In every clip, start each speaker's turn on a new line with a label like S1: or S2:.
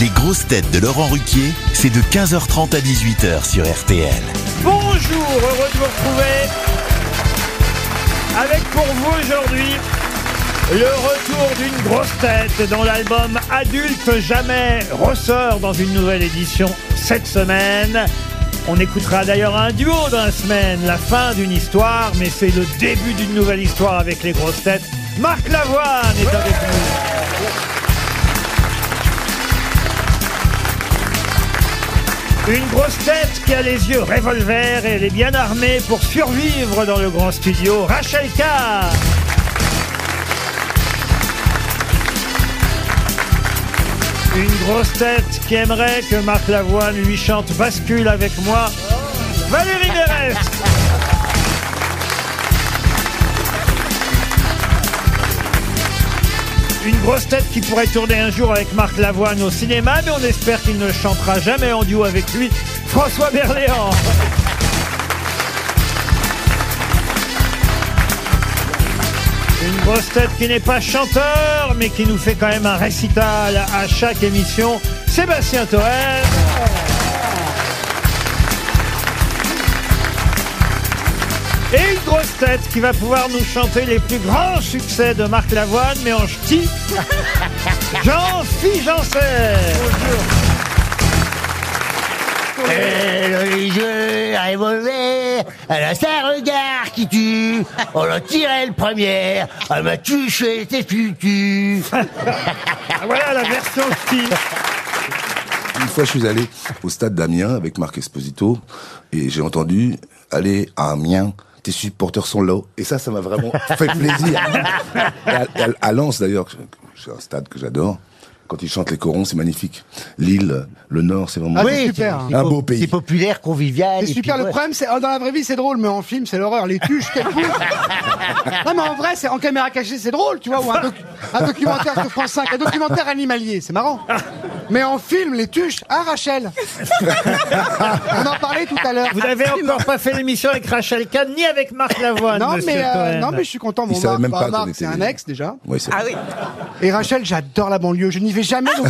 S1: Les grosses têtes de Laurent Ruquier, c'est de 15h30 à 18h sur RTL.
S2: Bonjour, heureux de vous retrouver avec pour vous aujourd'hui le retour d'une grosse tête dont l'album Adulte Jamais ressort dans une nouvelle édition cette semaine. On écoutera d'ailleurs un duo dans la semaine, la fin d'une histoire, mais c'est le début d'une nouvelle histoire avec les grosses têtes. Marc Lavoine est avec nous. Une grosse tête qui a les yeux revolver et elle est bien armée pour survivre dans le grand studio, Rachel Carr. Une grosse tête qui aimerait que Marc Lavoine lui chante Bascule avec moi, Valérie Mérès. Une grosse tête qui pourrait tourner un jour avec Marc Lavoine au cinéma, mais on espère qu'il ne chantera jamais en duo avec lui, François Berléand. Une grosse tête qui n'est pas chanteur, mais qui nous fait quand même un récital à chaque émission, Sébastien Toer. Et une grosse tête qui va pouvoir nous chanter les plus grands succès de Marc Lavoine, mais en ch'ti, Jean-Philippe Janssen.
S3: Euh, Le jeu est mauvais, elle a sa regard qui tue, on l'a tiré le premier, elle m'a tué, c'est futu.
S2: Ah, Voilà la version ch'ti.
S4: Une fois, je suis allé au stade d'Amiens avec Marc Esposito et j'ai entendu aller à Amiens. Tes supporters sont là. Et Ah ça, ça m'a vraiment fait plaisir. Et à, et à- à Lens, d'ailleurs, que- que- c'est un stade que j'adore. Quand ils chantent les corons, c'est magnifique. Lille, le Nord, c'est
S3: Ah,
S4: vraiment
S5: c'est super,
S4: un beau pays.
S3: hein. C'est populaire, convivial. et
S5: C'est super.
S3: puis
S5: Le
S3: ouais.
S5: problème, c'est oh, dans la vraie vie, c'est drôle, mais en film, c'est l'horreur. Les tuches qu'elles foutent. Non, mais en vrai, c'est en caméra cachée, c'est drôle, tu vois. Ou un, doc- un documentaire sur France 5, un documentaire animalier, c'est marrant. Mais en film, les tuches. Ah, Rachel. On en parlait tout à l'heure.
S2: Vous n'avez encore pas fait l'émission avec Rachel Kahn ni avec Marc Lavoine.
S5: Non
S2: Ah, monsieur
S5: mais, euh,
S2: Toen.
S5: non, mais je suis content. Mon
S4: Il savait
S5: Marc,
S4: même pas
S5: bah,
S4: qu'on
S5: Marc,
S4: était-
S5: c'est un ex déjà.
S4: Ouais,
S6: Ah
S2: Ah
S4: c'est-
S5: Et Rachel, j'adore la banlieue. Je n'y vais jamais, donc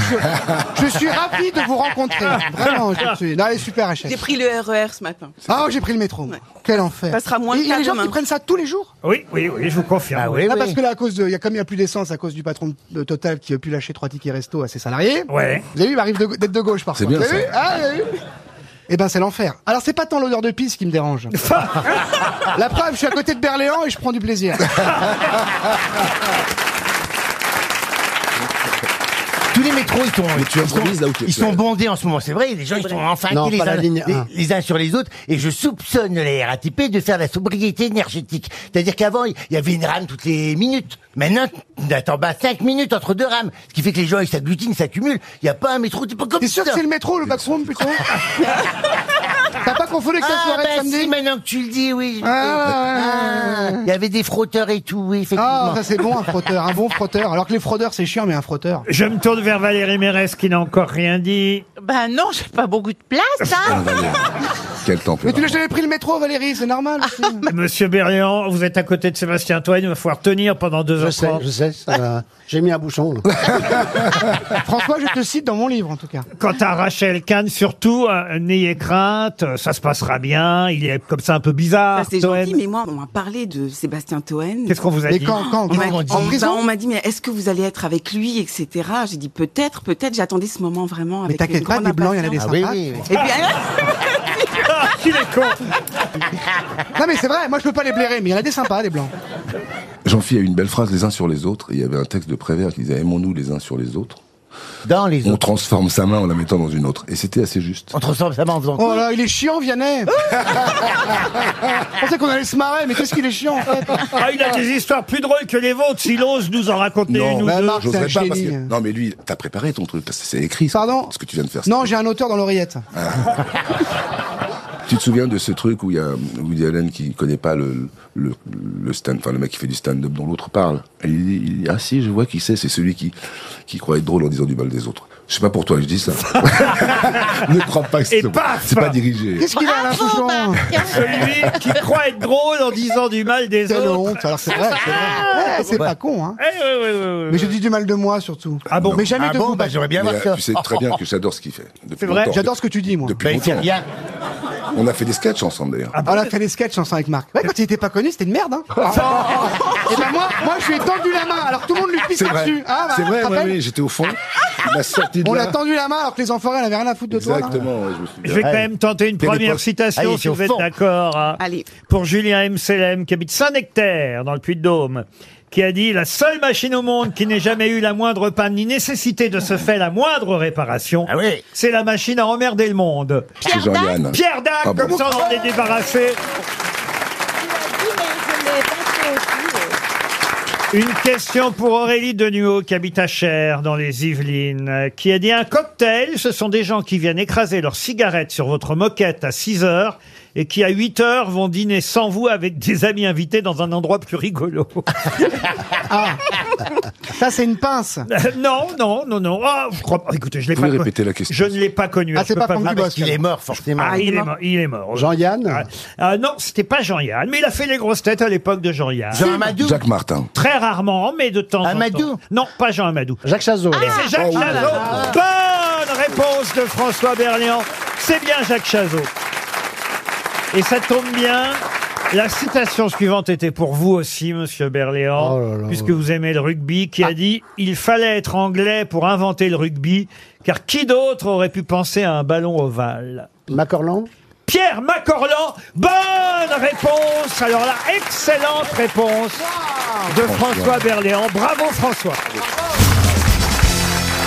S5: je, je suis ravi de vous rencontrer. Vraiment, je suis. Non, elle est super, Rachel.
S7: J'ai pris le RER ce matin.
S5: Ah, j'ai pris le métro. Quel enfer.
S7: Passera moins
S5: Et Il y a
S7: tard
S5: des gens qui
S7: demain.
S5: prennent ça tous les jours.
S2: Oui, oui, oui, je vous confirme.
S3: Ah oui,
S5: Ah,
S3: oui.
S5: parce que là, à cause de, il y a, comme il n'y a plus d'essence à cause du patron de Total qui a pu lâcher trois tickets resto à ses salariés.
S2: Ouais.
S5: Vous avez vu, il m'arrive de- d'être de gauche parfois.
S4: C'est bien,
S5: Vous avez
S4: ça.
S5: vu Ah, vous avez vu Eh ben, c'est l'enfer. Alors, c'est pas tant l'odeur de pisse qui me dérange. La preuve, je suis à côté de Berléand et je prends du plaisir.
S3: Tous les métros, ils sont,
S4: Mais tu
S3: ils
S4: improvises
S3: sont,
S4: là où tu-
S3: ils sont bondés en ce moment. C'est vrai, les gens, ils sont enfermés
S5: Non,
S3: les,
S5: pas la
S3: uns,
S5: ligne
S3: les-
S5: un.
S3: les uns sur les autres. Et je soupçonne la RATP de faire la sobriété énergétique. C'est-à-dire qu'avant, il y avait une rame toutes les minutes. Maintenant, t'attends pas 5 minutes entre deux rames. Ce qui fait que les gens, ils s'agglutinent, ils s'accumulent. Il n'y a pas un métro, c'est pas comme
S5: T'es sûr que
S3: ça.
S5: c'est le métro, le backroom, putain T'as pas confondu avec la
S3: Ah,
S5: soirée de
S3: bah
S5: samedi
S3: si, maintenant que tu le dis, oui.
S5: Ah,
S3: Ah, il y avait des frotteurs et tout, oui,
S5: Ah,
S3: effectivement.
S5: ça c'est bon, un frotteur, un bon frotteur. Alors que les fraudeurs, c'est chiant, mais un frotteur.
S2: Je me tourne vers Valérie Mérès qui n'a encore rien dit.
S7: Bah non, j'ai pas beaucoup de
S2: Ah,
S7: place,
S4: Ah,
S7: hein
S4: Quel temple.
S5: Mais tu n'as jamais pris le métro, Valérie, c'est normal. aussi.
S2: Monsieur Berléand, vous êtes à côté de Sébastien Toine, il va falloir tenir pendant deux
S8: Je
S2: heures
S8: sais,
S2: trente.
S8: je sais, ça va. j'ai mis un bouchon. là.
S2: bah.
S5: François, je te cite dans mon livre, en tout cas.
S2: Quant à Rachel Kahn, surtout, euh, n'ayez crainte, euh, ça se passera bien, il est comme ça un peu
S3: Ah,
S2: bizarre.
S7: Bah, C'est
S2: Toen.
S7: gentil, mais moi, on m'a parlé de Sébastien Toen.
S2: Qu'est-ce qu'on vous a
S5: Mais
S2: dit
S5: quand, quand,
S7: On m'a
S5: quand
S7: dit,
S5: En
S7: bah,
S5: prison
S7: on m'a dit, mais est-ce que vous allez être avec lui, etc. J'ai dit peut-être, peut-être. J'attendais ce moment vraiment.
S5: Mais
S7: Avec
S5: t'inquiète
S7: une
S5: pas,
S7: grande
S5: des blancs, il y en a des
S7: impatience.
S3: Ah
S5: sympas.
S3: oui, oui, oui.
S7: Et puis,
S2: Ah, qu'il est con
S5: Non, mais c'est vrai, moi je peux pas les blairer, mais il y en a des sympas, des blancs.
S4: Jean-Phi a eu une belle phrase les uns sur les autres. Et il y avait un texte de Prévert qui disait Aimons-nous les uns sur les autres.
S3: Dans les
S4: On
S3: autres.
S4: transforme sa main en la mettant dans une autre. Et c'était assez juste.
S3: On transforme ça en faisant
S5: Oh là, il est chiant, Vianney. Je pensais qu'on allait se marrer, mais qu'est-ce qu'il est chiant, en fait.
S2: Ah, il a des histoires plus drôles que les vôtres, s'il ose nous en raconter une ou
S5: bah,
S2: deux.
S5: Marc, c'est
S4: j'oserais
S5: un
S4: pas parce
S5: génie.
S4: que... Non, mais lui, t'as préparé ton truc, parce que c'est écrit. ça.
S5: Pardon
S4: Ce que tu viens de faire. c'est-
S5: Non, j'ai un auteur dans l'oreillette.
S4: Tu te souviens de ce truc où il y a Woody Allen qui connaît pas le, le, le stand, enfin le mec qui fait du stand-up dont l'autre parle. Et il dit, il dit, ah si, je vois qui c'est, c'est celui qui, qui croit être drôle en disant du mal des autres. Je sais pas pour toi, je dis ça. ne crois pas que
S2: Et
S4: c'est
S2: paf
S4: c'est pas dirigé.
S5: Qu'est-ce qu'il a là, franchement
S2: Celui qui croit être drôle en disant du mal des
S5: Quelle
S2: autres.
S5: honte, alors c'est vrai, c'est vrai. Eh, c'est pas con, hein.
S2: Eh, oui, oui, oui, oui,
S5: Mais je dis du mal de moi surtout.
S2: Ah bon
S5: Mais jamais
S3: Ah
S5: de
S3: bon,
S5: vous.
S3: bah, j'aurais bien
S4: Mais,
S3: voir
S4: euh,
S3: ça.
S4: tu sais très bien que j'adore ce qu'il fait. depuis
S2: C'est vrai,
S4: longtemps.
S5: J'adore ce que tu dis, moi.
S4: Depuis
S3: Ben, il fait
S4: longtemps.
S3: rien.
S4: On a fait des sketchs ensemble d'ailleurs.
S5: Ah, on a fait des sketchs ensemble avec Marc. Ouais, quand il était pas connu, c'était une merde. Hein. Et ben moi, moi, je lui ai tendu la main. Alors tout le monde lui pisse
S4: c'est vrai.
S5: dessus. Ah, bah,
S4: c'est
S5: tu
S4: vrai,
S5: te
S4: ouais,
S5: rappelles
S4: ouais, j'étais au fond. Il m'a sorti de
S5: On
S4: là.
S5: l'a tendu la main alors que les enfoirés n'avaient rien à foutre de toi. hein. là.
S4: Exactement, ouais, je me
S2: Je
S4: souviens.
S2: vais quand même tenter une
S4: Quelle
S2: première
S4: époque.
S9: Ah,
S2: citation,
S3: Allez,
S2: si
S3: c'est au
S2: vous êtes
S3: fond.
S2: d'accord. hein.
S7: Allez.
S2: Pour Julien M. Selem, qui habite Saint-Nectaire, dans le Puy-de-Dôme, qui a dit « La seule machine au monde qui n'ait jamais eu la moindre panne ni nécessité de se faire la moindre réparation,
S3: Ah oui.
S2: c'est la machine à emmerder le monde.
S4: C'est Jean-Yann.
S2: Pierre Dac,
S4: Ah bon.
S2: comme ça on en est débarrassé. Une question pour Aurélie Denuot, qui habite à Cher, dans les Yvelines, euh, qui a dit un cocktail, ce sont des gens qui viennent écraser leurs cigarettes sur votre moquette à 6 heures et qui à 8 heures vont dîner sans vous avec des amis invités dans un endroit plus rigolo.
S5: Ça, c'est une pince.
S2: Euh, non, non, non, non. Ah, je crois pas. Écoutez, je l'ai
S4: Vous
S2: pas
S4: pouvez
S2: connu.
S4: répéter la question.
S2: Je ne l'ai pas connu.
S5: Ah,
S2: alors
S5: c'est
S2: je peux
S5: pas Franck
S2: vous-
S3: Ah, parce qu'il est mort, forcément.
S2: Ah, il est mort. Il est mort.
S8: Jean-Yann
S2: Ah non, c'était pas Jean-Yann, mais il a fait les grosses têtes à l'époque de Jean-Yann.
S3: Jean Amadou.
S4: Jacques Martin.
S2: Très rarement, mais de temps en
S3: Amadou
S2: temps. Non, pas Jean Amadou.
S8: Jacques Chazot.
S2: Et c'est Jacques
S4: Oh, oui.
S2: Chazot. Bonne réponse de François Berléand. C'est bien Jacques Chazot. Et ça tombe bien. La citation suivante était pour vous aussi, monsieur Berléand,
S8: Oh là Ah. là.
S2: puisque vous aimez le rugby, qui a dit « Il fallait être anglais pour inventer le rugby, car qui d'autre aurait pu penser à un ballon ovale ?»
S8: Macorlan
S2: Pierre Macorlan. Bonne réponse. Alors là, excellente réponse de François Berléand. Bravo François.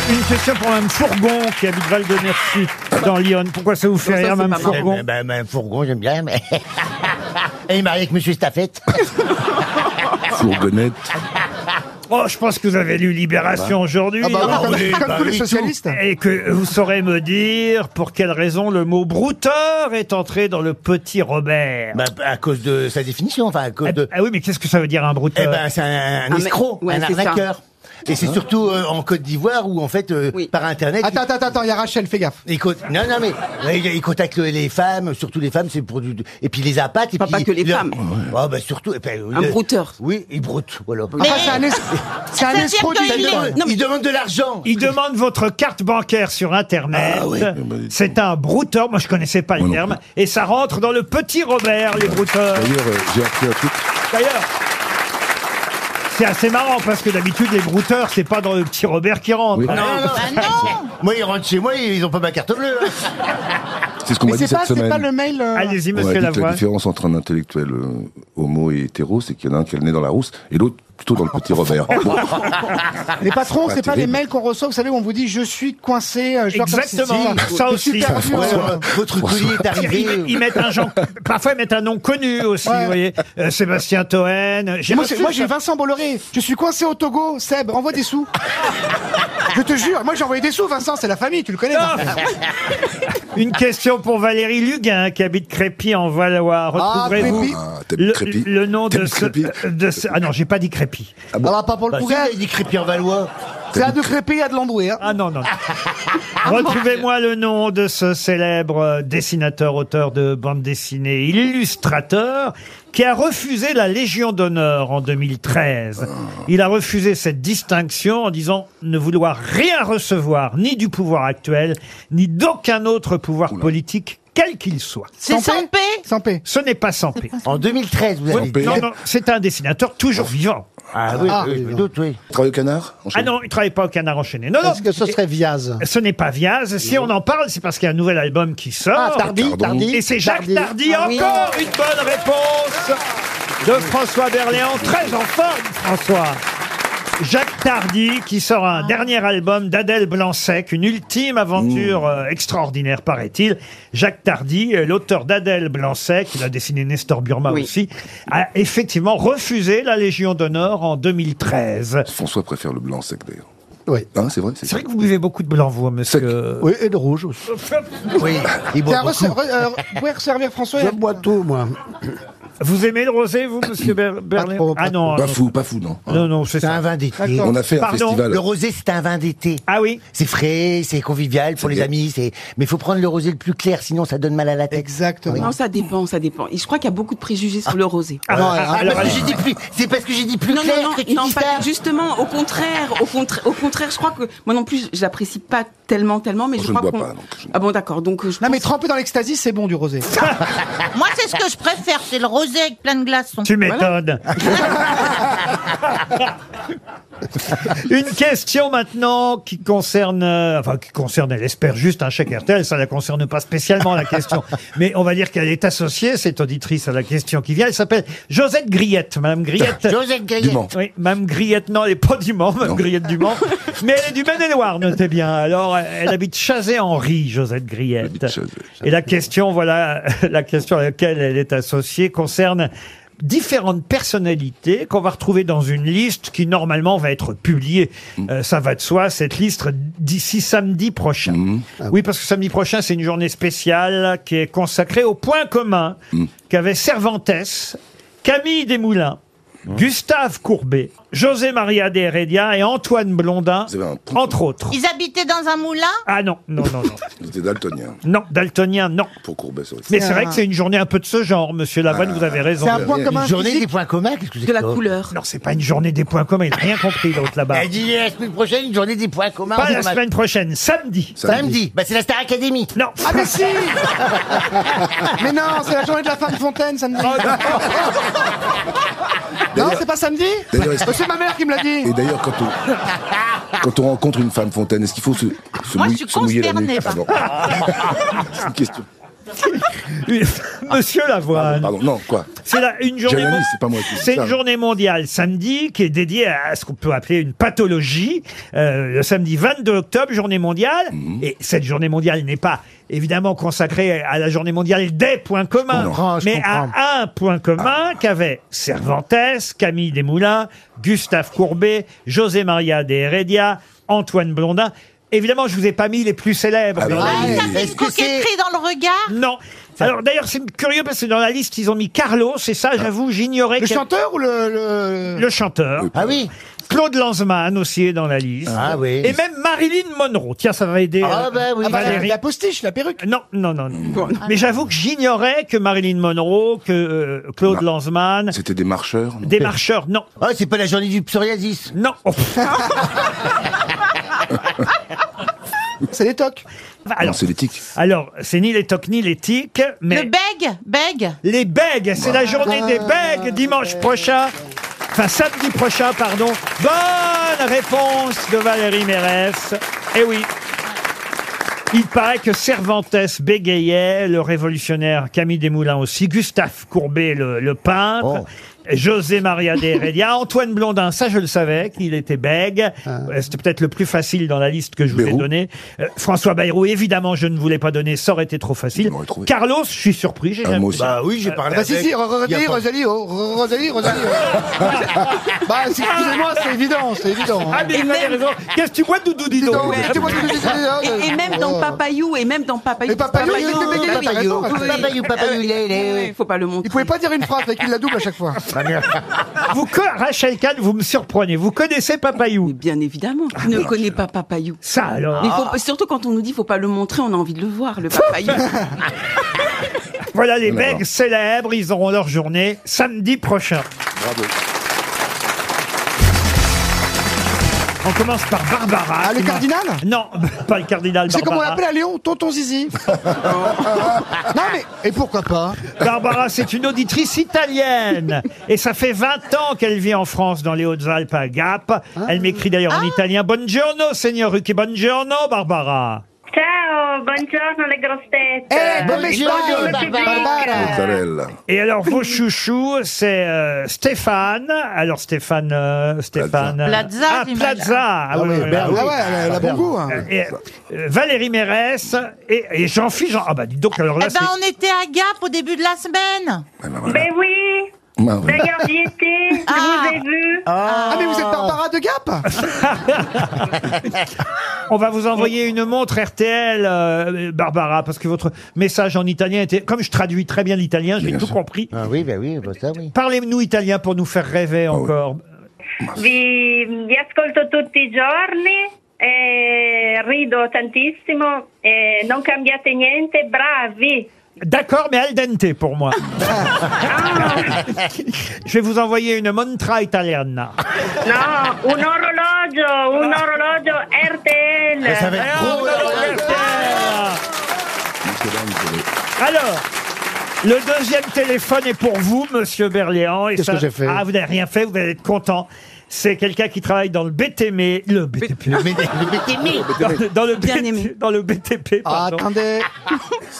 S2: Une question pour Mme Fourgon qui habite Val de Mercy dans Lyon. Pourquoi ça vous fait
S7: Comment ça,
S2: rire,
S7: c'est
S2: Mme
S7: pas marrant
S2: Fourgon
S3: Eh ben, ben, Fourgon, j'aime bien, mais. Et il est marié avec Monsieur Staffette.
S4: Fourgonnette.
S2: Oh, je pense que vous avez lu Libération aujourd'hui.
S5: Ah bah oui,
S2: non
S5: comme- comme tous les socialistes.
S2: Et que vous saurez me dire pour quelle raison le mot brouteur est entré dans le petit Robert.
S3: Bah, à cause de sa définition, enfin, à cause de.
S2: Ah oui, mais qu'est-ce que ça veut dire un brouteur
S3: Eh ben, c'est un, un
S7: Ah, mais-
S3: escroc,
S7: ouais,
S3: un
S7: c'est ça.
S3: arnaqueur. Et c'est surtout euh, en Côte d'Ivoire où, en fait, euh,
S7: Oui.
S3: par Internet.
S5: Attends, attends, attends, il y a Rachel, fais gaffe.
S3: Il co- non, non, mais ouais, il, il contacte les femmes, surtout les femmes, c'est pour du. Et puis les apates. Et
S7: Pas-
S3: puis,
S7: pas que les
S3: leur-
S7: femmes.
S3: Oh, bah, surtout. et puis,
S7: Un
S3: le-
S7: brouteur.
S3: Oui, il broute, voilà.
S5: Après, c'est un, es- c'est un
S9: veut dire
S5: escroc du
S9: que
S3: il,
S9: il est-
S5: village.
S3: demande,
S7: non, mais-
S3: il demande de l'argent.
S2: Il demande votre carte bancaire sur Internet.
S4: Ah oui, mais bah, dites
S2: c'est un brouteur. Moi, je connaissais pas le
S4: Moi non
S2: terme. Et ça rentre dans le petit Robert, les brouteurs.
S4: D'ailleurs, euh, j'ai appris un truc.
S2: D'ailleurs, Ah, c'est assez marrant parce que d'habitude, les brouteurs, c'est pas dans le petit Robert qui rentre.
S4: Oui.
S2: hein.
S3: Non, non,
S9: Ah non
S3: Moi, ils rentrent chez moi, ils ont pas ma carte bleue. hein.
S4: C'est ce qu'on
S5: Mais
S4: m'a dit
S5: c'est pas,
S4: cette
S5: c'est
S4: semaine.
S5: pas le mail. euh,
S2: Allez-y,
S4: On m'a
S2: monsieur
S4: dit que la
S2: Lavoie.
S4: différence entre un intellectuel euh, homo et hétéro, c'est qu'il y en a un qui est né dans la rousse et l'autre plutôt dans le petit Robert. Bon.
S5: Les patrons, c'est pas les
S4: Ah, terrible.
S5: mails qu'on reçoit, vous savez, où on vous dit je suis coincé, euh, je euh. dois faire ceci.
S2: Exactement, ça
S5: C'est
S2: aussi.
S5: super dur.
S3: Votre- Votre colis est arrivé.
S2: Ils, ils mettent un genre, parfois ils mettent un nom connu aussi,
S5: Ouais.
S2: vous voyez. Euh, Sébastien Toen.
S5: Moi,
S2: reçu
S5: c'est- moi,
S2: ça.
S5: j'ai Vincent Bolloré. Je suis coincé au Togo. Seb, renvoie des sous. je te jure. Moi, j'ai envoyé des sous, Vincent. C'est la famille. Tu le connais, Marc.
S2: Ah. Une question pour Valérie Luguin qui habite Crépy en Valois. Retrouverez-vous
S5: Crépy.
S4: Ah, t'aimes
S2: le,
S4: Crépy
S2: le nom de
S4: T'aimes
S2: ce,
S4: Crépy
S2: de ce- Ah non, j'ai pas dit Crépy.
S5: Alors, pas pour le
S3: Bah,
S5: coup.
S3: si, il dit Crépy en Valois.
S5: C'est à de crépé, à de l'andoué. hein.
S2: Ah non, Ah, non.
S3: Ah,
S2: non. Retrouvez-moi le nom de ce célèbre euh, dessinateur, auteur de bande dessinée, illustrateur, qui a refusé la Légion d'honneur en 2013.
S3: Ah.
S2: Il a refusé cette distinction en disant ne vouloir rien recevoir, ni du pouvoir actuel, ni d'aucun autre pouvoir politique, quel qu'il soit.
S9: C'est
S5: Sans
S9: sans
S5: paix
S9: paix
S5: Sans paix.
S2: Ce n'est pas sans paix.
S3: En 2013, vous avez dit.
S2: Non, non, c'est un dessinateur toujours vivant.
S3: Ah oui,
S5: Ah,
S3: oui,
S5: oui,
S3: je doute, oui.
S4: Travail au canard
S2: Ah non, il ne travaille pas au canard enchaîné. Non, non.
S8: Est-ce que ce serait Viaz
S2: Ce n'est pas Viaz. Si on en parle, c'est parce qu'il y a un nouvel album qui sort.
S8: Ah, Tardy,
S4: Pardon.
S8: Tardy.
S2: Et c'est Jacques Tardy.
S7: Ah oui.
S2: Encore une bonne réponse de François Berléand. Très en forme, François. Jacques Tardy qui sort un dernier album d'Adèle Blanc-Sec, une ultime aventure euh, extraordinaire paraît-il. Jacques Tardy, euh, l'auteur d'Adèle Blanc-Sec, il a dessiné Nestor Burma
S7: Oui.
S2: aussi, a effectivement refusé la Légion d'honneur en 2013.
S4: François préfère le blanc sec d'ailleurs.
S8: Oui.
S4: Hein, c'est vrai
S2: C'est vrai que vous buvez beaucoup de blanc, vous, monsieur.
S8: Oui, et de rouge aussi.
S3: Oui, il
S5: Tiens,
S3: boit beaucoup.
S5: rece- re- euh, re- Vous pouvez resservir François
S8: Je bois tout, moi.
S2: Vous aimez le rosé, vous, monsieur Ber- Bernier
S8: trop, pas
S2: Ah non.
S4: Pas
S2: non.
S4: fou, pas fou, non.
S2: Non, non, c'est
S3: Hein. C'est un
S2: ça.
S3: vin d'été.
S5: D'accord.
S4: On a fait
S2: Pardon,
S4: un festival.
S3: Le rosé, c'est un vin d'été.
S2: Ah oui
S3: C'est frais, c'est convivial pour
S4: C'est
S3: les
S4: bien.
S3: amis, c'est. Mais il faut prendre le rosé le plus clair, sinon ça donne mal à la tête.
S5: Exactement.
S7: Non, ça dépend, ça dépend. Et je crois qu'il y a beaucoup de préjugés sur le rosé.
S2: Ah,
S5: Non,
S2: ah,
S5: ah,
S3: Ah,
S2: alors,
S3: parce que
S2: allez.
S3: j'ai dit plus. C'est parce que j'ai dit plus
S7: Non,
S3: clair
S7: non, non,
S3: que tu
S7: non,
S3: dis
S7: pas-
S3: ça.
S7: justement, au contraire, au contraire, au contraire, je crois que moi non plus, j'apprécie pas tellement, tellement, mais
S4: Moi,
S7: je,
S4: je ne
S7: crois
S4: bois
S7: qu'on.
S4: pas, donc je-
S7: Ah bon, d'accord. Donc euh, je.
S5: Non mais
S7: pense-
S5: tremper dans l'extasie, c'est bon du rosé.
S9: Moi, c'est ce que je préfère, c'est le rosé avec plein de glaçons.
S2: Tu m'étonnes. Une question maintenant qui concerne, euh, enfin qui concerne, elle espère juste un chèque RTL, ça la concerne pas spécialement la question, mais on va dire qu'elle est associée, cette auditrice à la question qui vient, elle s'appelle Josette Griette, Madame Griette.
S3: Josette
S4: Du
S3: Grillet.
S4: Mans.
S2: Oui, Mme Griette, non, elle est pas du Mans, Mme
S4: Non.
S2: Griette du Mans. Mais elle est du Maine-et-Loire, notez bien. Alors, elle habite Chazé-Henri, Josette Griette.
S4: habite Chazé.
S2: Et la question, voilà, la question à laquelle elle est associée concerne différentes personnalités qu'on va retrouver dans une liste qui normalement va être publiée.
S4: Mm.
S2: Euh, ça va de soi, cette liste d'ici samedi prochain.
S4: Mm.
S2: Ah Oui, parce que samedi prochain, c'est une journée spéciale qui est consacrée au point commun
S4: Mm.
S2: qu'avaient Cervantes, Camille Desmoulins, Gustave Courbet, José Maria de Heredia et Antoine Blondin,
S4: Vous avez un point.
S2: entre autres.
S9: Ils habitaient dans un moulin
S2: Ah non, non, non, non.
S4: J'étais daltonien.
S2: Non, daltonien, non.
S4: Pour Courbet, Ah, sur
S2: Mais c'est vrai que c'est une journée un peu de ce genre, monsieur Lavanne, vous avez raison.
S5: C'est un point
S4: Une
S5: commun.
S3: Une journée
S5: physique.
S3: des points communs, qu'est-ce que c'est
S7: de la
S3: que ça
S7: couleur.
S2: Non, c'est pas une journée des points communs, il n'a rien compris l'autre là-bas.
S3: Elle dit la semaine prochaine, une journée des points communs.
S2: Bah. Pas
S3: on
S2: la
S3: dit, bah,
S2: semaine prochaine, samedi.
S3: Samedi. Bah, c'est la Star Academy. bah,
S2: Non.
S5: Ah mais si Mais non, c'est la journée de la femme Fontaine samedi.
S7: Ah,
S5: Non,
S4: D'ailleurs-
S5: c'est pas samedi
S4: D'ailleurs, est-ce que-
S5: Oh, C'est ma mère qui me l'a dit.
S4: Et d'ailleurs, quand on, quand on rencontre une femme fontaine, est-ce qu'il faut se, se,
S9: Moi,
S4: mouiller-
S9: je suis
S4: se mouiller la
S9: consternée,
S4: nuit
S9: par
S4: Ah, bon. C'est une question.
S2: Monsieur Lavoine.
S4: Pardon, non, quoi
S2: C'est la- une journée.
S4: Jalali,
S2: mon-
S4: c'est pas moi qui dis
S2: C'est
S4: ça.
S2: une journée mondiale samedi qui est dédiée à ce qu'on peut appeler une pathologie. Euh, le samedi 22 octobre, journée mondiale.
S4: Mhm.
S2: Et cette journée mondiale n'est pas évidemment consacrée à la journée mondiale des points communs,
S8: comprends, je
S2: mais
S8: comprends.
S2: à un point
S4: Ah.
S2: commun qu'avaient Cervantes, Camille Desmoulins, Gustave Courbet, José Maria de Heredia, Antoine Blondin. Évidemment, je vous ai pas mis les plus célèbres.
S4: Ah,
S2: mais-
S4: bah oui.
S9: Ah, ça fait
S3: Est-ce
S9: une
S3: que c'est-
S9: coquetterie dans le regard
S2: Non. Alors d'ailleurs, c'est curieux parce que dans la liste, ils ont mis Carlos, et ça, j'avoue, j'ignorais
S5: Le
S2: quel-
S5: chanteur ou le... le-
S2: le chanteur.
S3: Ah oui.
S2: Claude Lanzmann aussi est dans la liste.
S3: Ah oui.
S2: Et même Marilyn Monroe. Tiens, ça va aider.
S3: Ah
S2: euh,
S3: bah oui.
S5: Ah bah, la,
S2: Valérie.
S5: la postiche, la perruque.
S2: Non, non, non, non. Mais j'avoue que j'ignorais que Marilyn Monroe, que euh, Claude
S4: Non.
S2: Lanzmann,
S4: C'était des marcheurs non
S2: des marcheurs, non,
S3: Oh, c'est pas la journée du psoriasis.
S2: non. Oh, pff.
S5: C'est les tocs.
S4: Non,
S2: alors,
S4: c'est l'éthique.
S2: alors, c'est ni les tocs ni les tics,
S9: Le
S2: mais
S9: bègue Bègue
S2: les bègues. C'est la journée des bègues dimanche prochain. Enfin, samedi prochain, pardon. Bonne réponse de Valérie Mérès. Eh oui. Il paraît que Cervantes bégayait, le révolutionnaire Camille Desmoulins aussi, Gustave Courbet, le, le
S4: Oh.
S2: peintre, José Maria de Heredia, Antoine Blondin, ça je le savais, qu'il était bègue. Euh, C'était peut-être le plus facile dans la liste que je vous ai
S4: Ah. Bayrou.
S2: donnée. Euh, François Bayrou, évidemment, je ne voulais pas donner, ça aurait été trop facile.
S4: Vous m'aurez trouvé.
S2: Carlos, je suis surpris, j'ai
S4: Ah,
S2: jamais- Euh,
S4: moi aussi.
S3: Bah oui, j'ai
S5: Ah
S3: parlé
S5: Bah si, si, Ro-
S3: Il y a
S5: Rosalie,
S3: pas-
S5: Rosalie, oh, Ro- Rosalie, Rosalie. oh. bah si, excusez-moi, c'est évident, c'est évident. hein.
S2: Ah, mais il avait raison. Qu'est-ce que tu bois, Doudou Dido
S5: Non, écoutez-moi, je vous dis, euh,
S7: Et, et même dans
S5: euh,
S7: Papayou, et même dans Papayou.
S5: Et Papayou, il était bégayé,
S7: Papayou,
S5: t'as raison.
S7: oui, oui.
S3: Papayou, papayou, lé, lé.
S7: Oui, oui, faut pas le montrer.
S5: Il pouvait pas dire une phrase, avec il la double à chaque fois.
S3: Ah,
S2: Vous, co- Rachel Kahn, vous me surprenez. Vous connaissez
S7: Mais
S2: Papayou Ah,
S7: bien évidemment, qui ne connaît pas Papayou.
S2: Ça,
S7: Mais
S2: alors. Ah,
S7: faut, surtout quand on nous dit faut pas le montrer, on a envie de le voir, le Papayou.
S2: Voilà les
S4: D'accord.
S2: mecs célèbres. Ils auront leur journée samedi prochain.
S4: Bravo.
S2: On commence par Barbara.
S5: Ah, le
S2: qui m'a-
S5: cardinal
S2: Non, pas le cardinal.
S5: C'est comme on
S2: Barbara.
S5: l'appelle à Léon, tonton Zizi. non mais, et pourquoi pas
S2: Barbara, c'est une auditrice italienne. Et ça fait 20 ans qu'elle vit en France, dans les Hautes-Alpes, à Gap. Elle m'écrit d'ailleurs
S5: Ah.
S2: en italien Buongiorno, signor Rucchi. Buongiorno, Barbara.
S10: Ciao, buongiorno le grossette.
S5: Eh, come
S10: Buongiorno,
S5: stai,
S10: Barbara.
S5: Barbara
S4: Mozzarella.
S2: Et alors, vos chouchous, c'est euh, Stéphane. Alors, Stéphane. euh, Stéphane.
S9: Plaza,
S2: Ah,
S9: j'imagine.
S2: Plaza. Ah, oui, oui, oui.
S5: Ah ouais, elle a- elle a bon goût. hein.
S2: Et, euh, Valérie Mérès et, et Jean-Philippe. Jean- Ah bah dis donc, alors là,
S9: Eh ben,
S2: c'est-
S9: on était à Gap au début de la semaine.
S4: Ah, bah, voilà.
S10: Ben oui,
S4: Bah, voilà.
S10: d'ailleurs j'y étais, je
S9: Ah.
S10: vous ai vu.
S5: Ah mais vous êtes Barbara de Gap
S2: On va vous envoyer une montre RTL, euh, Barbara, parce que votre message en italien était. Comme je traduis très bien l'italien, j'ai
S4: Bien
S2: tout
S4: sûr.
S2: compris.
S3: Ah oui, ben oui, bah ça oui.
S2: Parlez-nous italien pour nous faire
S5: Ah
S2: rêver encore.
S10: Vi, vi ascolto tutti i giorni, e rido tantissimo, e non cambiate niente, bravi.
S2: D'accord, mais al dente pour moi. je vais vous envoyer une montra italiana.
S10: No, un orologio, un orologio
S3: Eh, ça va
S10: RTL.
S3: être trop, là, là, là.
S2: Alors, le deuxième téléphone est pour vous, monsieur Berléand.
S8: Qu'est-ce que j'ai fait
S2: Ah, vous n'avez rien fait, vous allez être content. C'est quelqu'un qui travaille dans le BTM, E, le BTP,
S3: Le BD- le BTM.
S2: dans, dans le
S7: Bien
S2: BT
S7: aimé.
S2: dans le BTP, pardon.
S5: Attendez.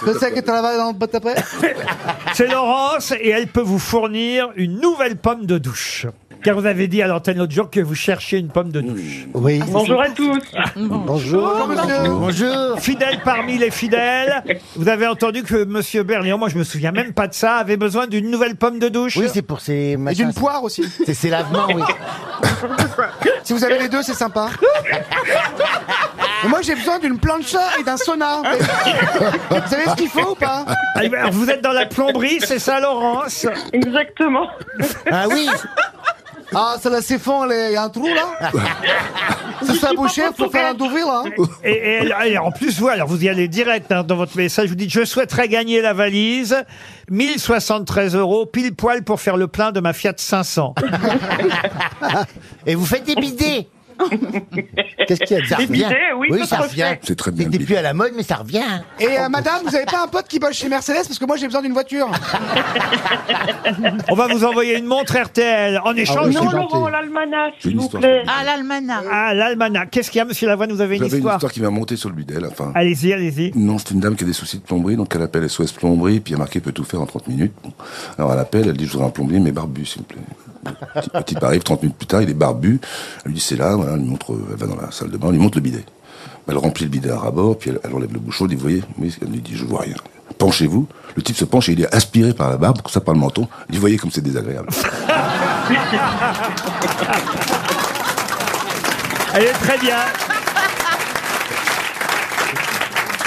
S5: Je sais que travaille dans le boîte après.
S2: C'est Laurence et elle peut vous fournir une nouvelle pomme de douche. Car vous avez dit à l'antenne l'autre jour que vous cherchiez une pomme de douche.
S8: Oui.
S5: Ah,
S10: Bonjour à tous.
S5: Bonjour,
S8: Bonjour.
S5: monsieur.
S3: Bonjour.
S2: Fidèle parmi les fidèles, vous avez entendu que Monsieur Berléand, moi je me souviens même pas de ça, avait besoin d'une nouvelle pomme de douche.
S3: Oui, c'est pour ces
S5: Et
S3: machins.
S5: d'une poire aussi.
S3: C'est ces lavements, oui.
S5: Si vous avez les deux, c'est sympa. Et moi, j'ai besoin d'une plancha et d'un sauna. Vous savez ce qu'il faut ou pas
S2: Alors, Ah, vous êtes dans la plomberie, c'est ça Laurence
S10: Exactement.
S3: Ah oui,
S5: Ah, ça là, c'est fond, il y a un trou là. C'est ça boucher, faut faire un douvier là.
S2: Et, et elle- elle- en plus, vous, alors vous y allez direct hein, dans votre message, vous dites Je souhaiterais gagner la valise, 1073 euros, pile poil pour faire le plein de ma Fiat 500.
S3: et vous faites des bidets.
S8: Qu'est-ce qu'il y a de
S3: Ça
S8: bizarre
S3: revient.
S10: bidets, oui, ça
S3: ça
S10: se
S3: revient.
S10: refait.
S4: C'est très bien, le
S3: C'était
S4: bidet.
S3: plus à la mode, mais ça revient.
S5: Et euh, madame, vous avez pas un pote qui bosse chez Mercedes parce que moi, j'ai besoin d'une voiture.
S2: On va vous envoyer une montre RTL en échange.
S8: Ah oui,
S10: Non,
S8: c'est
S10: Laurent,
S8: gentil.
S10: l'almanach,
S4: J'ai
S10: s'il
S4: une
S10: vous
S4: histoire.
S10: plaît.
S9: Ah, l'almanach.
S2: Ah, l'almanach. Qu'est-ce qu'il y a, monsieur Lavoine Vous avez une
S4: J'avais une
S2: histoire
S4: histoire qui m'a monté sur le bidel. Enfin,
S2: Allez-y, allez-y.
S4: non, c'est une dame qui a des soucis de plomberie, donc elle appelle SOS Plomberie, puis elle a marqué peut tout faire en 30 minutes. Bon. Alors elle appelle, elle dit je voudrais un plombier, mais barbu, s'il vous plaît. Le Petit, petit arrive 30 minutes plus tard, il est barbu. Elle lui dit c'est là, voilà, elle, lui montre, euh, elle va dans la salle de bain, elle lui montre le bidet. Bah, Elle remplit le bidet à ras-bord, puis elle, elle enlève le bouchon, elle dit vous voyez, oui, elle lui dit je vois rien. Penchez-vous. Le type se penche et il est aspiré par la barbe, comme ça par le menton. Il dit voyez comme c'est désagréable.
S2: Elle est très bien.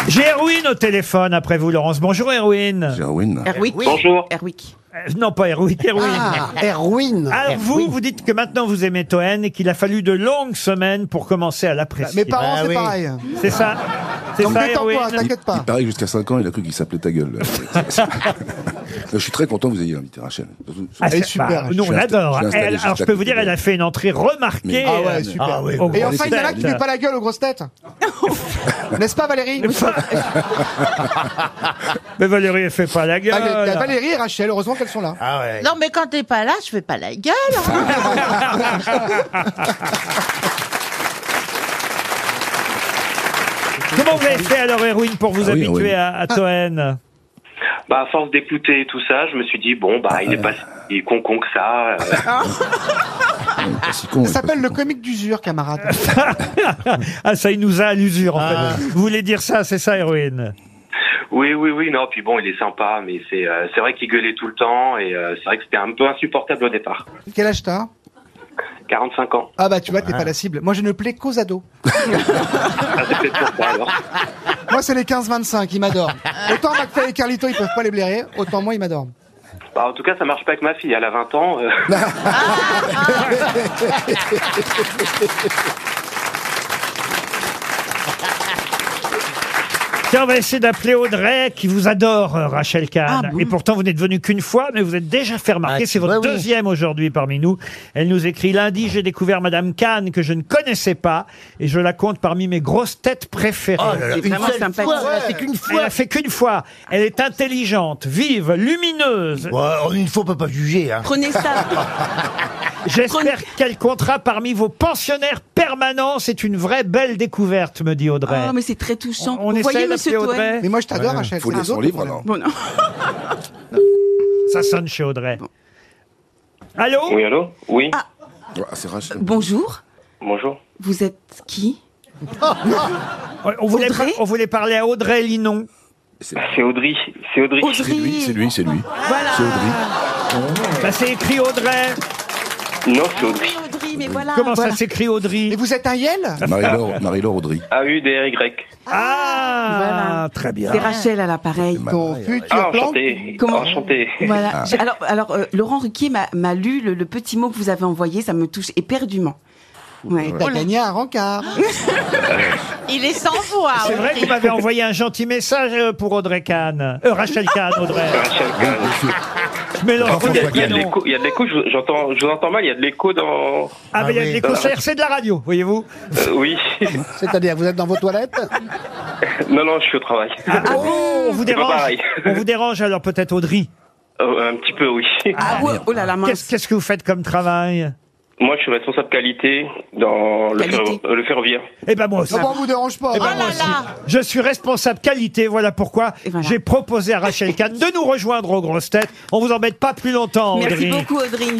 S2: J'ai Erwin au téléphone après vous, Laurence. Bonjour, Erwin.
S4: Gerwin.
S2: Ah,
S7: Erwick.
S9: Bonjour.
S7: Erwick.
S2: Euh, Non, pas Erwin, Erwin.
S8: Ah, Erwin.
S2: Alors vous, vous dites que maintenant vous aimez Toen et qu'il a fallu de longues semaines pour commencer à l'apprécier.
S5: Mes parents,
S3: Bah
S5: c'est
S3: oui.
S5: pareil.
S2: C'est ça C'est
S5: Donc
S2: ça,
S5: détends-toi,
S2: Erwin
S5: t'inquiète
S4: Il
S5: pas.
S4: paraît que jusqu'à 5 ans, il a cru qu'il s'appelait ta gueule. je suis très content que vous ayez invité Rachel.
S2: Ah,
S5: Elle est
S2: c'est-
S5: super,
S2: bah,
S5: Rachel.
S2: nous, on
S4: Je l'ai insta-
S2: l'adore.
S4: je l'ai installée
S2: Elle-
S4: juste
S2: alors, je
S4: à
S2: peux
S4: côté
S2: vous dire,
S4: d'elle.
S2: elle a fait une entrée remarquée.
S4: Mais-
S5: Ah ouais,
S2: euh,
S5: super.
S2: ah ouais,
S3: Et
S2: au
S5: Et
S2: Grand
S5: enfin, il y en a qui
S2: Tête.
S5: met pas la gueule aux grosses têtes. N'est-ce pas, Valérie
S2: Mais Valérie, elle fait pas la gueule.
S5: Ah, mais la Valérie et Rachel, heureusement qu'elles sont là.
S3: Ah ouais.
S9: Non, mais quand t'es pas là, je fais pas la gueule. hein.
S2: Comment vous avez fait alors, Erwin, pour vous
S4: Ah oui,
S2: habituer
S4: Erwin.
S2: à, à Toen
S11: Bah, à force d'écouter tout ça, je me suis dit, bon, bah, il est pas si con con que ça. euh.
S5: Ah.
S4: Ah,
S5: Ça
S4: hein.
S5: s'appelle le comique d'usure, camarade. Ah.
S2: Ah, ça, il nous a à l'usure, en fait. Vous voulez dire ça, c'est ça, Erwin
S11: oui, oui, oui, non, puis bon, il est sympa, mais c'est euh, c'est vrai qu'il gueulait tout le temps et euh, c'est vrai que c'était un peu insupportable au départ.
S5: Quel âge t'as
S11: 45 ans.
S5: Ah bah tu vois, t'es pas la cible. Moi, je ne plais qu'aux ados.
S11: Ah, c'est peut-être pour ça, alors.
S5: Moi, c'est les 15-25, ils m'adorent. Autant McFly et Carlito, ils peuvent pas les blairer, autant moi, ils m'adorent.
S11: Bah, en tout cas, ça marche pas avec ma fille, elle a 20 ans. euh.
S2: Ah, Tiens, on va essayer d'appeler Audrey, qui vous adore, euh, Rachel Kahn.
S7: Ah bon
S2: Et pourtant, vous n'êtes venu qu'une fois, mais vous êtes déjà fait remarquer.
S3: Ah,
S2: C'est votre
S3: bah oui.
S2: deuxième aujourd'hui parmi nous. Elle nous écrit lundi, j'ai découvert Madame Kahn, que je ne connaissais pas, et je la compte parmi mes grosses têtes préférées.
S3: Oh là là,
S7: C'est
S3: une
S7: vraiment
S3: seule
S7: sympathique.
S3: fois, là, c'est qu'une
S2: Elle
S3: fois.
S2: a fait qu'une fois. Elle est intelligente, vive, lumineuse.
S3: Ouais, en une fois, on peut pas juger. Hein.
S7: Prenez ça.
S2: J'espère qu'elle comptera parmi vos pensionnaires permanents. C'est une vraie belle découverte, me dit Audrey.
S7: Oh, mais c'est très touchant.
S2: On
S7: Vous
S2: essaie
S7: voyez, monsieur
S2: d'appeler
S7: Toen.
S2: Audrey.
S5: Mais moi, je t'adore, Rachel.
S4: Faut
S5: c'est
S4: lire
S5: les
S4: son
S5: autres,
S4: livre,
S5: voilà.
S4: alors.
S7: Bon, non.
S2: Ça sonne chez Audrey. Allô
S11: Oui, allô Oui,
S4: Ah, c'est Rachel.
S7: Bonjour.
S11: bonjour.
S7: Vous êtes qui
S2: on voulait,
S7: Audrey
S2: par- on voulait parler à Audrey Linon.
S4: C'est
S11: C'est Audrey. C'est Audrey.
S4: c'est lui, c'est lui, c'est lui.
S7: Voilà.
S4: C'est Audrey.
S2: Bah, c'est écrit Audrey.
S11: Non, c'est Audrey.
S9: Oui, Audrey,
S7: mais voilà.
S2: Comment
S7: voilà.
S2: ça s'écrit, Audrey
S5: Et vous êtes un Yel
S4: Marie-Laure Marie-Laure Audry.
S11: AUDRY.
S2: Ah,
S7: Voilà.
S2: très bien.
S7: C'est Rachel à l'appareil.
S5: Ton futur
S11: Ah,
S5: plan
S11: enchanté.
S7: Comment-
S11: Enchanté.
S5: Ah.
S7: Voilà. J'ai- Alors, alors euh, Laurent Ruquier m'a m'a lu le, le petit mot que vous avez envoyé, ça me touche éperdument. Ouais.
S5: T'as gagné un rencard.
S9: Il est sans voix.
S2: Ah, C'est vrai que vous m'avez envoyé un gentil message euh, pour Audrey Kahn. Euh, Rachel Kahn, Audrey.
S11: Rachel Kahn.
S2: Je mélange
S11: Il y a-
S2: les
S11: il y a de
S2: prénoms.
S11: l'écho, il y a de l'écho, je, vous- j'entends, je vous entends mal, il y a de l'écho dans...
S2: Ah, mais il y a de
S8: Ah oui.
S2: l'écho, c'est- c'est de la radio, voyez-vous.
S11: Euh, oui.
S8: C'est-à-dire, vous êtes dans vos toilettes
S11: non, non, je suis au travail.
S2: Ah on vous
S11: C'est pas
S2: dérange.
S11: pareil.
S2: On vous dérange alors peut-être Audrey.
S11: Euh, un petit peu, oui.
S7: Ah ouais, oh là là, mince.
S2: Qu'est-ce qu'est-ce que vous faites comme travail
S11: Moi, je suis responsable qualité dans le,
S7: Qualité.
S11: ferro- euh, le ferroviaire.
S2: Eh ben moi aussi.
S5: Non, bon, on vous dérange pas. hein
S2: Eh ben,
S9: Oh
S2: moi
S9: là
S2: aussi.
S9: là.
S2: Je suis responsable qualité, voilà pourquoi
S7: Et voilà.
S2: j'ai proposé à Rachel Kahn de nous rejoindre aux grosses têtes. On vous embête pas plus longtemps,
S7: Merci
S2: Audrey.
S7: beaucoup, Audrey.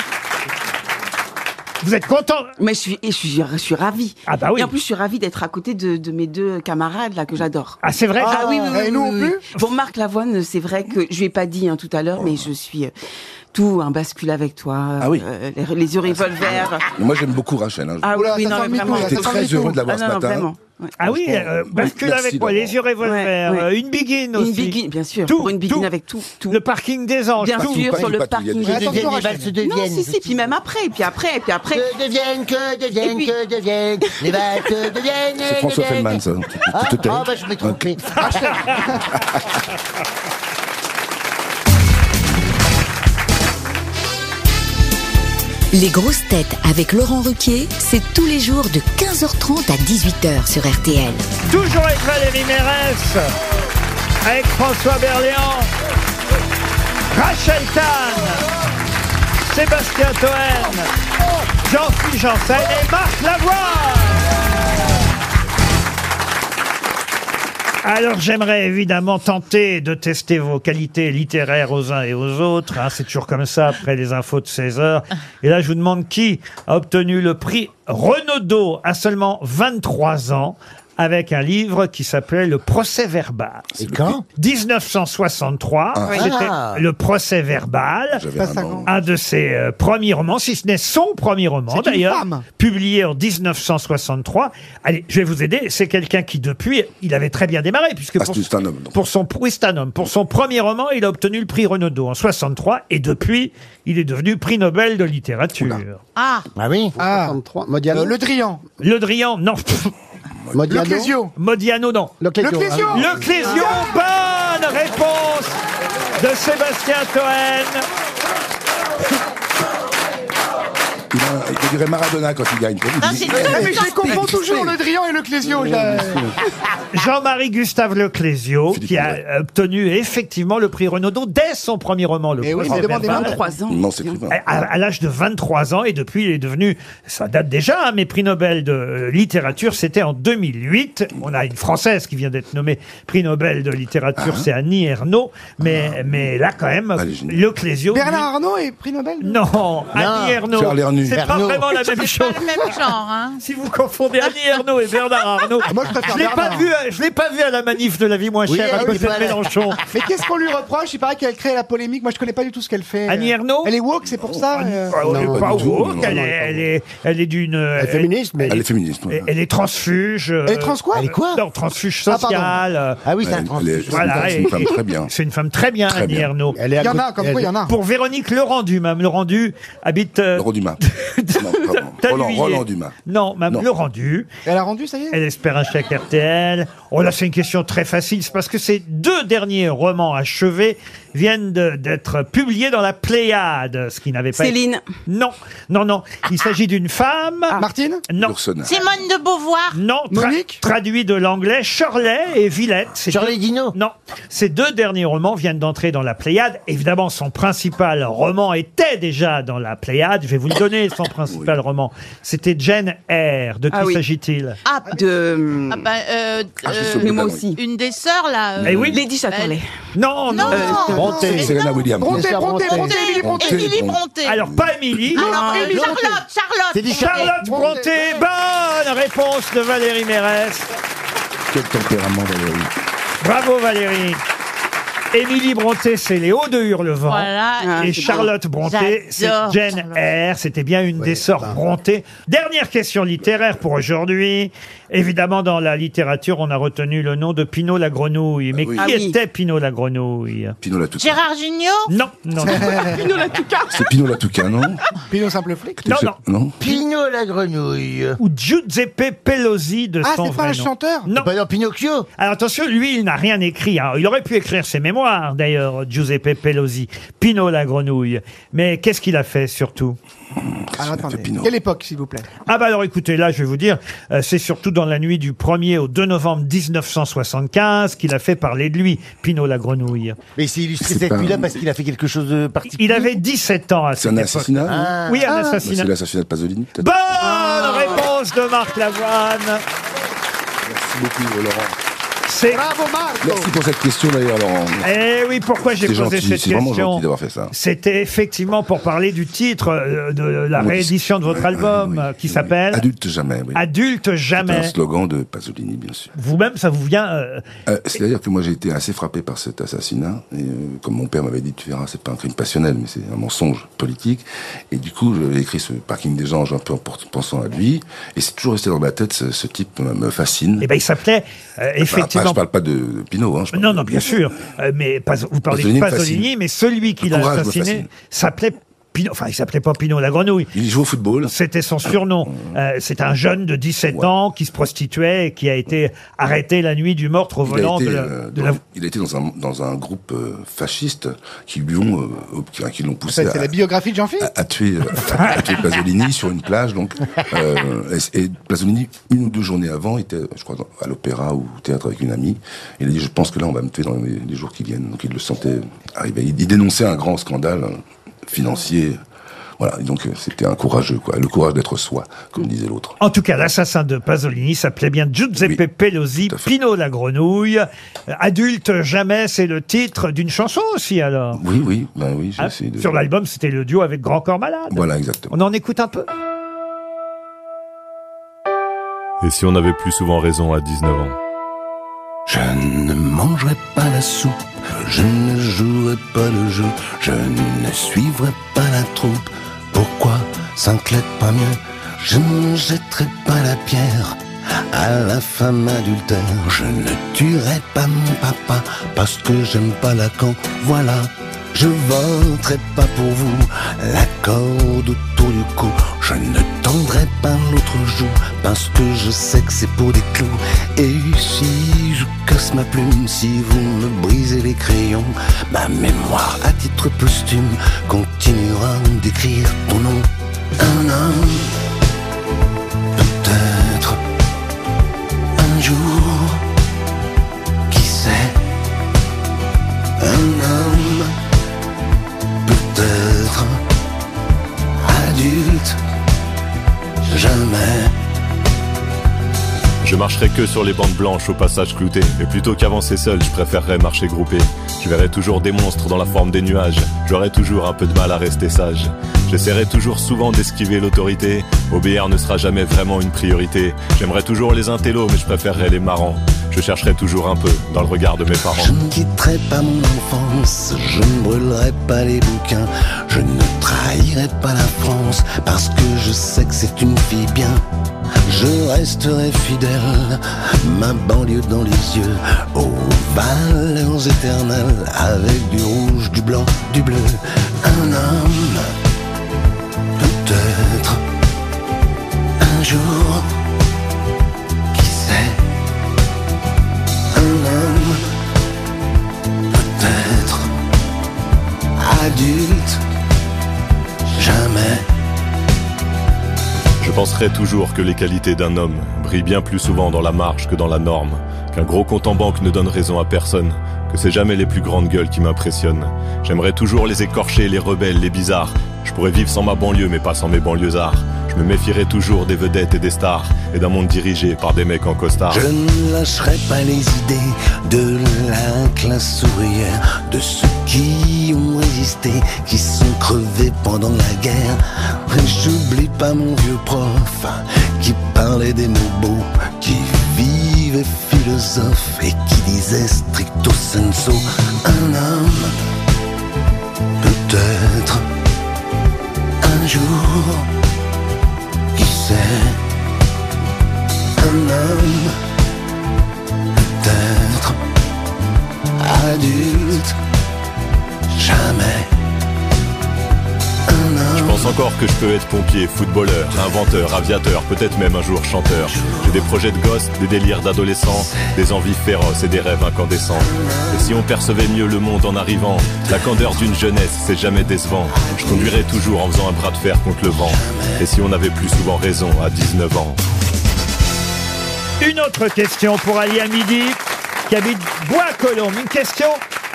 S2: Vous êtes content
S7: Mais je suis, et je suis, je suis ravie.
S2: Ah bah oui.
S7: Et en plus, je suis ravie d'être à côté de, de mes deux camarades là que j'adore.
S2: Ah c'est vrai.
S7: Ah oui, oui, oui.
S5: et nous
S7: oui,
S5: non
S7: oui. Bon, Marc Lavoine, c'est vrai que je lui ai pas dit hein, tout à l'heure, mais je suis euh, tout un bascule avec toi.
S4: Ah oui.
S7: euh, les, les yeux revolver.
S4: Mais Moi, j'aime beaucoup Rachel. hein.
S7: Ah
S5: Oula,
S7: oui,
S5: ça
S7: non,
S5: sent
S7: mais
S5: le mytho,
S7: vraiment.
S5: là, ça
S4: J'étais
S5: sent
S4: très
S5: le mytho.
S4: heureux de l'avoir
S7: Ah
S4: ce
S7: non, non,
S4: matin. hein.
S7: vraiment. Ouais.
S2: Ah oui, euh, bascule
S4: Merci
S2: avec moi,
S4: d'avoir-
S2: les yeux revolver,
S7: Ouais, ouais.
S2: euh, une begin
S7: Une
S2: aussi.
S7: biguine, bien sûr.
S2: Tout,
S7: pour une biguine
S2: tout.
S7: avec tout, tout.
S2: Le parking des anges.
S7: bien
S2: tout.
S7: sûr,
S4: pas
S7: sur
S4: une
S7: le
S4: patrouille,
S7: parking.
S4: il y a
S5: des-
S7: Non,
S5: Attention,
S3: Deviennent les
S5: Rachel.
S3: valses de Vienne.
S7: si, si, puis même après, puis après, puis après.
S3: Que deviennent, que
S7: Et
S3: deviennent,
S7: puis-
S3: que deviennent, les valses deviennent.
S4: C'est François
S3: deviennent.
S4: Feldman, ça. Tu- tu- tu
S3: Ah,
S4: te tais.
S3: ah, bah je me trompais.
S12: Les grosses têtes avec Laurent Ruquier, c'est tous les jours de 15h30 à 18h sur RTL.
S2: Toujours avec Valérie Mérès, avec François Berléand, Rachel Kahn, Sébastien Toen, Jean-Philippe Janssen et Marc Lavoie. Alors j'aimerais évidemment tenter de tester vos qualités littéraires aux uns et aux autres. hein. C'est toujours comme ça après les infos de 16 heures. Et là je vous demande qui a obtenu le prix Renaudot à seulement 23 ans avec un livre qui s'appelait Le procès verbal.
S3: Et quand
S2: 1963,
S4: Ah.
S2: c'était
S3: Ah.
S2: Le procès verbal.
S4: J'avais
S5: Pas
S4: un
S5: ça,
S4: an.
S2: Un de ses euh, premiers romans, si ce n'est son premier roman
S5: C'est une
S2: d'ailleurs,
S5: femme.
S2: publié en 1963. Allez, je vais vous aider. C'est quelqu'un qui depuis, il avait très bien démarré puisque
S4: Ah,
S2: pour,
S4: c'est un homme. donc.
S2: pour son oui, c'est un homme. pour son premier roman, il a obtenu le prix Renaudot en 63 et depuis, il est devenu prix Nobel de littérature.
S9: Ah,
S3: Ah oui
S5: Ah,
S8: 63. Modiano.
S5: euh, le Drian.
S2: Le Drian, non.
S5: Le
S8: Modiano.
S5: Clésio.
S2: Modiano, non.
S8: Le Clésio.
S5: Le Clésio.
S8: Ah oui.
S2: Le Clésio, bonne réponse de Sébastien Toen.
S4: Il, a, il dirait Maradona quand il gagne.
S9: Non, c'est une
S5: Eh, Mais je les confonds
S4: Christelle.
S5: toujours, le Drian et le Clésio. j'ai-
S2: Jean-Marie Gustave Leclésio,
S4: Philippe
S2: qui a obtenu effectivement le prix Renaudot dès son premier roman, Le
S5: Eh oui,
S2: Procès
S5: mais demandez-moi
S2: verbal,
S5: pourquoi.
S7: 23 ans.
S4: Non, c'est plus
S2: à, à- à l'âge de 23 ans, et depuis, il est devenu, ça date déjà, hein, mais prix Nobel de euh, littérature, c'était en 2008. On a une Française qui vient d'être nommée prix Nobel de littérature,
S4: Ah.
S2: c'est Annie Ernaux, mais, mais là, quand même,
S4: Elle est géniale.
S2: Leclésio...
S5: Bernard Arnault est prix Nobel
S2: Non, Annie Ernaux,
S4: Charles Ernu.
S2: c'est pas
S3: Ernaud.
S2: vraiment la même
S9: pas
S2: chose.
S9: le même genre, hein.
S2: Si vous confondez Annie Ernaux et Bernard Arnault,
S5: moi, je préfère
S2: l'ai pas
S5: Bernard.
S2: vu, à- je l'ai pas vu à la manif de la vie moins
S3: Oui,
S2: chère à
S3: ah oui,
S2: côté de
S3: voilà.
S2: Mélenchon.
S5: Mais qu'est-ce qu'on lui reproche Il paraît qu'elle crée la polémique. Moi, je connais pas du tout ce qu'elle fait.
S2: Annie Ernaux
S5: Elle est woke, c'est
S4: Oh,
S5: pour ça. euh.
S2: Ah, elle est
S4: pas
S2: pas
S4: du tout,
S2: woke,
S4: non,
S2: elle
S4: non,
S2: est, elle est, elle est d'une,
S8: Elle est
S2: euh,
S8: féministe, mais.
S4: Elle est féministe. ouais.
S2: elle, elle est transfuge. euh,
S5: Elle est trans quoi
S3: Elle est quoi
S2: Non, transfuge
S5: Ah, pardon.
S2: sociale. euh,
S3: Ah oui, c'est
S4: Elle-
S3: un
S4: elle
S3: transfuge.
S4: est- c'est une femme-
S2: voilà,
S4: c'est
S2: et-
S4: une femme très bien.
S2: C'est une femme très bien,
S4: Très
S2: Annie
S4: bien.
S2: Ernaux.
S8: Elle est à
S5: Il y en a,
S8: côté-
S5: comme
S8: elle-
S5: quoi, il y en a.
S2: Pour Véronique Laurent Dumas, Laurent Du habite. euh,
S4: Laurent Dumas. Non, pardon.
S2: Taluyer.
S4: Roland, Roland Dumas.
S2: Non, même
S4: Non.
S2: Laurent Du.
S5: Elle a rendu, ça y est
S2: Elle espère un chèque RTL. Oh là, c'est une question très facile. C'est parce que ces deux derniers romans achevés viennent de- d'être publiés dans la Pléiade, ce qui n'avait pas. été-
S7: Céline.
S2: Non, non, non. Il s'agit d'une femme.
S5: Ah. Martine
S2: Non.
S4: Ursona.
S9: Simone de Beauvoir.
S2: Non, tra-
S5: Monique
S2: traduit de l'anglais, Shirley et Villette. C'est
S3: Shirley Dino
S2: Non, ces deux derniers romans viennent d'entrer dans la Pléiade. Évidemment, son principal roman était déjà dans la Pléiade. Je vais vous le donner, son principal roman. C'était Jane Eyre. De qui
S7: Ah oui.
S2: s'agit-il
S9: Ah,
S7: De.
S9: ah bah, euh,
S4: Ah, je
S9: euh,
S4: sais
S7: mais moi
S4: Totalement.
S7: aussi.
S9: une des sœurs, là. euh,
S2: Eh oui.
S7: Lady Chatterley.
S2: Non, non.
S9: Non,
S7: Euh,
S3: Bronté.
S4: Serena Williams.
S5: Bronté,
S8: Bien sûr,
S5: Bronté,
S8: Bronté.
S5: Bronté, Émilie Bronté.
S4: Bronté.
S9: Émilie Bronté.
S2: Alors, pas Émilie.
S9: Alors,
S7: Non,
S9: euh, Charlotte, Charlotte.
S3: C'est des
S9: Bronté.
S2: Charlotte Bronté. Bonne réponse de Valérie Mérès.
S4: Quel tempérament, Valérie.
S2: Bravo Valérie. Émilie Bronté, c'est Léo de Hurlevent.
S5: Ah,
S9: Voilà.
S2: et Charlotte Bronté, c'est
S9: J'adore
S2: Jane Eyre. C'était bien une des sœurs Bronté. Dernière question littéraire pour aujourd'hui. Évidemment, dans la littérature, on a retenu le nom de Pinot la grenouille. Mais
S9: Ah
S2: qui
S9: oui.
S2: était Pinot la grenouille
S4: Pinot la
S9: Gérard Jugnot
S2: Non, non.
S9: Pinot la
S4: C'est Pinot la Touca, non
S5: Pinot simple flic
S4: Non, non. non
S3: Pinot la grenouille.
S2: Ou Giuseppe Pelosi de
S5: Ah,
S2: son
S5: c'est pas
S2: vrai
S5: le
S2: nom.
S5: chanteur
S2: Non.
S3: Pas dans Pinocchio
S2: Alors attention, lui, il n'a rien écrit. hein. Il aurait pu écrire ses mémoires, d'ailleurs, Giuseppe Pelosi. Pinot la grenouille. Mais qu'est-ce qu'il a fait, surtout
S5: Alors Ah, attendez, quelle époque, s'il vous plaît
S2: Ah bah alors écoutez, là je vais vous dire, euh, c'est surtout dans la nuit du 1er au 2 novembre 1975 qu'il a fait parler de lui, Pinot la grenouille.
S3: Mais il s'est illustré
S2: C'est
S3: cette
S2: un-
S3: nuit-là parce qu'il a fait quelque chose de particulier.
S2: Il avait 17 ans à
S4: C'est
S2: cette
S4: un
S2: époque.
S4: assassinat
S3: Ah.
S2: Oui, un
S3: Ah.
S2: assassinat.
S4: bah,
S2: Bah
S4: C'est l'assassinat de Pasolini, peut-être
S2: Bonne réponse de Marc Lavoine.
S4: Merci beaucoup, Laurent.
S2: C'est
S5: Bravo Marc
S4: Merci pour cette question, d'ailleurs, Laurent.
S2: Eh oui, pourquoi j'ai
S4: C'est
S2: posé
S4: gentil,
S2: cette
S4: c'est vraiment
S2: question
S4: gentil d'avoir fait ça.
S2: C'était effectivement pour parler du titre euh, de la
S4: Oui,
S2: réédition de votre album euh, qui s'appelle
S4: Adulte jamais, oui.
S2: Adulte
S4: C'est un
S2: jamais.
S4: slogan de Pasolini, bien sûr.
S2: Vous-même, ça vous vient euh,
S4: Euh, C'est-à-dire que moi j'ai été assez frappé par cet assassinat. Et, euh, comme mon père m'avait dit, tu verras, c'est pas un crime passionnel, mais c'est un mensonge politique. Et du coup, j'ai écrit ce parking des anges un peu en por- pensant à lui. Et c'est toujours resté dans ma tête. Ce, ce type me me fascine. Bah,
S2: Eh ben, il s'appelait euh, effectivement.
S4: je parle pas de, de Pinot. Hein, je parle
S2: Non,
S4: de-
S2: non, bien sûr. Euh, mais pas- vous parlez
S4: Pasolini
S2: de
S4: me
S2: Pasolini,
S4: fascine.
S2: mais celui qui
S4: Le
S2: l'a
S4: courage me
S2: assassiné
S4: fascine.
S2: s'appelait Pinot. Enfin, il s'appelait pas Pinot la grenouille.
S4: Il joue au football.
S2: C'était son surnom. Euh, C'est un jeune de 17 ans qui se prostituait et qui a été arrêté la nuit du meurtre
S4: Il
S2: au
S4: a,
S2: volant
S4: été,
S2: de la-
S4: euh,
S2: de
S4: dans-
S2: la
S4: il a été dans un dans un groupe euh, fasciste qui lui ont euh, op- qui- qui l'ont poussé
S5: Ça, C'est
S4: à,
S5: la biographie de Jean-Philippe
S4: à- à tuer euh, à, à tuer Pasolini sur une plage donc euh, et, et Pasolini une ou deux journées avant était je crois dans- à l'opéra ou au théâtre avec une amie il a dit je pense que là on va me tuer dans les, les jours qui viennent donc il le sentait arriver il, il dénonçait un grand scandale euh, financier voilà et donc euh, c'était un courageux quoi le courage d'être soi comme disait l'autre
S2: En tout cas, l'assassin de Pasolini s'appelait bien Giuseppe Pelosi, Pinot la grenouille. Euh, Adulte jamais, c'est le titre d'une chanson aussi alors.
S4: oui oui ben oui j'ai
S2: Hein
S4: essayé de
S2: Sur l'album, c'était le duo avec Grand Corps Malade.
S4: voilà exactement
S2: On en écoute un peu.
S13: Et si on avait plus souvent raison à 19 ans
S14: Je ne mangerai pas la soupe, je ne jouerai pas le jeu, je ne suivrai pas la troupe. Pourquoi Sinclair pas mieux Je ne jetterai pas la pierre à la femme adultère. Je ne tuerai pas mon papa parce que j'aime pas Lacan. Voilà, je voterai pas pour vous. La corde autour du cou, je ne tendrai pas l'autre joue parce que je sais que c'est pour des clous. Et si je casse ma plume, si vous me brisez les crayons, ma mémoire à titre posthume continuera d'écrire ton nom. Un homme, peut-être un jour, qui sait, un homme, peut-être adulte, jamais.
S13: Je marcherai que sur les bandes blanches au passage clouté. Et plutôt qu'avancer seul, je préférerais marcher groupé. Je verrai toujours des monstres dans la forme des nuages. J'aurai toujours un peu de mal à rester sage. J'essaierai toujours souvent d'esquiver l'autorité. Obéir ne sera jamais vraiment une priorité. J'aimerais toujours les intellos, mais je préférerais les marrants. Je chercherai toujours un peu dans le regard de mes parents.
S14: Je ne quitterai pas mon enfance, je ne brûlerai pas les bouquins, je ne trahirai pas la France parce que je sais que c'est une fille bien. Je resterai fidèle, ma banlieue dans les yeux, aux valeurs éternelles, avec du rouge, du blanc, du bleu. Un homme, peut-être, un jour, qui sait, un homme peut-être adulte, jamais.
S13: Je penserai toujours que les qualités d'un homme brillent bien plus souvent dans la marge que dans la norme, qu'un gros compte en banque ne donne raison à personne, que c'est jamais les plus grandes gueules qui m'impressionnent. J'aimerais toujours les écorcher, les rebelles, les bizarres. Je pourrais vivre sans ma banlieue, mais pas sans mes banlieusards. Je me méfierai toujours des vedettes et des stars, et d'un monde dirigé par des mecs en costard.
S14: Je ne lâcherai pas les idées de la classe ouvrière, de ceux qui ont résisté, qui sont crevés pendant la guerre. J'oublie pas mon vieux prof qui parlait des mots beaux, qui vive et philosophe et qui disait stricto sensu un homme peut-être un jour qui sait un homme peut-être adulte jamais
S13: Je pense encore que je peux être pompier, footballeur, inventeur, aviateur, peut-être même un jour chanteur. J'ai des projets de gosse, des délires d'adolescent, des envies féroces et des rêves incandescents. Et si on percevait mieux le monde en arrivant, la candeur d'une jeunesse, c'est jamais décevant. Je conduirais toujours en faisant un bras de fer contre le vent. Et si on avait plus souvent raison à 19 ans.
S2: Une autre question pour Ali Hamidi, qui habite Bois-Colombes. Une question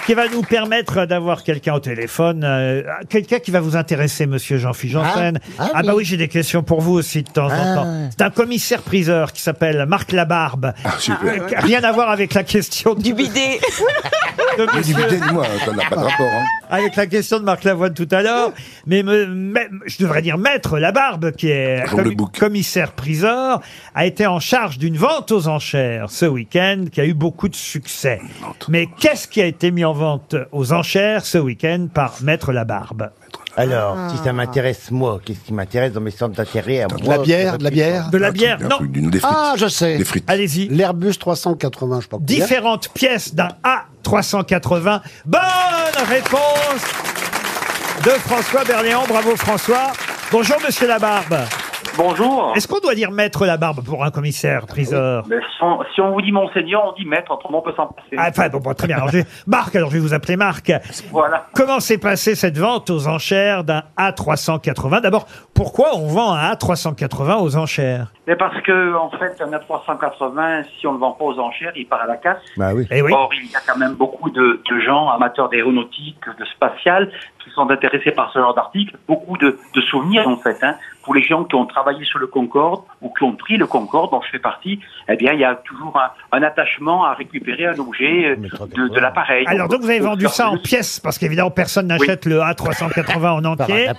S2: qui va nous permettre d'avoir quelqu'un au téléphone, euh, quelqu'un qui va vous intéresser, monsieur Jean-Philippe Janssen.
S15: Ah,
S2: Ah,
S15: ah
S2: bah
S15: oui.
S2: oui, j'ai des questions pour vous aussi de temps en
S15: Ah.
S2: temps. C'est un commissaire-priseur qui s'appelle Marc Labarbe.
S15: Ah,
S4: super.
S2: Euh, Rien à voir avec la question du bidet.
S4: Mais du bidet, dis-moi, ça n'a pas de rapport, hein.
S2: Ah. Avec la question de Marc Lavoine tout à l'heure, mais me- me- je devrais dire maître Labarbe, qui est
S4: Pour le
S2: commi- commissaire-priseur, a été en charge d'une vente aux enchères ce week-end qui a eu beaucoup de succès. Mais qu'est-ce qui a été mis en vente aux enchères ce week-end par maître Labarbe
S3: Alors, si ça m'intéresse, moi, qu'est-ce qui m'intéresse dans mes centres d'intérêt à moi, c'est pas
S2: De la bière, non.
S8: Ah, je sais.
S2: Allez-y.
S8: L'Airbus 380, je sais pas. combien.
S2: différentes pièces d'un A380. Bonne réponse de François Berléand. Bravo François. Bonjour Monsieur Labarbe.
S16: Bonjour.
S2: Est-ce qu'on doit dire maître Labarbe pour un commissaire priseur
S16: Mais sans- si on vous dit monseigneur, on dit maître, autrement on peut s'en passer.
S2: Ah, Enfin bon, bon, très bien. Alors, je vais- Marc, alors je vais vous appeler Marc.
S16: Voilà.
S2: Comment s'est passée cette vente aux enchères d'un A380 D'abord, pourquoi on vend un A380 aux enchères
S16: Mais parce que, en fait, un A380, si on ne le vend pas aux enchères, il part à la casse.
S2: Bah oui. Eh oui.
S16: Or, il y a quand même beaucoup de, de gens, amateurs d'aéronautique, de spatial, qui sont intéressés par ce genre d'article. Beaucoup de, de souvenirs, en fait. Hein. Pour les gens qui ont travaillé sur le Concorde ou qui ont pris le Concorde, dont je fais partie, eh bien, il y a toujours un, un attachement à récupérer un objet euh, de, de l'appareil.
S2: Alors donc vous avez vendu ça en pièces parce qu'évidemment personne n'achète le A380 en entier.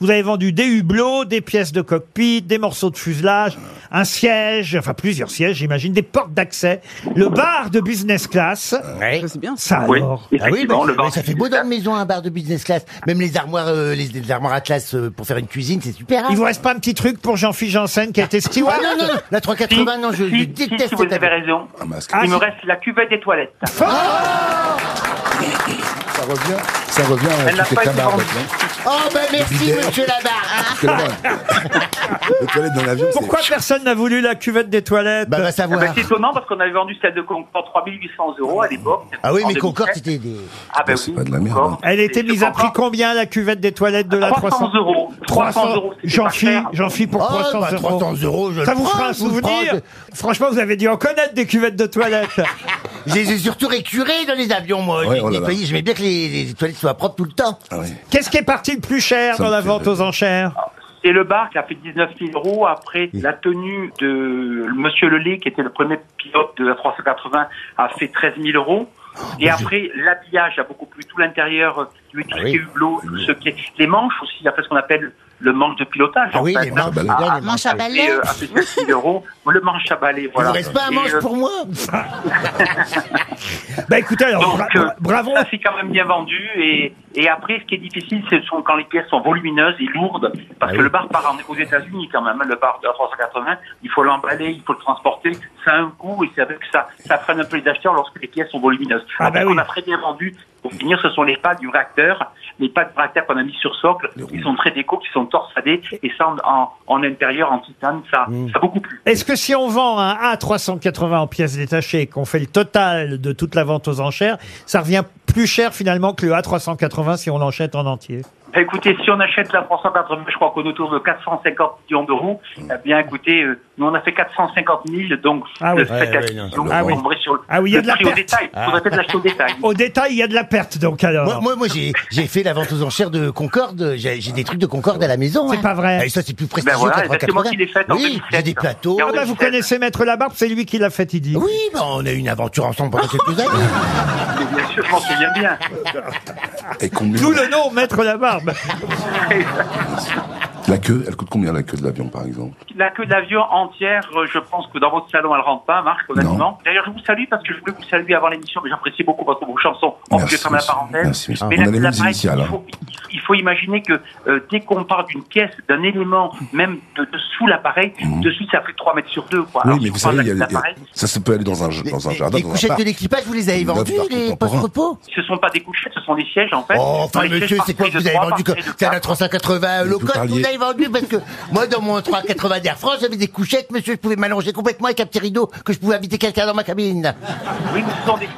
S2: Vous avez vendu des hublots, des pièces de cockpit, des morceaux de fuselage, un siège, enfin plusieurs sièges j'imagine, des portes d'accès, le bar de business class.
S3: C'est
S2: bien ça.
S16: Oui,
S2: alors. bah,
S3: Ah oui,
S16: effectivement,
S3: mais-
S16: le bar
S3: mais ça fait beau dans la maison, un bar de business class. Même les armoires, euh, les, les armoires Atlas euh, pour faire une cuisine, c'est super. hein.
S2: Il vous reste pas un petit truc pour Jean-Philippe Janssen qui a été steward
S3: Ah non, non, non, la 380, non, je- je
S16: Si, si,
S3: déteste
S16: si, vous
S3: cette
S16: avez
S3: avion.
S16: raison.
S4: masque.
S2: Ah,
S16: Il me reste la cuvette des toilettes. Ah,
S4: Ça revient, ça revient
S16: Elle n'a
S4: à tous
S16: pas
S4: tes
S16: été
S4: canards
S16: vendue.
S4: maintenant.
S3: Oh, ben merci,
S4: bidet.
S3: monsieur Labarre. Ah,
S4: Quelle horreur. Les toilettes dans l'avion, c'est
S2: Pourquoi personne n'a voulu la cuvette des toilettes Bah va
S16: Eh ben, c'est étonnant parce qu'on avait vendu celle de Concorde 3800 euros à l'époque.
S2: Ah oui,
S16: En
S2: mais Concorde,
S16: 2007.
S3: C'était des-
S16: Ah ben oui,
S4: pas de la merde.
S16: Concorde.
S2: Elle était mise à prix combien la cuvette des toilettes de la
S16: 300 Ah, euros. 300 euros, c'était
S2: J'en
S16: pas
S2: fie,
S16: cher.
S2: j'en fie pour
S16: Oh,
S2: 300
S16: bah,
S2: euros.
S16: 300 euros, je
S2: Ça
S16: le
S2: vous fera un
S16: prends, je vous le
S2: souvenir. Franchement, vous avez dû en connaître des cuvettes de toilettes.
S3: J'ai surtout récuré dans les avions, moi.
S2: Ouais,
S3: J'ai
S2: oh là Ah là.
S3: nettoyé, J'aimais bien que les, les toilettes soient propres tout le temps.
S2: Qu'est-ce qui est parti le plus cher
S3: Ça
S2: dans
S3: me
S2: la
S3: fait
S2: vente aux enchères
S16: C'est le bar qui a fait 19 000 euros après la tenue de Monsieur Lelay, qui était le premier pilote de la 380, a fait 13 000 euros.
S3: Oh,
S16: Et après, l'habillage a beaucoup plus tout l'intérieur, euh,
S3: Ah
S16: lui, tout ce qui est hublot, tout ce qui est- les manches aussi, il y a fait ce qu'on appelle le manche de pilotage.
S3: Ah
S16: en
S3: oui,
S16: fait,
S3: les manches,
S16: hein,
S3: les
S16: a-
S3: gars,
S16: a-
S3: les manches
S16: a
S3: à
S16: fait,
S3: balai.
S16: euh, a fait 9 000 euros, le manche à balai,
S3: Il
S16: voilà.
S3: vous reste pas un
S16: Et,
S3: manche
S16: euh,
S3: pour moi
S2: Bah écoutez, alors,
S16: donc,
S2: bra-
S16: euh,
S2: bravo.
S16: Ça s'est quand même bien vendu. Et, et après, ce qui est difficile, ce sont quand les pièces sont volumineuses et lourdes.
S2: Ah
S16: Parce que le bar part en- aux États-Unis quand même. hein, Le bar de la 380, il faut l'emballer, il faut le transporter. Ça a un coût et c'est avec ça. Ça freine un peu les acheteurs lorsque les pièces sont volumineuses.
S2: Ah, bah
S16: Après,
S2: oui.
S16: On a très bien vendu. Pour finir, ce sont les pads du réacteur. Les pads du réacteur qu'on a mis sur socle. Ils sont très déco, qui sont torsadés. Et ça, en, en, en intérieur, en titane, ça,
S2: Mmh.
S16: ça a beaucoup plu.
S2: Est-ce que si on vend un A380 en pièces détachées et qu'on fait le total de toute la vente aux enchères, ça revient plus cher finalement que le A380 si on l'enchète en entier
S16: Bah, écoutez, si on achète la 380, je crois qu'on est autour de 450 millions d'euros.
S2: Mmh.
S16: Eh bien, écoutez, euh, nous on a fait 450 000, donc
S2: Ah oui.
S16: le fait
S2: Ouais,
S16: qu'à-
S2: ouais, non.
S16: donc,
S2: Ah
S16: on
S2: oui.
S16: tomberait sur le,
S2: Ah oui, il y a
S16: le
S2: de la
S16: prix au
S2: perte. Ah.
S16: détail. Il faudrait peut-être l'acheter au détail.
S2: Au détail, il y a de la perte donc alors.
S3: Moi, moi, moi, j'ai, j'ai fait la vente aux enchères de Concorde. J'ai, j'ai des trucs de Concorde à la maison. hein. Ah,
S2: C'est pas vrai.
S3: Et ça, c'est plus
S2: Ben
S3: prestigieux
S2: voilà,
S3: qu'à 380.
S2: exactement, qu'il est fait en
S3: Oui,
S2: 2007.
S3: j'ai des plateaux.
S2: Ah bah, vous connaissez Maître Labarbe, c'est lui qui l'a fait, il dit.
S3: Oui, bah, on a eu une aventure ensemble
S2: bah,
S3: pendant quelques années.
S16: Mais bien sûr, je m'en souviens bien.
S2: D'où le nom Maître Labarbe.
S4: La queue, elle coûte combien la queue de l'avion, par exemple
S16: La queue de l'avion entière, euh, je pense que dans votre salon, elle rentre pas, Marc, honnêtement. D'ailleurs, je vous salue parce que je voulais vous saluer avant l'émission, mais j'apprécie beaucoup votre vos chansons. En
S4: Merci,
S16: plus, fermer la
S4: monsieur.
S16: parenthèse.
S4: Merci, monsieur.
S16: Mais
S4: Ah, On a
S16: la queue
S4: les
S16: de
S4: mêmes
S16: l'appareil,
S4: initiales,
S16: il,
S4: hein.
S16: faut, il faut imaginer que euh, dès qu'on part d'une pièce, d'un élément, même de, de sous l'appareil, dessus, ça fait 3 mètres sur 2. Quoi.
S4: Mhm. Oui,
S16: Alors,
S4: mais
S16: si
S4: vous
S16: on parle
S4: savez, il y a-
S16: de l'appareil,
S4: ça, ça peut aller dans un, dans un jardin,
S3: Les
S4: dans un
S3: couchettes
S4: parc.
S3: de l'équipage, vous les avez
S4: Une œuvre
S3: vendues,
S4: d'art
S3: les
S4: contemporain.
S3: post-repos
S16: Ce sont pas des couchettes, ce sont des sièges, en fait.
S3: Oh, enfin,
S16: Les sièges
S3: monsieur, c'est quoi que
S16: partaient de
S3: vous avez
S16: trois,
S3: vendu comme
S16: partaient de
S3: C'est un
S16: quatre.
S3: 380
S16: Mais
S3: low
S16: vous
S3: cost que
S16: parliez-
S3: vous avez vendu parce que moi, dans mon 380 d'Air France, j'avais des couchettes, monsieur, je pouvais m'allonger complètement avec un petit rideau que je pouvais inviter quelqu'un dans ma cabine.
S16: Oui, mais ce sont des...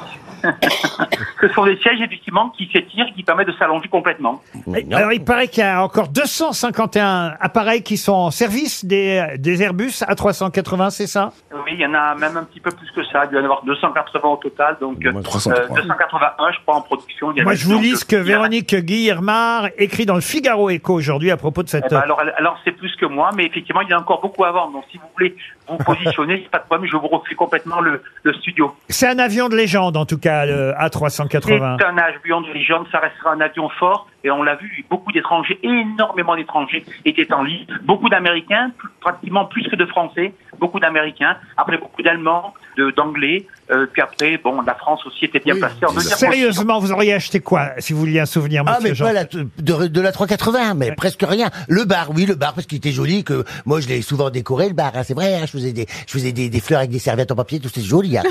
S16: ce sont des sièges, effectivement, qui s'étirent, qui permettent de s'allonger complètement.
S2: Et- Eh, Alors, il paraît qu'il y a encore 251 appareils qui sont en service des, des Airbus A380, c'est ça
S16: Oui, il y en a même un petit peu plus que ça. Il doit y en avoir 280 au total, donc euh, 281, je crois, en production. Il y a
S2: Moi,
S16: même
S2: je vous
S16: donc,
S2: lis ce
S16: il
S2: que
S16: y en a-
S2: Véronique Guillermard écrit dans le Figaro Écho aujourd'hui à propos de cette...
S16: Eh ben, alors, elle- alors c'est plus que moi, mais effectivement, il y a encore beaucoup à vendre. Donc, si vous voulez vous positionner, c'est pas de problème, je vous refais complètement le, le studio.
S2: C'est un avion de légende, en tout cas, le
S16: C'est
S2: A380.
S16: un avion de légende, ça restera un avion fort, et on l'a vu, beaucoup d'étrangers, énormément d'étrangers étaient en ligne, beaucoup d'Américains, plus- pratiquement plus que de Français, beaucoup d'Américains, après beaucoup d'Allemands, de- d'Anglais, euh, puis après, bon, la France aussi était bien placée en deuxième
S2: Sérieusement, vous auriez acheté quoi, si vous vouliez un souvenir,
S3: Ah,
S2: monsieur
S3: mais
S2: Jean
S3: pas la, de, de la 380, mais presque rien. Le bar, oui, le bar, parce qu'il était joli, que moi, je l'ai souvent décoré, le bar, hein, c'est vrai, hein, je faisais des, je faisais des, des fleurs avec des serviettes en papier, tout c'est joli, hein.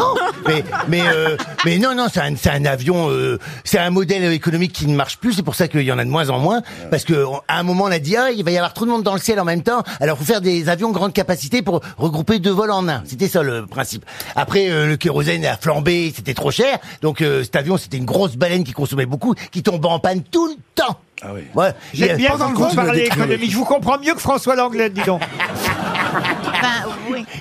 S3: mais, mais, euh, mais non, non, c'est un, c'est un avion, euh, c'est un modèle économique qui ne marche plus, c'est pour ça qu'il y en a de moins en moins, parce que, on- à un moment, on a dit, ah, il va y avoir trop de monde dans le ciel en même temps, alors faut faire des avions de grande capacité pour regrouper deux vols en un. C'était ça, le principe. Après, euh, le kérosène a flambé, c'était trop cher, donc, euh, cet avion, c'était une grosse baleine qui consommait beaucoup, qui tombait en panne tout le temps. Ah oui. Ouais.
S2: J'aime bien
S3: Pendant
S2: quand
S3: le
S2: vous
S3: vol,
S2: parlez
S3: le déclin.
S2: économie. Je vous comprends mieux que François Langlais, dis donc.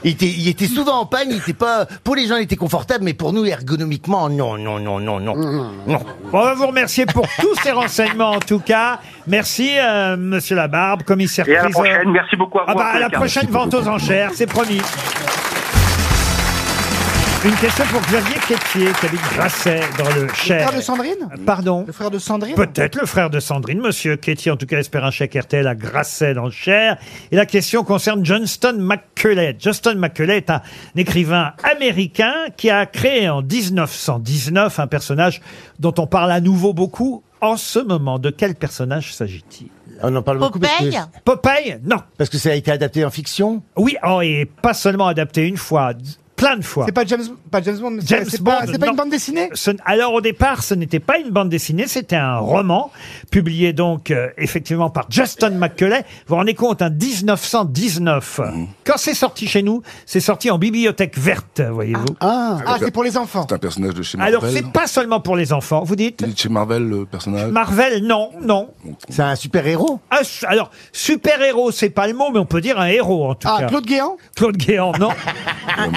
S3: Il était, il était souvent en panne, il était pas. Pour les gens, il était confortable, mais pour nous, ergonomiquement, non, non, non, non, non. non.
S2: Bon, on va vous remercier pour tous ces renseignements, en tout cas. Merci, euh, monsieur Labarbe, commissaire
S16: Et à la
S2: priseur.
S16: prochaine. Merci beaucoup à
S2: Ah
S16: vous,
S2: bah, à la
S16: Pascal.
S2: prochaine
S16: Merci
S2: vente aux
S16: beaucoup.
S2: enchères, c'est promis. Une question pour Xavier Quétier, qui habite Grasset, dans le Cher.
S5: frère de Sandrine
S2: Pardon
S5: Le frère de Sandrine
S2: Peut-être le frère de Sandrine, monsieur Ketty, en tout cas, espère un chèque RTL à Grasset dans le Cher. Et la question concerne Johnston McCulley. Johnston McCulley est un écrivain américain qui a créé en 1919 un personnage dont on parle à nouveau beaucoup. En ce moment, de quel personnage s'agit-il
S3: Ah, On en parle beaucoup parce que- Popeye
S2: Popeye Non.
S3: Parce que ça a été adapté en fiction
S2: Oui, oh, et pas seulement adapté une fois, d- plein de fois.
S5: C'est pas James, pas James Bond, mais c'est-
S2: James
S5: c'est
S2: Bond.
S5: pas, c'est pas
S2: non.
S5: une bande dessinée
S2: Ce- alors au départ, ce n'était pas une bande dessinée, c'était un roman publié donc euh, effectivement par Justin McCulley. Vous vous rendez compte, hein, 1919.
S4: Mhm.
S2: Quand c'est sorti chez nous, c'est sorti en bibliothèque verte, voyez-vous.
S5: Ah,
S4: Ah,
S5: c'est pour les enfants.
S4: C'est un personnage de chez Marvel.
S2: alors c'est pas seulement pour les enfants, vous dites
S4: Il est de chez Marvel, le personnage.
S2: Marvel, non, non.
S3: C'est un super-héros
S2: Ah, su- alors, super-héros, c'est pas le mot, mais on peut dire un héros, en tout
S5: Ah,
S2: cas.
S5: Claude Guéant
S2: Claude Guéant, non.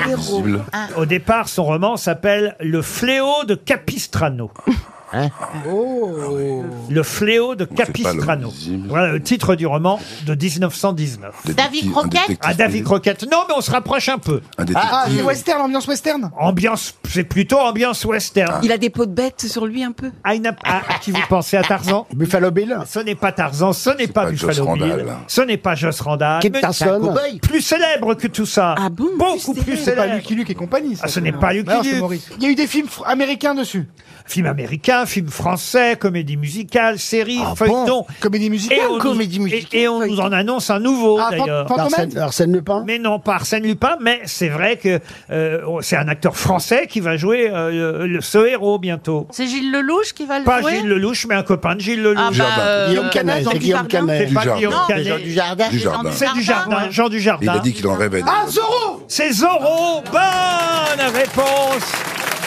S4: héros. visible.
S2: Au départ, son roman s'appelle Le fléau de Capistrano.
S4: Hein
S2: Hein
S5: Oh.
S2: Le fléau de Capistrano. Voilà le titre du roman de 1919.
S4: Des Davy détectives- un Crockett détective
S2: Ah, Davy
S4: privé.
S2: Crockett. Non, mais on se rapproche un peu.
S4: Un détective.
S5: Ah, c'est western, ambiance western
S2: Ambiance, c'est plutôt ambiance western.
S7: Il a des peaux de bête sur lui un peu.
S2: Ah, il n'a pas- ah, qui vous pensez à Tarzan
S8: Buffalo Bill
S2: Ce n'est pas Tarzan, ce n'est pas,
S4: pas
S2: Buffalo
S4: Joss
S2: Bill,
S4: Randall.
S2: ce n'est pas Joss Randall.
S8: Kit
S2: mais-
S8: Carson.
S2: Un cow-boy. Plus célèbre que tout ça. Beaucoup Ah plus,
S5: C'est
S2: célèbre.
S5: pas Lucky Luke et compagnie. ça.
S2: Ah, ce n'est pas Lucky
S5: Non, c'est
S2: Luke.
S5: Maurice. Il y a eu des films fr- américains dessus.
S2: Film américain, film français, comédie musicale, série, feuilleton.
S5: Ah Comédie musicale.
S2: on, nous, et- et on nous en annonce un nouveau
S5: Ah, Fan-
S2: d'ailleurs.
S5: Phantom Man
S8: Arsène, Arsène Lupin
S2: Mais non, pas Arsène Lupin, mais c'est vrai que euh, on- c'est un acteur français qui va jouer euh, le- le- ce héros bientôt.
S9: C'est Gilles Lelouch qui va le
S2: Pas
S9: jouer
S2: Gilles Lelouch, mais un copain de Gilles Lelouch.
S9: Ah bah, euh,
S8: Guillaume Canet,
S9: Jean
S8: c'est Guillaume
S9: Dujardin.
S8: Canet.
S2: C'est pas
S4: Dujardin.
S2: Guillaume
S9: Non,
S2: Canet.
S3: Jean du Jardin
S4: Du jardin.
S2: C'est du jardin,
S9: ouais.
S2: Jean du
S4: Il a
S2: jardin.
S4: dit qu'il en rêvait.
S5: Ah, Zorro
S2: C'est Zorro. Bonne réponse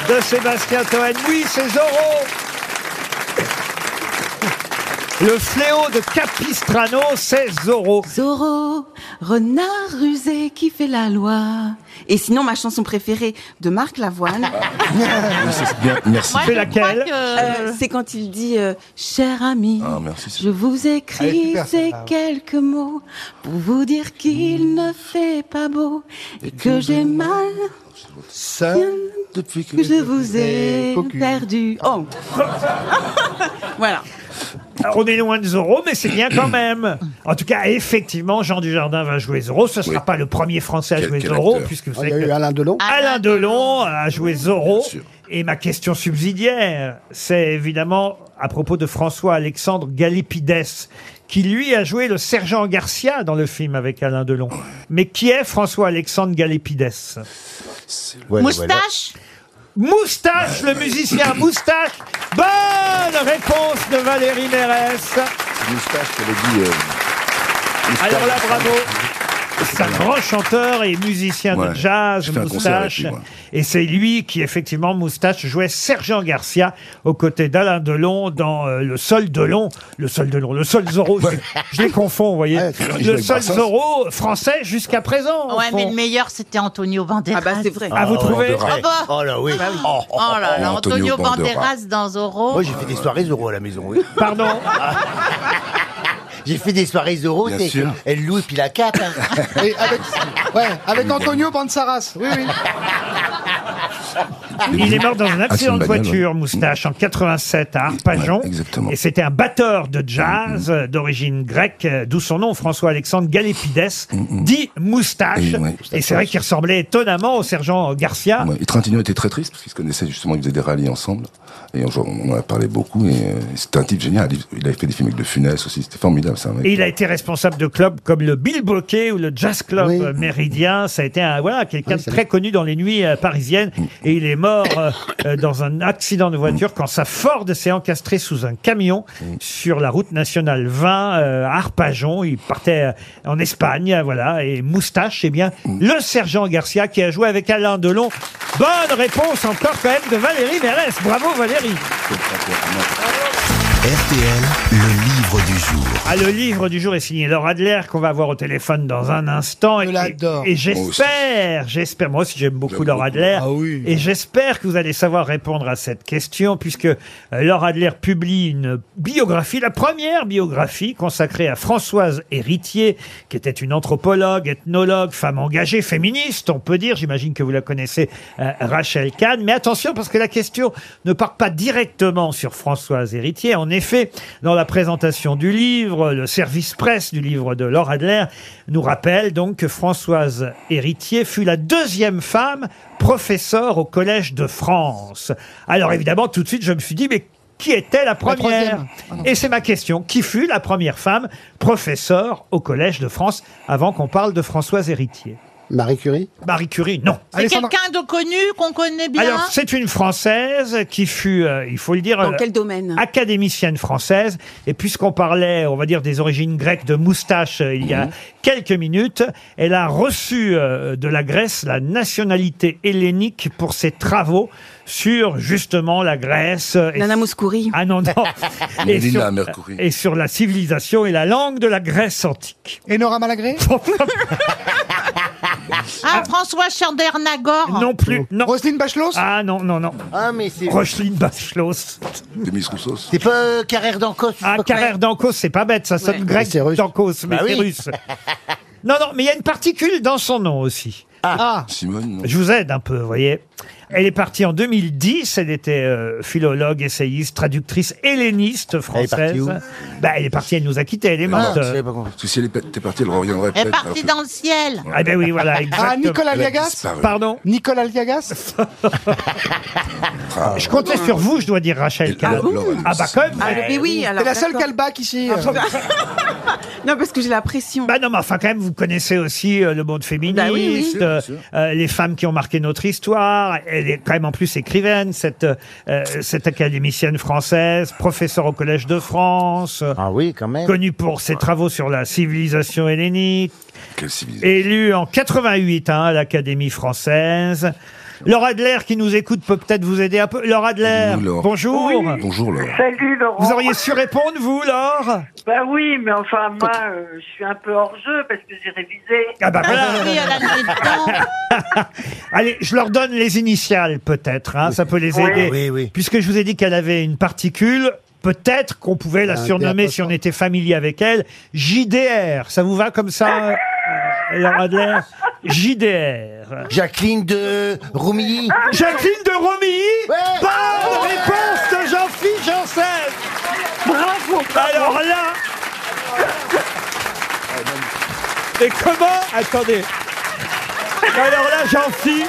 S2: de Sébastien Toen. Oui, c'est Zorro. Le fléau de Capistrano, c'est Zorro.
S7: Zorro, renard rusé qui fait la loi. Et sinon, ma chanson préférée de Marc Lavoine,
S4: Ah, Oui, c'est bien, merci.
S9: Moi,
S2: C'est
S9: je
S2: laquelle
S9: crois que-
S7: euh, c'est quand il dit euh, Cher ami,
S4: Ah, merci. c'est-
S7: je vous
S5: Elle est
S7: écris
S5: super,
S7: ces
S5: celle-là, ouais.
S7: quelques mots pour vous dire qu'il ne fait pas beau et que j'ai mal,
S8: Ça, depuis
S7: que je vous ai
S8: Cocu.
S7: perdu. Oh Voilà.
S2: Alors, On est loin de Zorro, mais c'est bien quand même. En tout cas, effectivement, Jean Dujardin va jouer Zorro. Ce ne sera pas le premier Français à
S5: Quel-
S2: jouer
S5: quel
S2: Zorro,
S5: acteur.
S2: puisque vous
S5: Ah, il y
S2: savez
S5: a
S2: que
S5: eu Alain Delon.
S2: Alain Delon a joué Zorro. Et ma question subsidiaire, c'est évidemment à propos de François-Alexandre Galipides, qui lui a joué le sergent Garcia dans le film avec Alain Delon. Mais qui est François-Alexandre Galipides
S9: Moustache
S2: Moustache, le musicien Moustache. Bonne réponse de Valérie Mérès.
S4: Moustache, ça veut dire, euh, moustache.
S2: Alors là, bravo. C'est un grand chanteur et musicien de
S4: Ouais.
S2: jazz,
S4: J'ai fait un concert avec
S2: Moustache.
S4: lui, moi.
S2: Et c'est lui qui, effectivement, Moustache, jouait Sergent Garcia aux côtés d'Alain Delon dans euh, Le Sol Delon. Le Sol Delon, le Sol Zorro, je, je les confonds, vous voyez.
S4: il
S2: le
S4: jouait
S2: Sol
S4: Brassens.
S2: Zorro français jusqu'à présent. au
S9: Ouais, mais
S2: fond.
S9: le meilleur, c'était Antonio Banderas. Ah bah c'est vrai.
S2: Ah, vous trouvez
S9: Ah bah,
S3: Oh là oui. Oh,
S9: Oh là là, Antonio, Banderas Oh. dans Zorro.
S3: Moi, j'ai fait des soirées Zorro à la maison, oui.
S2: Pardon
S3: J'ai fait des soirées Zorro,
S5: Bien
S3: c'est
S5: sûr.
S3: elle loue et puis la hein. cape.
S5: Et avec, ouais, avec Antonio Bansaras. Oui, oui.
S2: Il est mort dans un
S5: Ah, c'est
S2: accident
S5: une
S2: de
S5: bagnole,
S2: voiture, Moustache, en 87 à Arpajon. et c'était un batteur
S5: Mm,
S2: de jazz euh, d'origine grecque, euh, d'où son nom, François-Alexandre Galépides,
S5: Mm,
S2: dit Moustache.
S5: Eh
S4: Et ouais,
S2: Et c'est vrai qu'il ressemblait étonnamment au sergent Garcia.
S4: Ouais, Et Trintignant était très triste parce qu'il se connaissait justement, ils faisaient des rallyes ensemble. Et on, on en a parlé beaucoup et euh, c'était un type génial. Il- Il avait fait des films avec de Funès aussi, c'était formidable ça.
S2: Et il a été responsable de clubs comme le Bill Bokeh ou le Jazz Club euh, Méridien. Ça a été un, voilà, quelqu'un de très connu dans les nuits euh, parisiennes. Et il est mort euh, euh, dans un accident de voiture quand sa Ford s'est encastrée sous un camion sur la route nationale 20 euh, à Arpajon. Il partait euh, en Espagne, euh, voilà. Et Moustache, eh bien, le sergent Garcia qui a joué avec Alain Delon. Bonne réponse encore quand même de Valérie Mérès. Bravo Valérie. Ah,
S1: RTL, le livre du jour.
S2: Ah, le livre du jour est signé Laura Adler, qu'on va avoir au téléphone dans un instant. et, et- et j'espère, j'espère, moi aussi j'aime beaucoup Laura Adler. Et j'espère que vous allez savoir répondre à cette question, puisque euh, Laura Adler publie une biographie, la première biographie consacrée à Françoise Héritier, qui était une anthropologue, ethnologue, femme engagée, féministe, on peut dire. J'imagine que vous la connaissez, euh, Rachel Kahn. Mais attention, parce que la question ne part pas directement sur Françoise Héritier. En effet, dans la présentation du livre, le service presse du livre de Laura Adler nous rappelle donc que Françoise Héritier fut la deuxième femme professeure au Collège de France. Alors évidemment, tout de suite, je me suis dit, mais qui était la première
S5: troisième.
S2: Et c'est ma question. Qui fut la première femme professeure au Collège de France avant qu'on parle de Françoise Héritier
S5: Marie Curie
S2: Marie Curie, non.
S9: C'est quelqu'un de connu qu'on connaît bien.
S2: Alors, c'est une Française qui fut, euh, il faut le dire,
S7: Dans
S2: euh,
S7: quel domaine
S2: académicienne française. Et puisqu'on parlait, on va dire, des origines grecques de moustache euh, il y a
S7: Mhm.
S2: quelques minutes, elle a reçu euh, de la Grèce la nationalité hellénique pour ses travaux sur, justement, la Grèce. euh, et-
S7: Nana Mouskouri.
S2: Ah non, non. et,
S4: Lina
S2: sur,
S4: Mercouri.
S2: et sur la civilisation et la langue de la Grèce antique.
S5: Et Nora Malagré
S9: Ah, François Chandernagor.
S2: Non plus. Non.
S5: Roselyne Bachelos
S2: Ah non, non, non.
S3: Ah, mais c'est.
S2: Rochelin Bachelos.
S4: Demis Roussos.
S3: C'est pas euh, Carrère d'Ancos
S2: Ah, Carrère d'Ancos, c'est pas bête, ça sonne
S3: Ouais.
S2: grec
S3: C'est russe.
S2: d'Ancos, mais
S3: Bah
S2: c'est
S3: oui.
S2: russe. Non, non, mais il y a une particule dans son nom aussi.
S5: Ah,
S4: Simone, non.
S2: Je vous aide un peu, vous voyez. Elle est partie en 2010, elle était euh, philologue, essayiste, traductrice, helléniste française.
S4: partie où
S2: bah, elle est partie, elle nous a quittés,
S3: Ah,
S2: elle est morte.
S4: Ah, Parce que si elle était partie, elle reviendrait
S9: Elle est
S4: peut-être.
S9: partie dans le ciel.
S2: Ah ben oui, voilà, exactement.
S5: Ah, Nicolas
S4: Elle a
S5: Liagas
S4: disparu.
S2: Pardon
S5: Nicolas Liagas
S4: Ah,
S2: Je comptais sur vous, je dois dire, Rachel. Kahn.
S4: Laure- Laure-
S2: Ah bah comme
S7: Ah, mais oui, alors.
S5: T'es la seule
S7: d'accord.
S5: calbac ici. euh.
S7: Non, parce que j'ai la pression.
S2: Bah non, mais enfin, quand même, vous connaissez aussi euh, le monde féministe,
S7: Bah oui, oui.
S2: euh, euh, les femmes qui ont marqué notre histoire. Elle est quand même en plus écrivaine, cette, euh, cette académicienne française, professeure au Collège de France.
S3: Ah oui, quand même.
S2: Connue pour ses travaux sur la civilisation hellénique,
S4: Quelle civilisation.
S2: élue en 88 hein, à l'Académie française. Laura Adler qui nous écoute peut peut-être vous aider un peu. Laura Adler,
S4: Nous, Laure.
S2: Ah, bonjour.
S4: Bonjour Laure.
S15: Salut Laurent.
S2: Vous auriez su répondre, vous, Laure
S15: Bah oui, mais enfin moi, euh, je suis un peu hors jeu parce que j'ai révisé.
S2: Ah bah voilà. Ah oui,
S9: elle a mis
S2: Allez, je leur donne les initiales peut-être, hein, ça peut les
S3: Oui.
S2: aider.
S3: Oui, oui.
S2: Puisque je vous ai dit qu'elle avait une particule, peut-être qu'on pouvait la
S3: Un
S2: surnommer, si on était familier avec elle, JDR. Ça vous va comme ça, euh, Laura Adler JDR.
S3: Jacqueline de Roumilly.
S2: Ah, Jacqueline de Romilly
S3: Ouais.
S2: Bonne réponse de Jean-Philippe Janssen
S15: Bravo
S2: Bravo Alors là Et comment Attendez Alors là, j'en suis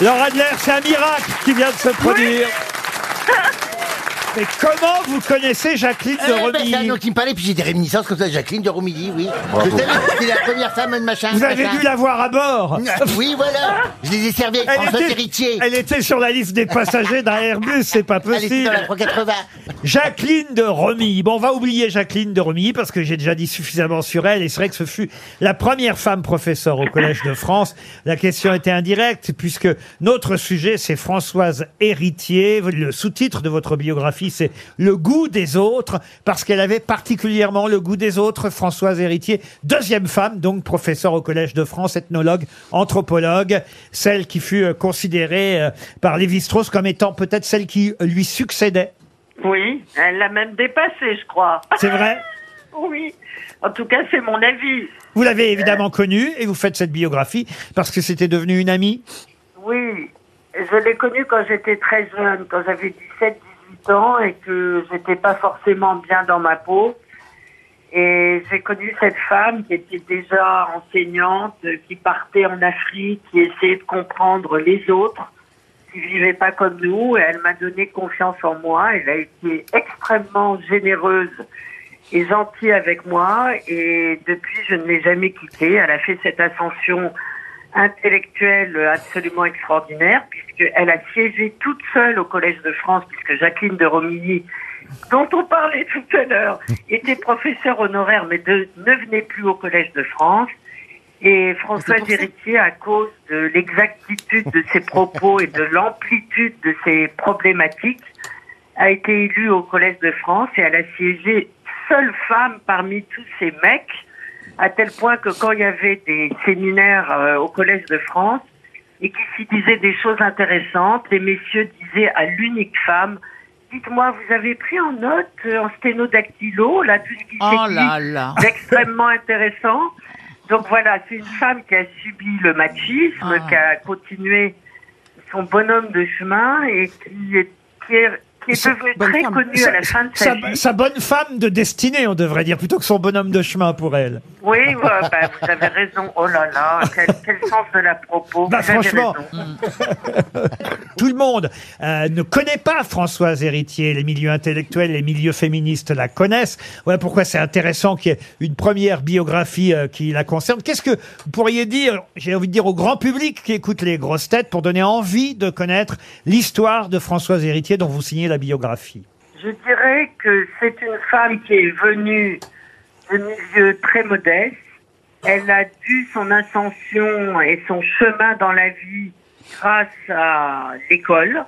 S15: Eh
S2: Laura Adler, c'est un miracle qui vient de se produire Mais comment vous connaissez Jacqueline de
S3: Eh ben,
S2: Romilly
S3: c'est un nom qui me parlait, puis j'ai des réminiscences comme ça, Jacqueline de Romilly, oui.
S2: Bravo.
S3: Je savais que c'était la première femme de machin.
S2: Vous avez
S3: machin.
S2: dû la voir à bord
S3: Ah, Oui, voilà. Je les ai servis avec François Héritier.
S2: Elle était sur la liste des passagers d'un Airbus, c'est pas
S3: Elle était
S2: possible.
S3: dans la 380.
S2: Jacqueline de Romilly. Bon, on va oublier Jacqueline de Romilly parce que j'ai déjà dit suffisamment sur elle. Et c'est vrai que ce fut la première femme professeure au Collège de France. La question était indirecte puisque notre sujet, c'est Françoise Héritier. Le sous-titre de votre biographie, c'est Le goût des autres parce qu'elle avait particulièrement le goût des autres. Françoise Héritier, deuxième femme, donc professeure au Collège de France, ethnologue, anthropologue, celle qui fut euh, considérée euh, par Lévi-Strauss comme étant peut-être celle qui lui succédait.
S15: Oui, elle l'a même dépassé, je crois.
S2: C'est vrai
S15: Oui. En tout cas, c'est mon avis.
S2: Vous l'avez évidemment connue et vous faites cette biographie parce que c'était devenu une amie.
S15: Oui, je l'ai connue quand j'étais très jeune, quand j'avais 17, 18 ans et que j'étais pas forcément bien dans ma peau. Et j'ai connu cette femme qui était déjà enseignante, qui partait en Afrique, qui essayait de comprendre les autres, qui vivaient pas comme nous. Et elle m'a donné confiance en moi. Elle a été extrêmement généreuse et gentille avec moi. Et depuis, je ne l'ai jamais quittée. Elle a fait cette ascension intellectuelle absolument extraordinaire, puisqu'elle a siégé toute seule au Collège de France, puisque Jacqueline de Romilly, dont on parlait tout à l'heure, était professeure honoraire, mais de- ne venait plus au Collège de France. Et François Héritier, à cause de l'exactitude de ses propos et de l'amplitude de ses problématiques, a été élue au Collège de France et elle a siégé seule femme parmi tous ces mecs, à tel point que quand il y avait des séminaires euh, au Collège de France et qu'il s'y disait des choses intéressantes, les messieurs disaient à l'unique femme Dites-moi, vous avez pris en note euh, en sténodactylo là tout ce qui
S9: Oh
S15: s'est
S9: là
S15: dit
S9: là.
S15: d'extrêmement intéressant. Donc voilà, c'est une femme qui a subi le machisme,
S9: Ah.
S15: qui a continué son bonhomme de chemin et qui est, qui est, qui est devenue très connue à la fin de sa, vie.
S2: sa bonne femme de destinée, on devrait dire, plutôt que son bonhomme de chemin pour elle.
S15: Oui, ouais, bah, vous avez raison. Oh là là, quel, quel sens de la propos.
S2: Bah,
S15: vous avez
S2: franchement.
S15: raison.
S2: Tout le monde euh, ne connaît pas Françoise Héritier. Les milieux intellectuels, les milieux féministes la connaissent. Voilà pourquoi c'est intéressant qu'il y ait une première biographie euh, qui la concerne. Qu'est-ce que vous pourriez dire, j'ai envie de dire au grand public qui écoute les grosses têtes, pour donner envie de connaître l'histoire de Françoise Héritier dont vous signez la biographie
S15: Je dirais que c'est une femme qui est venue de milieu très modeste. Elle a dû son ascension et son chemin dans la vie grâce à l'école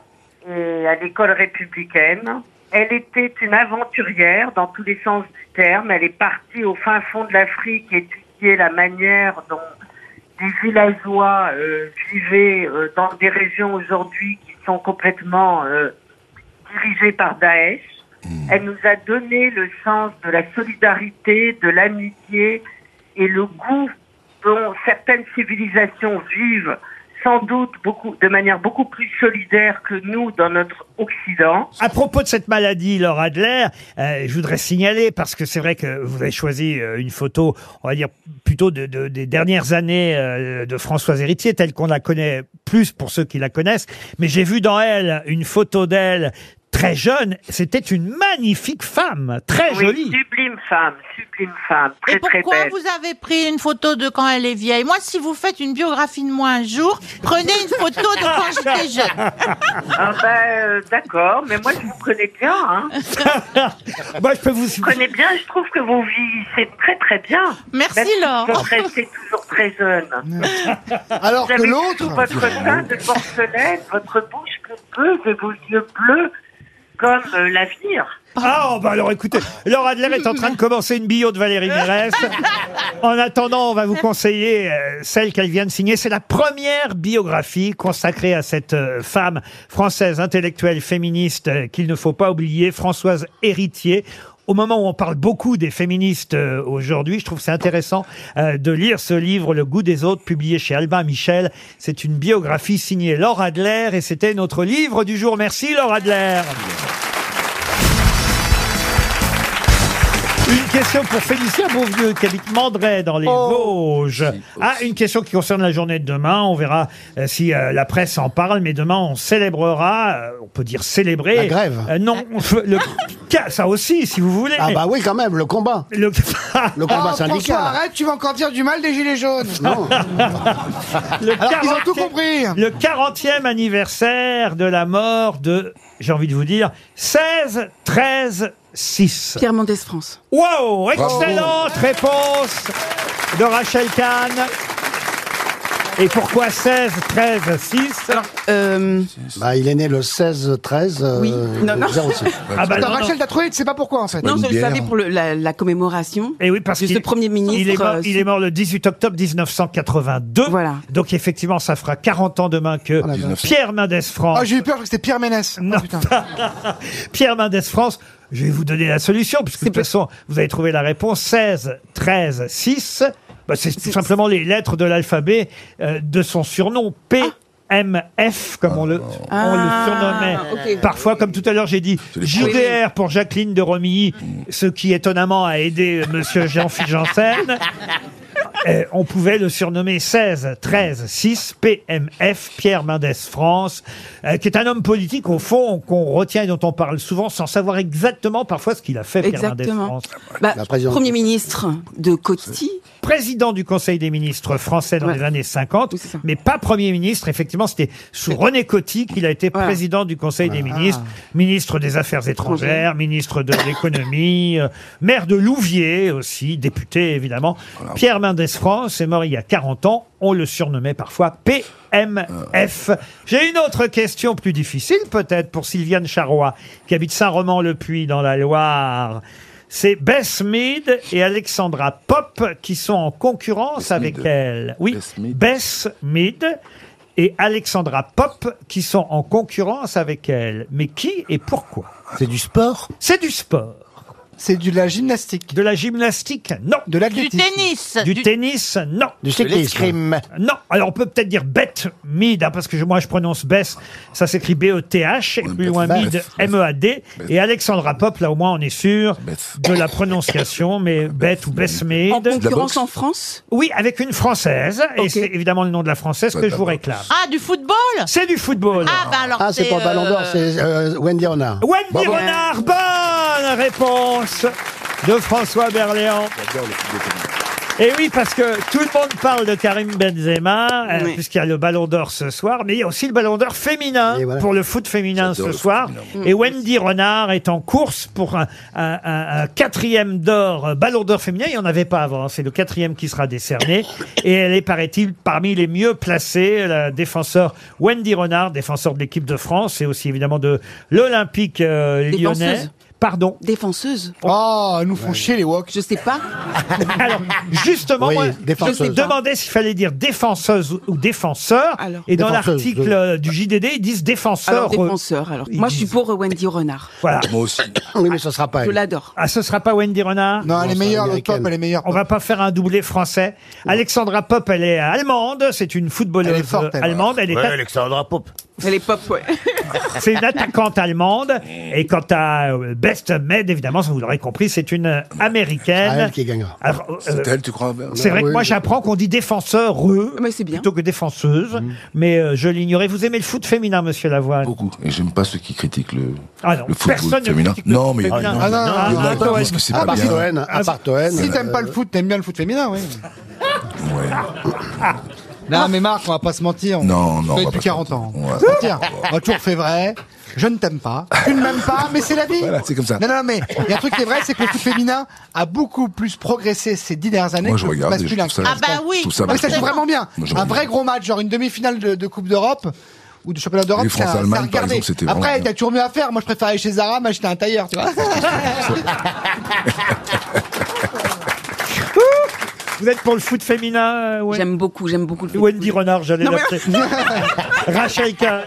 S15: et à l'école républicaine. Elle était une aventurière dans tous les sens du terme. Elle est partie au fin fond de l'Afrique étudier la manière dont des villageois euh, vivaient euh, dans des régions aujourd'hui qui sont complètement euh, dirigée par Daesh. Elle nous a donné le sens de la solidarité, de l'amitié et le goût dont certaines civilisations vivent sans doute beaucoup, de manière beaucoup plus solidaire que nous dans notre Occident.
S2: À propos de cette maladie, Laura Adler, euh, je voudrais signaler, parce que c'est vrai que vous avez choisi euh, une photo, on va dire, plutôt de, de- des dernières années euh, de Françoise Héritier, telle qu'on la connaît plus pour ceux qui la connaissent, mais j'ai vu dans elle une photo d'elle très jeune. C'était une magnifique femme, très
S15: Oui,
S2: jolie.
S15: Sublime femme, sublime femme, très
S9: Et
S15: très
S9: pourquoi
S15: belle.
S9: vous avez pris une photo de quand elle est vieille Moi, si vous faites une biographie de moi un jour, prenez une photo de quand j'étais jeune.
S15: Ah ben, euh, d'accord, mais moi je vous connais bien. Hein.
S2: Moi je peux vous. Je
S15: vous connais bien, je trouve que vous vieillissez très très bien.
S9: Merci, Laure.
S15: Laure. Vous restez toujours très jeune.
S5: Alors
S15: vous
S5: que
S15: avez
S5: l'autre-
S15: surtout votre teint de porcelaine, votre bouche crepeuse et vos yeux bleus comme euh, l'avenir.
S2: Ah, oh, bah alors écoutez, Laura Adler est en train de commencer une bio de Valérie Mérès. En attendant, on va vous conseiller euh, celle qu'elle vient de signer. C'est la première biographie consacrée à cette euh, femme française intellectuelle féministe euh, qu'il ne faut pas oublier, Françoise Héritier. au moment où on parle beaucoup des féministes euh, aujourd'hui, je trouve c'est intéressant euh, de lire ce livre, Le goût des autres, publié chez Albin Michel. C'est une biographie signée Laure Adler et c'était notre livre du jour. Merci Laure Adler. Une question pour Félicien Beauvieux qui habite Mandray dans les Vosges. Ah, une question qui concerne la journée de demain. On verra euh, si euh, la presse en parle, mais demain on célébrera, euh, on peut dire célébrer.
S5: La grève.
S2: Euh, non, le, ca- ça aussi, si vous voulez.
S5: Ah bah oui, quand même, le combat.
S2: Le, Ah,
S5: Le combat syndical. Oh, François, arrête, tu vas encore dire du mal des Gilets jaunes. Non. Alors, ils ont tout compris.
S2: Le 40e anniversaire de la mort de, j'ai envie de vous dire, 16, 13, 6.
S7: Pierre Mendès France.
S2: Wow Excellente réponse de Rachel Kahn. Et pourquoi 16, 13, 6
S5: Bah, il est né le
S8: euh,
S5: 16-13.
S7: euh, Oui. Non, non.
S5: Ah
S7: Ah bah
S5: Attends,
S7: non,
S5: Rachel, t'as trouvé, tu sais pas pourquoi en fait.
S7: non, je le savais pour le- la, la commémoration.
S2: Et Eh oui, parce
S7: que
S2: qu'il
S7: ce premier ministre.
S2: il est, mort,
S7: euh,
S2: il est mort le 18 octobre 1982.
S7: Voilà.
S2: Donc effectivement, ça fera 40 ans demain que Pierre Mendès France.
S5: Ah, j'ai eu peur, je crois que c'était Pierre Ménès. Oh, Non.
S2: Pierre Mendès France, je vais vous donner la solution, puisque de toute façon, vous avez trouvé la réponse 16, 13, 6. Bah, c'est tout simplement les lettres de l'alphabet euh, de son surnom, PMF, comme on le, on le surnommait.
S7: Ah. ok.
S2: Parfois, comme tout à l'heure, j'ai dit JDR pour Jacqueline de Romilly, ce qui étonnamment a aidé euh, Monsieur Jean-Philippe Janssen. Euh, on pouvait le surnommer 16, 13, 6, PMF, Pierre Mendès France, euh, qui est un homme politique, au fond, qu'on retient et dont on parle souvent sans savoir exactement parfois ce qu'il a fait, Pierre Mendès
S7: Exactement.
S2: France.
S7: Bah, premier ministre de Coty.
S2: Président du Conseil des ministres français dans les années 50, mais pas Premier ministre. Effectivement, c'était sous René Coty qu'il a été président du Conseil
S7: Ah.
S2: des ministres, ministre des Affaires étrangères, ministre de l'économie, euh, maire de Louviers aussi, député évidemment. Pierre Mendès France est mort il y a 40 ans. On le surnommait parfois PMF. J'ai une autre question plus difficile peut-être pour Sylviane Charrois, qui habite Saint-Romand-le-Puy dans la Loire. C'est Bess Mead et Alexandra Pop qui sont en concurrence avec elle. Oui, Bess Mead et Alexandra Pop qui sont en concurrence avec elle. Mais qui et pourquoi C'est du sport C'est du sport.
S5: C'est de la gymnastique.
S2: De la gymnastique, non.
S5: De
S9: Du tennis.
S2: Du, tennis, non.
S5: Du cyclisme. De l'escrime.
S2: Non. Alors on peut peut-être dire Beth Mead, hein, parce que je- moi je prononce Bess, ça s'écrit B-E-T-H, et plus loin
S5: Beth.
S2: Mead, M-E-A-D. E Et Alexandra Pop, là au moins on est sûr de la prononciation, mais Beth ou Bess Mead. En
S7: concurrence en France
S2: Oui, avec une Française, et c'est évidemment le nom de la Française que je vous réclame.
S9: Ah, du football
S2: C'est du football.
S9: Ah, bah alors
S5: Ah, c'est pas Ballon d'Or, c'est euh, Wendy Renard.
S2: Wendy
S5: Bravo.
S2: Renard, bonne réponse de François Berléand. Et oui, parce que tout le monde parle de Karim Benzema, euh,
S5: Oui.
S2: puisqu'il y a le Ballon d'Or ce soir, mais il y a aussi le Ballon d'Or féminin pour le foot féminin ce
S5: le foot
S2: soir. Et Wendy Renard est en course pour un, un- un- un quatrième d'or, euh, Ballon d'Or féminin. Il n'y en avait pas avant. hein. C'est le quatrième qui sera décerné. Et elle est, paraît-il, parmi les mieux placées. La défenseur Wendy Renard, défenseur de l'équipe de France et aussi évidemment de l'Olympique euh,
S7: Défenseuse.
S2: lyonnais. Pardon.
S7: Défenseuse.
S5: Oh, nous font chier les wok.
S7: Je sais pas.
S2: Alors, justement,
S5: Oui,
S2: moi,
S5: défenseuse.
S2: je me demandais s'il fallait dire défenseuse ou- ou défenseur. et dans
S7: Défenseuse,
S2: l'article
S7: je-
S2: euh, du JDD, ils disent défenseur.
S7: Alors,
S2: euh,
S7: défenseur. Alors,
S2: ils
S7: moi, je suis
S2: disent-
S7: pour euh, Wendy Renard.
S2: Voilà.
S4: Moi aussi.
S5: Oui, mais ce sera pas
S7: Je
S5: elle.
S7: l'adore.
S2: Ah, ce sera pas Wendy Renard
S5: Non, elle est meilleure, l'autre pop, elle est meilleure.
S2: On va pas faire un doublé français. Alexandra Pop, elle est allemande. C'est une footballeuse
S5: Elle est forte, elle.
S2: allemande. Elle est
S5: Ouais,
S2: Alexandra Pop.
S7: Elle est pop, ouais.
S2: C'est une attaquante allemande. Et quant à euh, Best Med, évidemment, ça vous l'aurez compris, c'est une euh, américaine.
S5: C'est Ah, elle qui gagnera.
S2: Alors, euh,
S4: Ah, C'est elle, tu crois
S2: C'est vrai que moi j'apprends qu'on dit défenseur euh, plutôt que défenseuse, mais euh, je l'ignorais. Vous aimez le foot féminin, monsieur Lavoine
S4: Mmh. Beaucoup. Et j'aime pas ceux qui critiquent le,
S2: Ah non,
S4: le football
S2: personne ne
S4: féminin.
S2: critique le
S4: Non,
S2: foot
S5: Eh
S4: mais
S2: féminin.
S4: non,
S2: Ah
S4: il
S2: non,
S4: y en a
S2: ah,
S4: qui
S2: ah,
S4: pensent
S2: Cohen.
S4: que c'est
S5: À
S4: pas
S5: part
S4: bien.
S5: Toen, à part Toen. Si
S4: euh,
S5: t'aimes pas le foot, t'aimes bien le foot féminin, oui. Non, mais Marc, on va pas se mentir. on-
S4: Non, non,
S5: Ça
S4: on
S5: fait
S4: va
S5: depuis
S4: pas se
S5: 40 ans. On va se mentir. On a toujours fait vrai. Je ne t'aime pas. Tu ne m'aimes pas, mais c'est la vie.
S4: Voilà, c'est comme ça.
S5: Non, non, mais il y a un truc qui est vrai, c'est que le foot féminin a beaucoup plus progressé ces dix dernières années
S4: Moi,
S5: que
S4: je
S5: le foot
S4: regarde et je
S5: masculin.
S4: trouve ça- Ah bah oui, je trouve ça
S5: Mais ça joue
S4: vachement.
S5: vraiment bien.
S4: Moi, je
S5: Un
S4: regarde.
S5: vrai gros match, genre une demi-finale de, de Coupe d'Europe ou de championnat d'Europe,
S4: Et
S5: c'est à-
S4: France-Allemagne,
S5: c'est à
S4: par
S5: regarder.
S4: exemple, c'était vraiment
S5: Après,
S4: bien.
S5: t'as toujours mieux à faire. Moi, je préfère aller chez Zara, m'acheter un tailleur, tu vois.
S2: Vous êtes pour le foot féminin euh,
S7: J'aime beaucoup, j'aime beaucoup le foot.
S2: Wendy Renard, j'allais
S7: Non, mais-
S2: l'appeler. Rachel Kahn.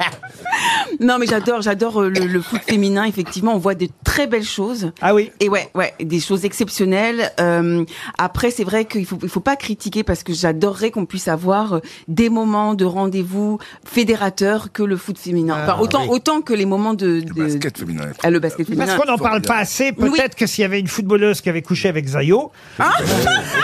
S7: Non, mais j'adore, j'adore euh, le, le foot féminin. Effectivement, on voit de très belles choses.
S2: Ah oui.
S7: Et ouais, ouais, des choses exceptionnelles. Euh, après, c'est vrai qu'il faut, il faut pas critiquer parce que j'adorerais qu'on puisse avoir euh, des moments de rendez-vous fédérateurs que le foot féminin.
S4: Ah,
S7: enfin, autant,
S4: oui.
S7: autant que les moments de, de-
S4: Basket féminin.
S7: Ah, le basket féminin.
S2: Parce qu'on n'en parle pas assez. Peut-être que s'il y avait une footballeuse qui avait couché avec Zayo.
S7: Ah
S4: Euh,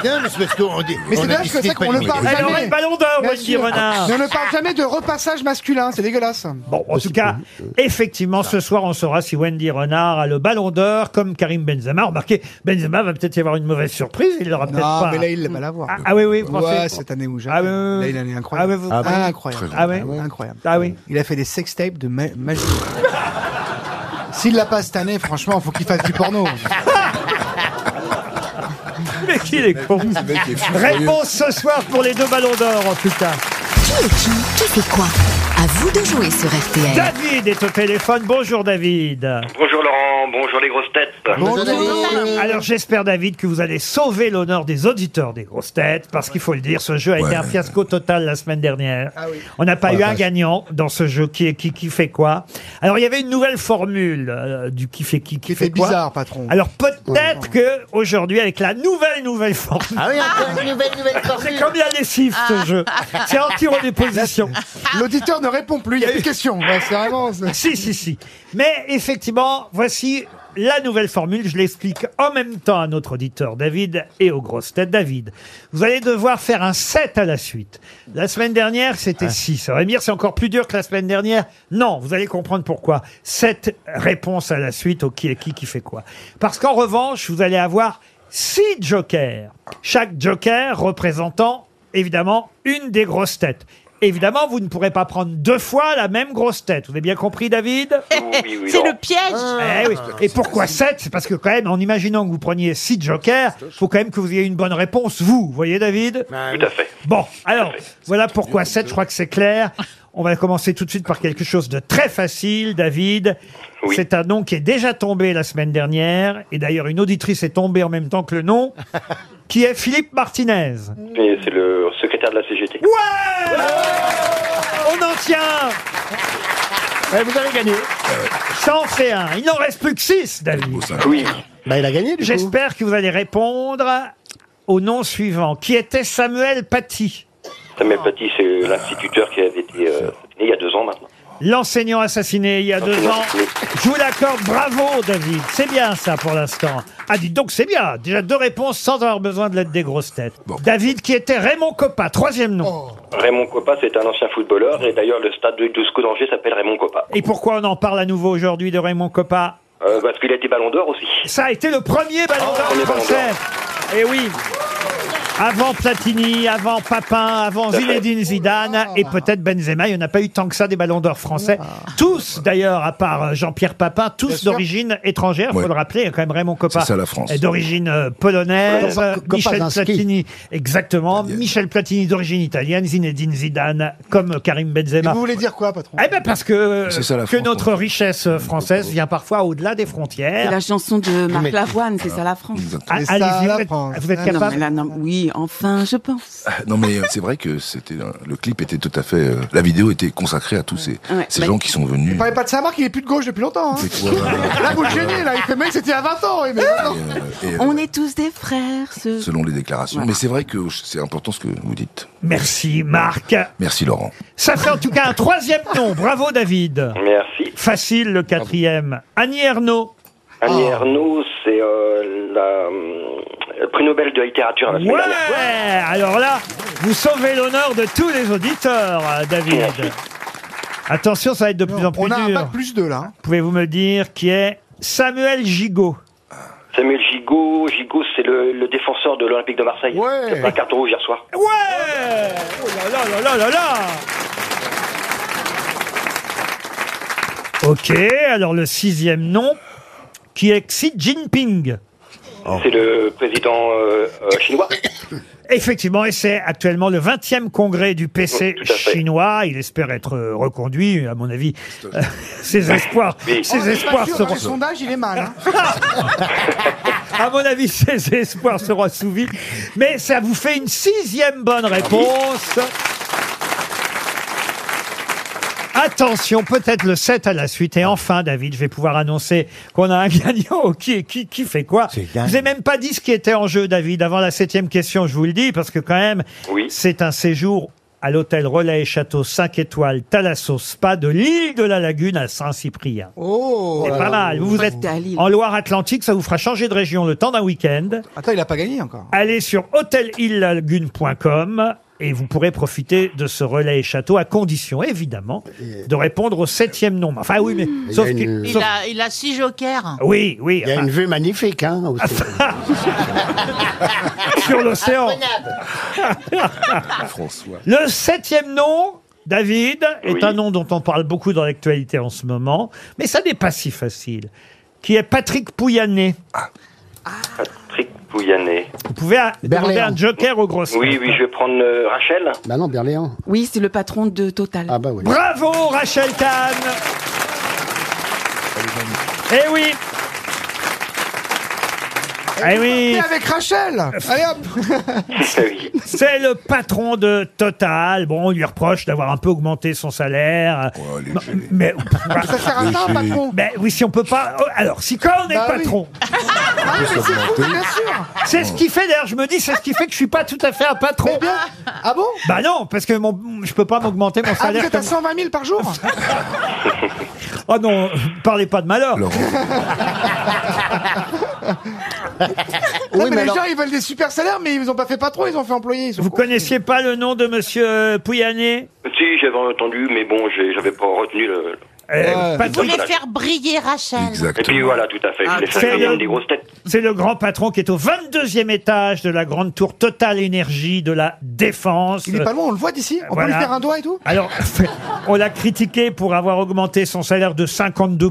S3: Non, mais c'est parce qu'on dit.
S5: Mais c'est dommage que ça qu'on ne parle jamais.
S2: Elle aurait le ballon d'or,
S5: Bien
S2: Wendy
S5: sûr.
S2: Renard.
S5: Mais on ne parle jamais de repassage masculin, c'est dégueulasse.
S2: Bon, en tout cas, effectivement, ce soir, on saura si Wendy Renard a le ballon d'or, comme Karim Benzema. Remarquez, Benzema va peut-être y avoir une mauvaise surprise, il l'aura peut-être
S5: Non,
S2: pas.
S5: mais là, il va l'avoir.
S2: Ah, ah oui, oui, vous
S5: Ouais,
S2: pensez
S5: cette année où j'ai.
S2: Ah oui, oui,
S5: Là,
S2: oui.
S5: il a une incroyable.
S2: Ah oui, vous- Ah oui.
S5: incroyable.
S2: Ah oui.
S5: incroyable.
S2: Ah oui.
S5: Il a fait des sextapes de ma- magie. S'il l'a pas cette année, franchement, faut qu'il fasse du porno.
S2: Mais qui est con Réponse ce soir pour les deux ballons d'or, en tout cas.
S12: Qui est qui Qui fait quoi À vous de jouer sur RTL.
S2: David est au téléphone. Bonjour, David.
S11: Bonjour Laurent, bonjour les grosses têtes.
S2: Alors j'espère David que vous allez sauver l'honneur des auditeurs des grosses têtes parce qu'il faut le dire, ce jeu a été un fiasco total la semaine dernière. On n'a pas
S17: Oh,
S2: eu
S17: la
S2: un
S17: vache.
S2: gagnant dans ce jeu qui est qui qui fait quoi. Alors il y avait une nouvelle formule euh, du qui fait qui qui fait
S5: était
S2: quoi.
S5: bizarre, patron.
S2: Alors peut-être que aujourd'hui avec la nouvelle nouvelle formule.
S3: Ah oui, encore une nouvelle, nouvelle
S2: C'est
S3: formule. Ah.
S2: comme la lessive
S6: Ah.
S2: ce jeu. C'est anti-redéposition.
S5: L'auditeur ne répond plus, il y a plus de questions. Ouais, c'est vraiment.
S2: Si, si, si. Mais effectivement, voici la nouvelle formule. Je l'explique en même temps à notre auditeur David et aux grosses têtes David. Vous allez devoir faire un 7 à la suite. La semaine dernière, c'était 6. On va me dire, c'est encore plus dur que la semaine dernière. Non, vous allez comprendre pourquoi. 7 réponses à la suite au qui est qui qui fait quoi. Parce qu'en revanche, vous allez avoir 6 jokers. Chaque joker représentant évidemment une des grosses têtes. Évidemment, vous ne pourrez pas prendre deux fois la même grosse tête. Vous avez bien compris, David
S11: oui,
S9: C'est
S11: non. Ah.
S9: le piège.
S2: Eh oui. Et pourquoi 7 C'est parce que quand même, en imaginant que vous preniez 6 jokers, faut quand même que vous ayez une bonne réponse, vous. Vous voyez, David
S11: Tout à fait.
S2: Bon, alors, voilà pourquoi 7, je crois que c'est clair. On va commencer tout de suite par quelque chose de très facile, David. C'est un nom qui est déjà tombé la semaine dernière, et d'ailleurs une auditrice est tombée en même temps que le nom, qui est Philippe Martinez.
S11: Et c'est le secrétaire de la CGT.
S2: On en tient Vous avez gagné. Ça en fait un. Il n'en reste plus que 6, David.
S11: Oui.
S8: Bah,
S2: il a gagné, J'espère que vous allez répondre au nom suivant, qui était Samuel Paty.
S11: Samuel Paty, c'est l'instituteur qui avait été euh, né il y a deux ans maintenant.
S2: L'enseignant assassiné il y a deux ans. Je vous l'accorde, bravo David. C'est bien ça pour l'instant. Ah, dites donc, c'est bien. Déjà deux réponses sans avoir besoin de l'aide des grosses têtes. David qui était Raymond Coppa, troisième
S16: Oh.
S2: nom.
S11: Raymond Coppa, c'est un ancien footballeur et d'ailleurs le stade de Sco d'Angers s'appelle Raymond Coppa.
S2: Et pourquoi on en parle à nouveau aujourd'hui de Raymond Coppa
S11: Euh, parce qu'il a été ballon d'or aussi.
S2: Ça a été le premier ballon
S4: Oh,
S2: d'or
S11: premier Ballon
S2: français. Et oui. Avant Platini, avant Papin, avant Zinedine Zidane et peut-être Benzema. Il n'y en a pas eu tant que ça des ballons d'or
S4: Ah.
S2: français. Tous d'ailleurs, à part euh, Jean-Pierre Papin, tous d'origine étrangère. Faut le rappeler. Il y a quand même Raymond Coppa.
S4: C'est ça, la France.
S2: est D'origine euh, polonaise.
S4: Ouais.
S2: Euh,
S4: Coppa
S2: Michel
S4: Zinski.
S2: Platini, exactement. Michel Platini d'origine italienne. Zinedine Zidane comme Karim Benzema.
S5: Vous voulez dire quoi, patron
S2: Eh ben parce que,
S4: C'est ça, la
S2: que notre richesse française vient parfois au-delà des frontières.
S7: C'est la chanson de Marc Lavoine, c'est ça la France.
S2: Ah,
S4: C'est
S2: allez-y,
S4: ça,
S2: vous
S4: la
S2: êtes-
S4: France.
S2: vous êtes
S7: Ah, non,
S2: capable
S7: mais là, non, Oui, enfin, je pense.
S4: Non mais euh, c'est vrai que c'était euh, le clip était tout à fait euh, la vidéo était consacrée à tous ces,
S7: Ouais.
S4: ces
S7: Mais-
S4: gens qui sont venus.
S5: Vous parlez pas de Saint-Marc, il est plus de gauche depuis longtemps. hein.
S4: C'est quoi, euh,
S5: Là, vous le gênez, là. Il fait mec, c'était à 20 ans. oui, mais maintenant.
S4: et, euh,
S7: On est tous des frères. ce-
S4: selon les déclarations.
S7: Voilà.
S4: Mais c'est vrai que c'est important ce que vous dites.
S2: Merci Marc.
S4: Merci Laurent.
S2: Ça fait en tout cas un troisième nom. Bravo David.
S11: Merci.
S2: Facile le quatrième. Annie Ernaux.
S11: Annie
S2: Ah.
S11: Ernaux, c'est euh, la hum, le prix Nobel de littérature la semaine
S2: Ouais
S11: dernière.
S2: Alors là, vous sauvez l'honneur de tous les auditeurs, euh, David. Attention, ça va être de plus en plus
S5: On a un
S2: dur.
S5: bac plus 2, là.
S2: Pouvez-vous me dire qui est Samuel Gigot
S11: Samuel Gigot, Gigot, c'est le, le défenseur de l'Olympique de Marseille.
S2: Ouais.
S11: C'est un carton rouge hier soir.
S2: Ouais Oh là là là là là là Ok, alors le sixième nom, qui est Xi Jinping. Oh.
S11: C'est le président euh, euh, chinois.
S2: Effectivement, et c'est actuellement le 20e congrès du
S11: Oui,
S2: PC
S11: tout à fait.
S2: chinois. Il espère être euh, reconduit, à mon avis. euh, ses espoirs,
S11: Oui.
S5: Oh,
S2: ses
S5: c'est pas
S2: espoirs
S5: sûr,
S2: seront,
S5: Le sondage, il est mal. hein.
S2: à mon avis, ses espoirs seront soumis. Mais ça vous fait une sixième bonne réponse. À Attention, peut-être le 7 à la suite. Et enfin, David, je vais pouvoir annoncer qu'on a un gagnant qui, est- qui, qui fait quoi. Je vous ai même pas dit ce qui était en jeu, David, avant la septième question, je vous le dis, parce que quand même, c'est un séjour à l'hôtel Relais et Château 5 étoiles Thalasso Spa de l'île de la Lagune à Saint-Cyprien.
S5: Oh
S2: C'est pas mal. Vous, vous êtes en Loire-Atlantique, ça vous fera changer de région le temps d'un week-end.
S5: Attends, il a pas gagné encore.
S2: Allez sur hôtelillagune.com et vous pourrez profiter de ce relais et château à condition, évidemment, de répondre au septième nombre. Enfin oui, mais
S9: Il
S2: sauf
S9: y a
S2: que-
S9: une- Il
S2: sauf-
S9: a, il a six jokers.
S2: Oui, oui. Ah, Il y a une
S8: vue magnifique, hein.
S2: sur l'océan.
S4: François.
S2: Le septième nom, David, est un nom dont on parle beaucoup dans l'actualité en ce moment, mais ça n'est pas si facile. Qui est Patrick Pouyanné.
S17: Patrick Pouyanné.
S2: Vous pouvez a- demander un joker aux grosses
S17: Oui,
S2: têtes.
S17: oui, je vais prendre euh, Rachel.
S8: Bah non, Berléand.
S7: Oui, c'est le patron de Total. Ah
S8: bah oui.
S2: Bravo Rachel Kahn Eh oui Eh oui
S5: Et avec Rachel Allez hop
S2: C'est le patron de Total. Bon, on lui reproche d'avoir un peu augmenté son salaire.
S5: Oh,
S2: mais bah,
S5: Ça sert à ça, un Léger. patron.
S2: Mais oui, si on peut pas. oh, Alors, si quand on est
S5: Bah oui.
S2: patron,
S5: Ah, mais c'est fou, mais bien sûr
S2: c'est ce qui fait. D'ailleurs, je me dis, c'est ce qui fait que je suis pas tout à fait un patron.
S5: Ah bon
S2: Bah non, parce que mon, je peux pas m'augmenter mon
S5: Ah, vous
S2: salaire.
S5: êtes à
S2: comme-
S5: 120 000 par jour
S2: Oh non, parlez pas de malheur.
S5: Non,
S2: Oui,
S5: mais,
S2: mais
S5: les
S2: alors-
S5: gens, ils veulent des super salaires, mais ils ont pas fait patron, ils ont fait employé.
S2: Vous connaissiez pas le nom de Monsieur Pouyanné
S17: Si, j'avais entendu, mais bon, j'ai- j'avais pas retenu le.
S2: Euh,
S9: Il voulait
S17: Total.
S9: faire briller Rachel.
S17: Et puis voilà, tout à fait. Je l'ai fait
S2: Excellent.
S17: comme des grosses têtes.
S2: C'est le grand patron qui est au 22e étage de la grande tour Total Énergie de la Défense.
S5: Il est pas loin, on le voit d'ici On peut
S2: Euh, Voilà.
S5: lui faire un doigt et tout
S2: Alors, on l'a critiqué pour avoir augmenté son salaire de 52%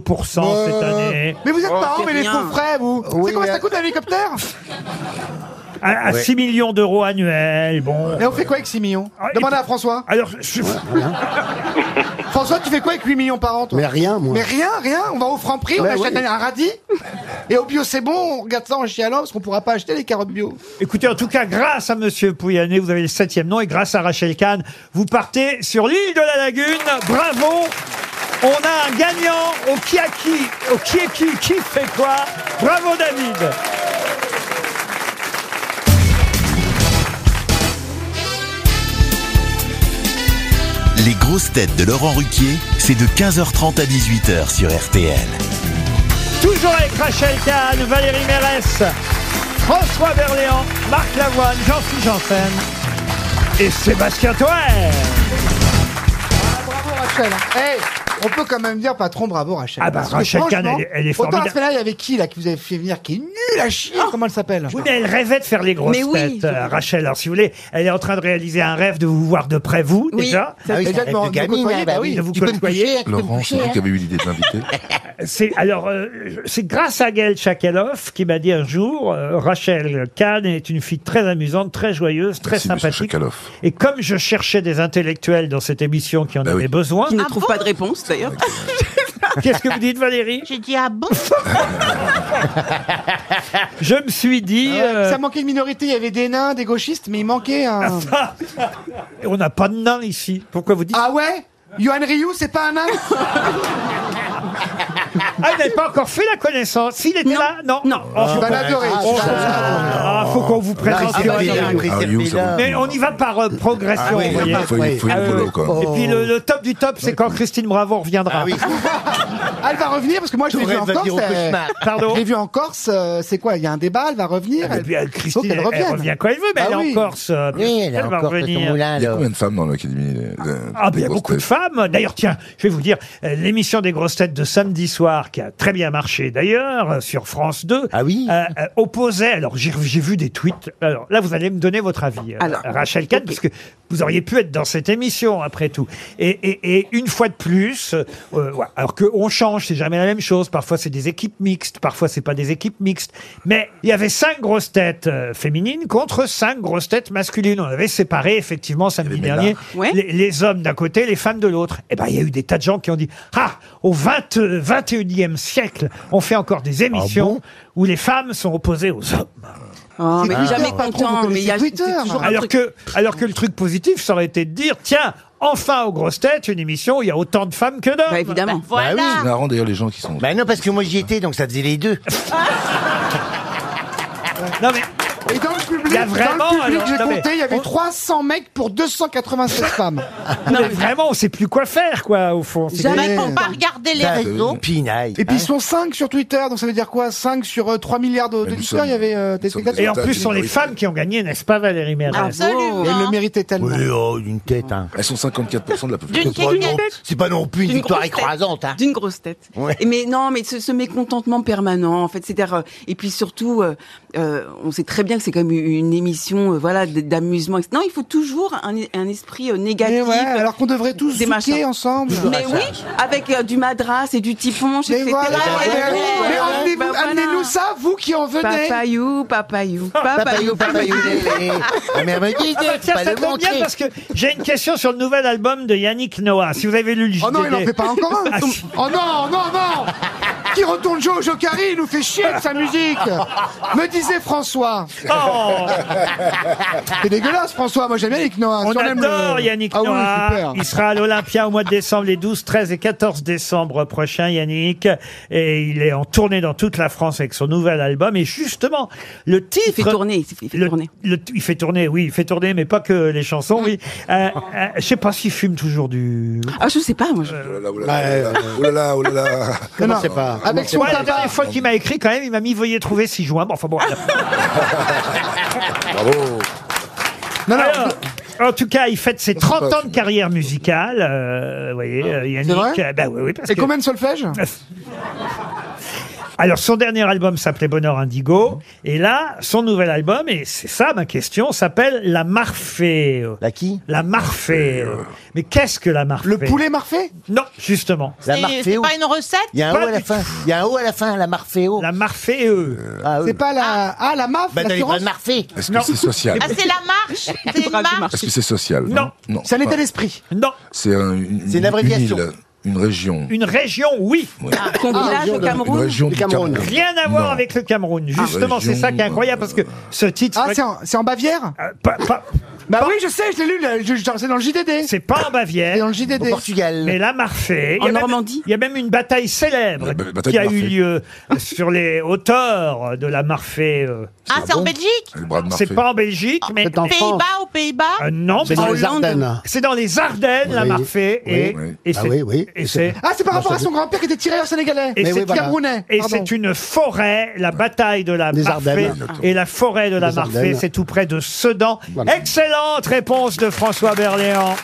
S2: cette
S5: Euh,
S2: année.
S5: Mais vous êtes marrant, mais les
S2: rien.
S5: faux frais, vous C'est comment ça coûte un hélicoptère
S2: À, à
S5: Ouais.
S2: 6 millions d'euros annuels, bon. Ah,
S5: Mais on fait quoi avec 6 millions Demandez à François.
S2: Alors,
S5: François, tu fais quoi avec 8 millions par an toi
S8: Mais rien, moi.
S5: Mais rien, rien. On va au franc prix, on
S8: Ouais,
S5: achète
S8: ouais.
S5: un radis. Et au bio, c'est bon, on regarde ça en chialant parce qu'on pourra pas acheter les carottes bio.
S2: Écoutez, en tout cas, grâce à Monsieur Pouyanné, vous avez le septième nom, et grâce à Rachel Kahn, vous partez sur l'île de la Lagune. Bravo On a un gagnant au qui a qui, au qui est qui, qui fait quoi Bravo David
S1: Les grosses têtes de Laurent Ruquier, c'est de 15h30 à 18h sur RTL.
S2: Toujours avec Rachel Kahn, Valérie Mérès, François Berléand, Marc Lavoine, Jean-Philippe Janssen et Sébastien Toer.
S5: Bravo Rachel. Hey, on peut quand même dire patron, bravo Rachel.
S2: Ah bah,
S5: Parce que
S2: Rachel Kahn,
S5: franchement,
S2: elle est- elle est
S5: Autant
S2: formidable. Ah,
S5: la semaine-là, il y avait qui là que vous avez fait venir qui est nul à chier Comment elle s'appelle Ah
S2: Oui, mais elle rêvait de faire les grosses
S5: Mais oui.
S2: têtes, euh, Rachel. Alors, si vous voulez, elle est en train de réaliser un rêve de vous voir de près, vous,
S5: Oui.
S2: déjà.
S5: Ah oui, c'est un
S2: Déjà
S5: rêve de gamine, hein, bah oui.
S2: de vous
S5: Tu peux me
S2: côtoyer.
S5: toucher, tu peux me Laurent, toucher, c'est vous hein. qui avez
S4: eu l'idée de l'inviter.
S2: C'est alors euh, c'est grâce à Gaël Chakalov qui m'a dit un jour euh, Rachel Kahn est une fille très amusante, très joyeuse, très sympathique. Et comme je cherchais des intellectuels dans cette émission qui en avaient besoin,
S5: Ah
S7: Qui ne trouve pas de réponse, d'ailleurs.
S2: Qu'est-ce que vous dites, Valérie
S9: J'ai dit ah bon
S2: je me suis dit euh,
S5: Ah
S2: Ah,
S5: Ça manquait de minorité, il y avait des nains, des gauchistes, mais il manquait un.
S2: on n'a pas de nain ici. Pourquoi vous dites
S5: Ah ouais Yohan Ryu, c'est pas un nain
S2: Ah, il n'avait pas encore fait la connaissance. S'il était là, non. Oh, Non.
S5: Tu vas l'adorer, tu vas
S2: Ah, faut qu'on vous présente.
S5: Ah,
S2: Yoann
S5: bah,
S2: Ryu.
S5: Yoann Ryu, c'est bon.
S2: Mais on y va par euh, progression.
S5: Ah oui,
S2: vous voyez.
S5: faut- faut- faut- faut
S2: Ah,
S5: le
S2: oui.
S5: boulot, quoi.
S2: Et puis le, le top du top, c'est quand Christine Bravo reviendra.
S5: Ah, elle va revenir parce que moi je l'ai
S2: Tourelle
S5: vu en
S2: va
S5: Corse.
S2: dire au
S5: euh,
S2: cauchemar. Pardon
S5: Je l'ai vu en Corse. euh, c'est quoi Il y a un débat. Elle va revenir.
S2: Ah, mais puis, euh, Christine,
S5: faut qu'elle
S2: elle- elle
S5: revienne. Bah
S2: revient quand elle veut, mais elle est en Corse, euh, Oui, elle est elle en va Corse, revenir. son moulin,
S4: Il y a
S2: là.
S4: combien de femmes dans l'académie des- des-
S2: Ah,
S4: des
S2: il y a
S4: grosses
S2: beaucoup de
S4: têtes
S2: femmes. D'ailleurs, tiens, je vais vous dire, euh, l'émission des grosses têtes de samedi soir, qui a très bien marché d'ailleurs, euh, sur France 2,
S4: Ah
S2: euh, euh, opposait, alors j'ai j'ai vu des tweets, alors là vous allez me donner votre avis, euh, Rachel Kahn, parce que vous auriez pu être dans cette émission après tout. Et, et- et une fois de plus, euh, ouais, alors qu'on change, c'est jamais la même chose, parfois c'est des équipes mixtes, parfois c'est pas des équipes mixtes, mais il y avait cinq grosses têtes euh, féminines contre cinq grosses têtes masculines. On avait séparé effectivement samedi dernier les, les hommes d'un côté, les femmes de l'autre. Et ben il y a eu des tas de gens qui ont dit ah au 20, euh, 21e siècle, on fait encore des émissions où les femmes sont opposées aux hommes.
S7: Oh, mais
S2: Ah.
S7: jamais
S2: Pas trop,
S7: content,
S2: vous
S7: mais il y a
S2: connaissez
S7: c'est toujours un
S2: alors
S7: truc.
S2: que, alors que le truc positif, ça aurait été de dire, tiens, enfin aux grosses têtes, une émission où il y a autant de femmes que d'hommes.
S3: évidemment. Bah voilà.
S4: C'est marrant d'ailleurs les gens qui sont.
S3: Bah non, parce que moi j'y étais, donc ça faisait les deux.
S2: non mais.
S5: Et dans le public,
S3: Il y a
S5: dans
S3: vraiment,
S5: le public
S3: alors,
S5: j'ai
S3: non, mais
S5: compté, il y avait
S3: on-
S5: 300 mecs pour 296 femmes.
S2: Non, mais vraiment, on sait plus quoi faire, quoi, au fond. C'est- Bah, euh,
S5: Jamais pour
S9: pas regarder les réseaux.
S3: Pinaille.
S5: Et
S2: Hein
S5: puis ils sont 5 sur Twitter, donc ça veut dire quoi 5 sur euh, 3 milliards de- d'auditeurs, il y avait euh, des spectateurs.
S2: Et en plus, ce sont les femmes qui ont gagné, n'est-ce pas, Valérie Mérès Hein
S5: Absolument. Et elle le méritait tellement.
S3: Oui, oh, d'une tête, hein.
S4: Elles sont 54% de la
S7: D'une
S3: C'est pas
S7: d'une
S3: non-
S7: tête.
S3: C'est pas non plus une
S7: D'une
S3: victoire
S7: grosse tête.
S3: écrasante, hein.
S7: D'une grosse tête.
S3: Ouais.
S7: Et Mais non, mais ce, ce mécontentement permanent, en fait, c'est-à-dire, euh, et puis surtout, euh, euh, on sait très bien que c'est quand même une émission, euh, voilà, d- d'amusement. etc. Non, il faut toujours un, un esprit euh, négatif.
S5: alors qu'on devrait tous
S7: des
S5: zouker
S7: machins.
S5: ensemble.
S3: Ah,
S7: Mais
S5: Toujours à
S7: oui, avec euh, du madras et du typhonche,
S5: Mais
S7: etc.
S5: voilà,
S7: Et
S5: mais-
S7: oui,
S5: mais
S7: voilà.
S5: emmenez-vous-
S7: Ben voilà.
S5: amenez-nous ça, vous qui en venez.
S7: Papayou, papayou,
S3: Papayou,
S7: papayou,
S3: papayou, lélé. Ah, mais elle me dit,
S2: Ah bah tiens,
S3: pas
S2: ça
S3: le
S2: tombe bien
S3: montrer.
S2: parce que j'ai une question sur le nouvel album de Yannick Noah. Si vous avez lu le JDD.
S5: Oh non, il en fait pas encore un
S2: Ah, si.
S5: Oh non, non, non Qui retourne jouer au Jokari, il nous fait chier de sa musique Me disait François
S2: Oh.
S5: C'est dégueulasse François, moi j'aime Yannick Noah
S2: On
S5: si aime le-
S2: adore Yannick
S5: Ah oui,
S2: Noah.
S5: super
S2: Il sera à l'Olympia au mois de décembre, les 12, 13 et 14 décembre prochains, Yannick. Et il est en tournée dans toute la France avec son nouvel album. Et justement, le titre.
S7: fait tourner, il fait
S2: le-
S7: tourner.
S2: le- il fait tourner, oui, il fait tourner, mais pas que les chansons, oui. Euh, euh, je sais pas s'il fume toujours du.
S7: Ah, je sais pas, moi. je-
S2: Euh,
S4: Oh là là, oh là là.
S5: Non, non, Avec son
S2: Moi, la
S5: tabac
S2: dernière fois qu'il m'a écrit, quand même, il m'a mis Veuillez trouver si joint. Bon, enfin bon.
S4: Bravo.
S5: Non, non.
S2: Alors, en tout cas, il fête ses 30 ans de carrière musicale. euh, vous voyez, euh, Yannick.
S5: Ah. vrai
S2: euh, bah oui, oui, parce
S5: Et
S2: que-
S5: combien de solfège
S2: Alors, son dernier album s'appelait Bonheur Indigo. Et là, son nouvel album, et c'est ça ma question, s'appelle La Marfée. La qui La Marfée. Mais qu'est-ce que la Marfée
S5: Le poulet marfait
S2: Non, justement.
S3: La
S9: Et C'est
S3: Marfeo.
S9: pas une recette
S3: Il y a un
S2: Pas
S3: haut à la
S2: du
S3: fin. Il y a un haut Ah, oh, à la fin, la Marfeo.
S2: La Marfée, eux.
S3: Ah, oui.
S5: C'est pas la... Ah, la MAF
S3: Bah, dans les bras
S5: l'assurance
S3: de Marfée.
S4: Est-ce que c'est social
S9: Ah, c'est la marche C'est une marche
S4: Est-ce que c'est social
S2: Non.
S5: C'est un état
S4: pas-
S5: d'esprit.
S2: Non,
S4: C'est un- une,
S3: C'est une abréviation.
S4: île, une région.
S2: une région, oui.
S9: Ah.
S7: Qu'on village au
S4: Une
S7: Cameroun.
S4: région du Cameroun.
S2: Rien à voir
S4: Non. Ah.
S2: avec le Cameroun. Justement, c'est ça qui est incroyable parce que ce titre.
S5: Ah, c'est en, c'est en Bavière
S2: Euh, pas- pas-
S5: Bah oui, je sais, je l'ai lu, le- je- je- c'est dans le JDD.
S2: c'est pas en
S5: C'est dans
S2: Bavière.
S5: le
S3: Au
S5: JDD.
S2: Mais
S3: Portugal.
S2: la Marfée,
S7: En
S2: il y a même-
S7: Normandie.
S2: il y a même une bataille célèbre
S4: La ba- bataille
S2: qui a
S4: de
S2: eu
S4: Marfée.
S2: lieu euh, sur les hauteurs de la Marfée. euh,
S9: Ah, c'est en Belgique Ah,
S4: Le bras de Marfée.
S2: C'est pas en Belgique, mais
S5: C'est en France.
S9: Pays-Bas aux Pays-Bas
S2: Euh, non,
S8: C'est
S2: mais
S8: dans
S2: en
S8: les
S2: Hollande.
S8: Ardennes.
S2: C'est dans les Ardennes, la
S8: Oui.
S2: Marfée, et,
S4: Oui.
S2: et
S8: Ah
S2: c'est
S8: oui, oui.
S2: et c'est
S5: Ah, c'est par
S8: Non,
S5: rapport à
S8: c'est-
S5: son grand-père qui était tireur sénégalais.
S2: Et
S5: Mais
S2: c'est-
S5: oui, voilà. camerounais.
S2: et
S5: pardon.
S2: c'est une forêt, la bataille de la
S8: Des
S2: Marfée
S5: hein,
S8: Ardennes.
S2: et la forêt de la
S8: Des
S2: Marfée,
S8: Ardennes.
S2: c'est tout près de Sedan.
S8: Voilà.
S2: Excellente réponse de François Berléand.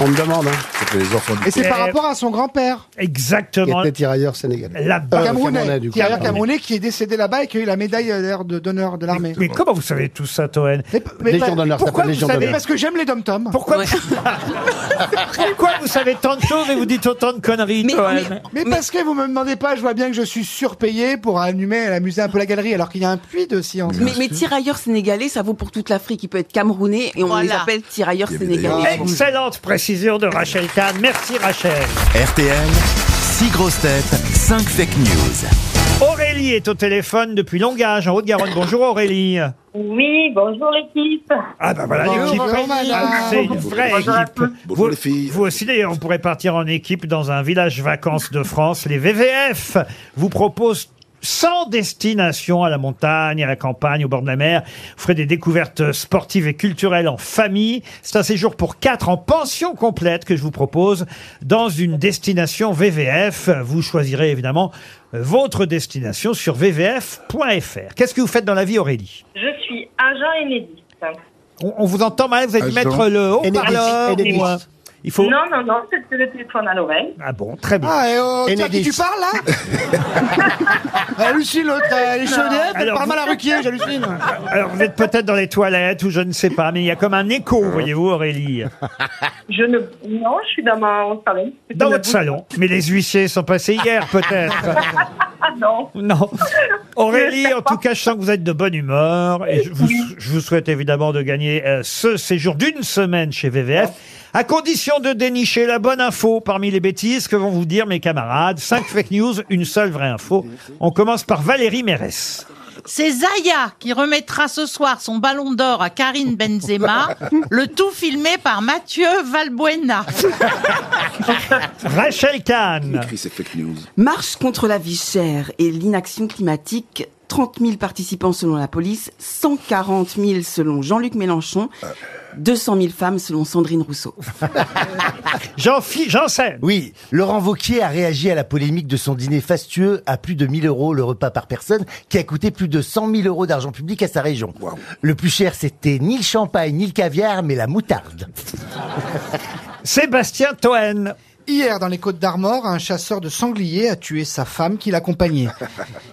S8: On me demande, hein,
S4: Ça fait les enfants
S5: Et
S4: du
S5: c'est par
S2: Euh,
S5: rapport à son grand-père,
S8: qui
S2: Exactement.
S8: était tirailleur sénégalais.
S2: La
S8: Euh,
S5: camerounais,
S8: du coup. Ah,
S5: tireur camerounais qui est décédé là-bas et qui a eu la médaille euh, d'ailleurs, de- d'honneur de l'armée.
S2: Mais comment vous savez tout ça, Toen
S5: Mais- mais-
S8: Légion
S5: mais-
S8: d'honneur, ça s'appelle
S5: pourquoi vous
S8: Légion
S5: savez
S8: d'honneur.
S5: Parce que j'aime les dom-toms.
S2: Pourquoi Pourquoi vous savez tant de choses et vous dites autant de conneries
S7: Mais-
S2: Toen
S7: mais-
S5: Mais parce que vous me demandez pas, je vois bien que je suis surpayé pour animer et amuser un peu la galerie, alors qu'il y a un puits de science.
S7: Mais, mais tirailleurs sénégalais, ça vaut pour toute l'Afrique. Il peut être camerounais et on les
S9: Voilà.
S7: appelle tirailleurs
S4: Il y avait
S7: sénégalais.
S2: Excellente précision de Rachel Kahn. Merci Rachel.
S1: RTL, 6 grosses têtes, 5 fake news.
S2: Aurélie est au téléphone depuis Longage, en Haute-Garonne. Bonjour Aurélie.
S10: Oui, bonjour l'équipe.
S2: Ah bah voilà,
S5: Bonjour,
S2: l'équipe.
S5: bonjour, madame.
S2: Ah, C'est une vraie
S10: Bonjour à
S2: équipe.
S10: tous.
S4: Bonjour,
S2: Vous,
S4: les filles.
S2: vous aussi d'ailleurs, on pourrait partir en équipe dans un village vacances de France. Les VVF vous proposent 100 destinations à la montagne, à la campagne, au bord de la mer. Vous ferez des découvertes sportives et culturelles en famille. C'est un séjour pour quatre en pension complète que je vous propose dans une destination VVF. Vous choisirez évidemment votre destination sur vvf.fr. Qu'est-ce que vous faites dans la vie, Aurélie
S10: Je suis agent Enedis.
S2: on, on vous entend mal, vous allez
S4: Agent.
S2: mettre le haut-parleur.
S8: Enedis, Enedis.
S2: ou, euh, Il faut.
S10: Non, non, non, c'est le téléphone à l'oreille.
S2: Ah bon, très bien.
S5: Ah, et oh, tu vois à qui
S8: Enedis.
S5: tu parles là Ah, Lucille, l'autre,
S3: Euh,
S5: elle est chaudette, elle
S2: Alors,
S5: parle
S2: vous-
S5: mal à Ruquier, j'hallucine.
S2: Alors vous êtes peut-être dans les toilettes ou je ne sais pas, mais il y a comme un écho, voyez-vous, Aurélie,
S10: Je ne... Non, je suis dans mon salon.
S2: dans votre salon. Mais les huissiers sont passés hier, peut-être.
S15: non.
S2: Non. Aurélie, en tout cas, je sens que vous êtes de bonne humeur et je vous, je vous souhaite évidemment de gagner euh, ce séjour d'une semaine chez VVF. À condition de dénicher la bonne info parmi les bêtises que vont vous dire mes camarades. Cinq fake news, une seule vraie info. On commence par Valérie Mérès.
S9: C'est Zaya qui remettra ce soir son ballon d'or à Karine Benzema, le tout filmé par Mathieu Valbuena.
S2: Rachel Kahn.
S7: Marche contre la vie chère et l'inaction climatique. 30 000 participants selon la police, 140 000 selon Jean-Luc Mélenchon, 200 000 femmes selon Sandrine Rousseau.
S2: Euh, J'en fiche, j'en sais.
S3: Oui, Laurent Vauquier a réagi à la polémique de son dîner fastueux à plus de 1000 euros le repas par personne, qui a coûté plus de 100 000 euros d'argent public à sa région. Le plus cher, c'était ni le champagne, ni le caviar, mais la moutarde.
S2: Sébastien Toen.
S5: Hier, dans les Côtes d'Armor, un chasseur de sangliers a tué sa femme qui l'accompagnait.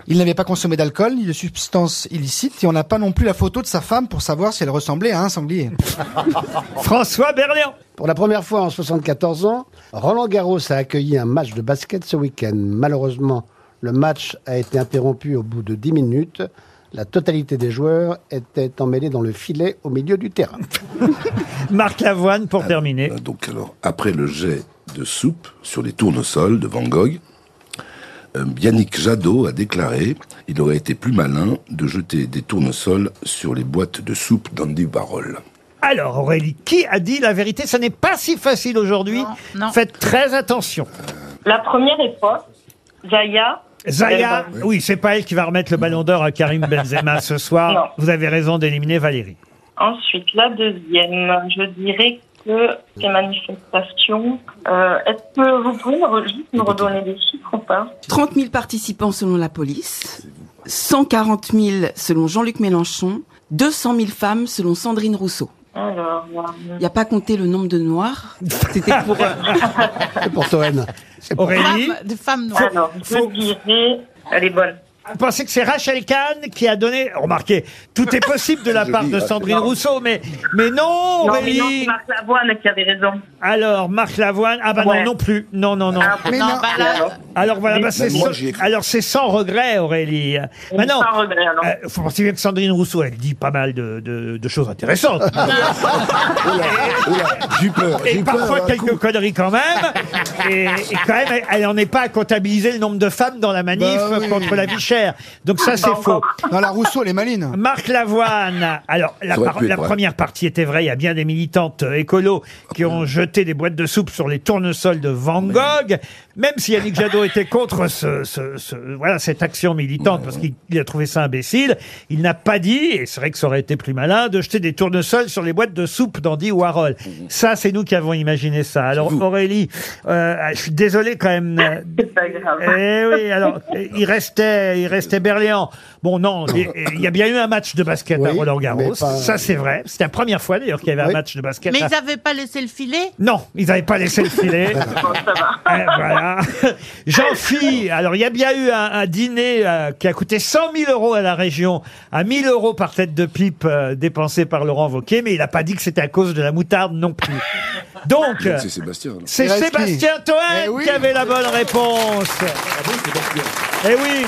S5: Il n'avait pas consommé d'alcool ni de substances illicites et on n'a pas non plus la photo de sa femme pour savoir si elle ressemblait à un sanglier.
S2: François Berléand.
S8: Pour la première fois en 74 ans, Roland Garros a accueilli un match de basket ce week-end. Malheureusement, le match a été interrompu au bout de 10 minutes. La totalité des joueurs était emmêlée dans le filet au milieu du terrain.
S2: Marc Lavoine pour terminer.
S4: Ah, bah, Donc alors, après le jet de soupe sur les tournesols de Van Gogh, euh, Yannick Jadot a déclaré il aurait été plus malin de jeter des tournesols sur les boîtes de soupe d'Andy Barrel.
S2: Alors Aurélie, qui a dit la vérité Ça n'est pas si facile aujourd'hui. Faites très attention.
S10: La première époque, Zaya.
S2: Zaya,
S10: Elle va-
S2: oui, c'est pas elle qui va remettre le ballon d'or à Karim Benzema ce soir. Vous avez raison d'éliminer Valérie.
S10: Ensuite, la deuxième, je dirais que les manifestations. euh, Est-ce que vous pouvez me re- juste me redonner des chiffres ou pas
S7: 30 000 participants selon la police, 140 000 selon Jean-Luc Mélenchon, 200 000 femmes selon Sandrine Rousseau.
S10: Alors, euh,
S7: Il n'y a pas compté le nombre de noirs. C'était pour... euh,
S8: C'est pour Toen.
S2: Aurélie,
S9: de femmes
S2: Ah
S10: noires. Alors,
S2: faut-
S10: je dirais, elle est bonne.
S2: vous pensez que c'est Rachel Kahn qui a donné Remarquez, tout est possible de la
S10: C'est
S2: part
S10: joli,
S2: de
S10: Rachel.
S2: Sandrine Rousseau, mais mais non,
S10: Non, mais
S2: Aurélie.
S10: non, c'est Marc Lavoine qui avait raison.
S2: Alors Marc Lavoine, ah bah
S10: Ouais.
S2: non non plus, non non non.
S10: Ah, Mais non, non. bah là-
S2: Alors voilà,
S10: Mais-
S2: bah, c'est
S10: Même moi,
S2: sans-
S10: j'y ai
S2: alors c'est sans regret Aurélie. Maintenant,
S10: sans regret, alors.
S2: euh, faut penser que Sandrine Rousseau, elle dit pas mal de, de- de choses intéressantes.
S14: J'ai peur, hein,
S2: Et parfois quelques conneries quand même. Et, et quand même, elle- elle n'en est pas à comptabiliser le nombre de femmes dans la manif
S5: Bah oui.
S2: contre la vie chère. Donc ça,
S5: Bah
S2: c'est faux.
S5: encore. Dans la Rousseau, elle est maline.
S2: Marc Lavoine. Alors, la,
S5: Ça aurait
S2: par-
S5: pu être
S2: la
S5: vrai.
S2: première partie était vraie. Il y a bien des militantes euh, écolos qui
S5: Mmh.
S2: ont jeté des boîtes de soupe sur les tournesols de Van Gogh. Même si Yannick Jadot était contre ce, ce- ce- voilà, cette action militante, parce qu'il il a trouvé ça imbécile, il n'a pas dit, et c'est vrai que ça aurait été plus malin, de jeter des tournesols sur les boîtes de soupe d'Andy Warhol.
S5: Mmh.
S2: Ça, c'est nous qui avons imaginé ça. Alors, Aurélie, euh, je suis désolé quand même euh, eh oui, alors, eh, il restait, il restait Berléand. Bon, non, il il y a bien eu un match de basket à Roland-Garros.
S8: mais pas-
S2: Ça, c'est vrai. C'était la première fois, d'ailleurs, qu'il y avait un match de basket.
S9: Mais
S2: à-
S9: ils n'avaient pas laissé le filet
S2: Non, ils n'avaient pas laissé le filet. Eh, voilà. Jean-Phi, alors, il y a bien eu un, un dîner euh, qui a coûté 100 000 euros à la région, à 1000 euros par tête de pipe euh, dépensée par Laurent Wauquiez, mais il n'a pas dit que c'était à cause de la moutarde non plus. Donc,
S4: Donc, c'est Sébastien. alors.
S2: c'est Sébastien Toen qui avait la bonne réponse.
S4: Ah
S2: Eh oui.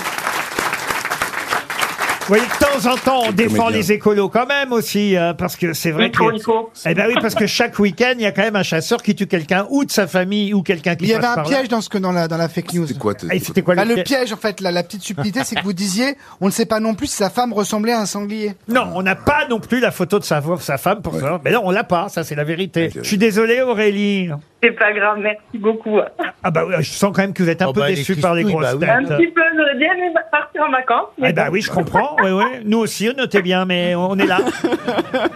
S2: Vous voyez, de temps en temps, on défend
S4: comédien.
S2: les écolos quand même aussi, euh, parce que c'est vrai
S10: Nico,
S2: que...
S10: Nico.
S2: Eh ben oui, parce que chaque week-end, il y a quand même un chasseur qui tue quelqu'un, ou de sa famille, ou quelqu'un qui
S5: Il y
S2: passe
S5: avait un
S2: par là. Ah,
S5: piège dans ce que dans la dans la fake news. C'était
S4: quoi,
S2: Et c'était quoi le
S5: le,
S2: piège
S5: piège en fait la, la petite subtilité c'est que vous disiez on ne sait pas non plus si sa femme ressemblait à un sanglier.
S2: Non, on n'a pas non plus la photo de sa, sa femme pour ça. Mais non, on l'a pas, ça c'est la vérité. Je suis désolé Aurélie.
S10: C'est pas grave, merci beaucoup.
S2: Ah bah oui, je sens quand même que vous êtes un peu
S10: bah, les
S2: déçu par les
S10: cristouilles,
S2: grosses
S10: bah
S2: têtes.
S10: Un petit peu, j'aurais bien aimé partir en vacances. mais
S2: Eh ben
S10: bon.
S2: oui, je comprends. Oui, oui. Nous aussi, notez bien, mais on est là.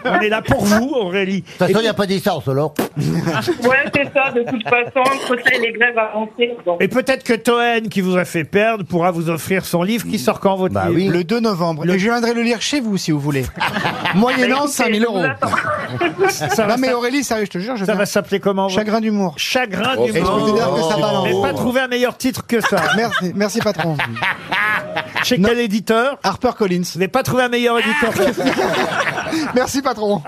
S2: On est là pour vous, Aurélie.
S3: De toute façon, il n'y a pas d'essence, alors.
S10: Ouais, c'est ça, de toute façon, entre ça et les grèves avancées. Bon.
S2: Et peut-être que Toen, qui vous a fait perdre, pourra vous offrir son livre qui sort quand
S3: Bah
S2: votre livre
S5: Le 2 novembre. Et je viendrai le lire chez vous si vous voulez.
S2: Ah,
S5: Moyennant 5000 euros.
S2: Ça va
S5: non mais
S2: s'app-
S5: Aurélie, sérieux, je te jure, je
S2: Ça
S5: viens.
S2: va s'appeler comment votre-
S5: Chagrin d'humour.
S2: Chagrin
S5: Oh,
S2: d'humour.
S5: je considère que ça balance.
S2: J'ai pas trouvé un meilleur titre que ça.
S5: Merci, merci patron.
S2: Chez quel éditeur
S5: Harper Collins.
S2: Vous n'avez pas trouvé un meilleur éditeur que ça.
S5: Merci patron.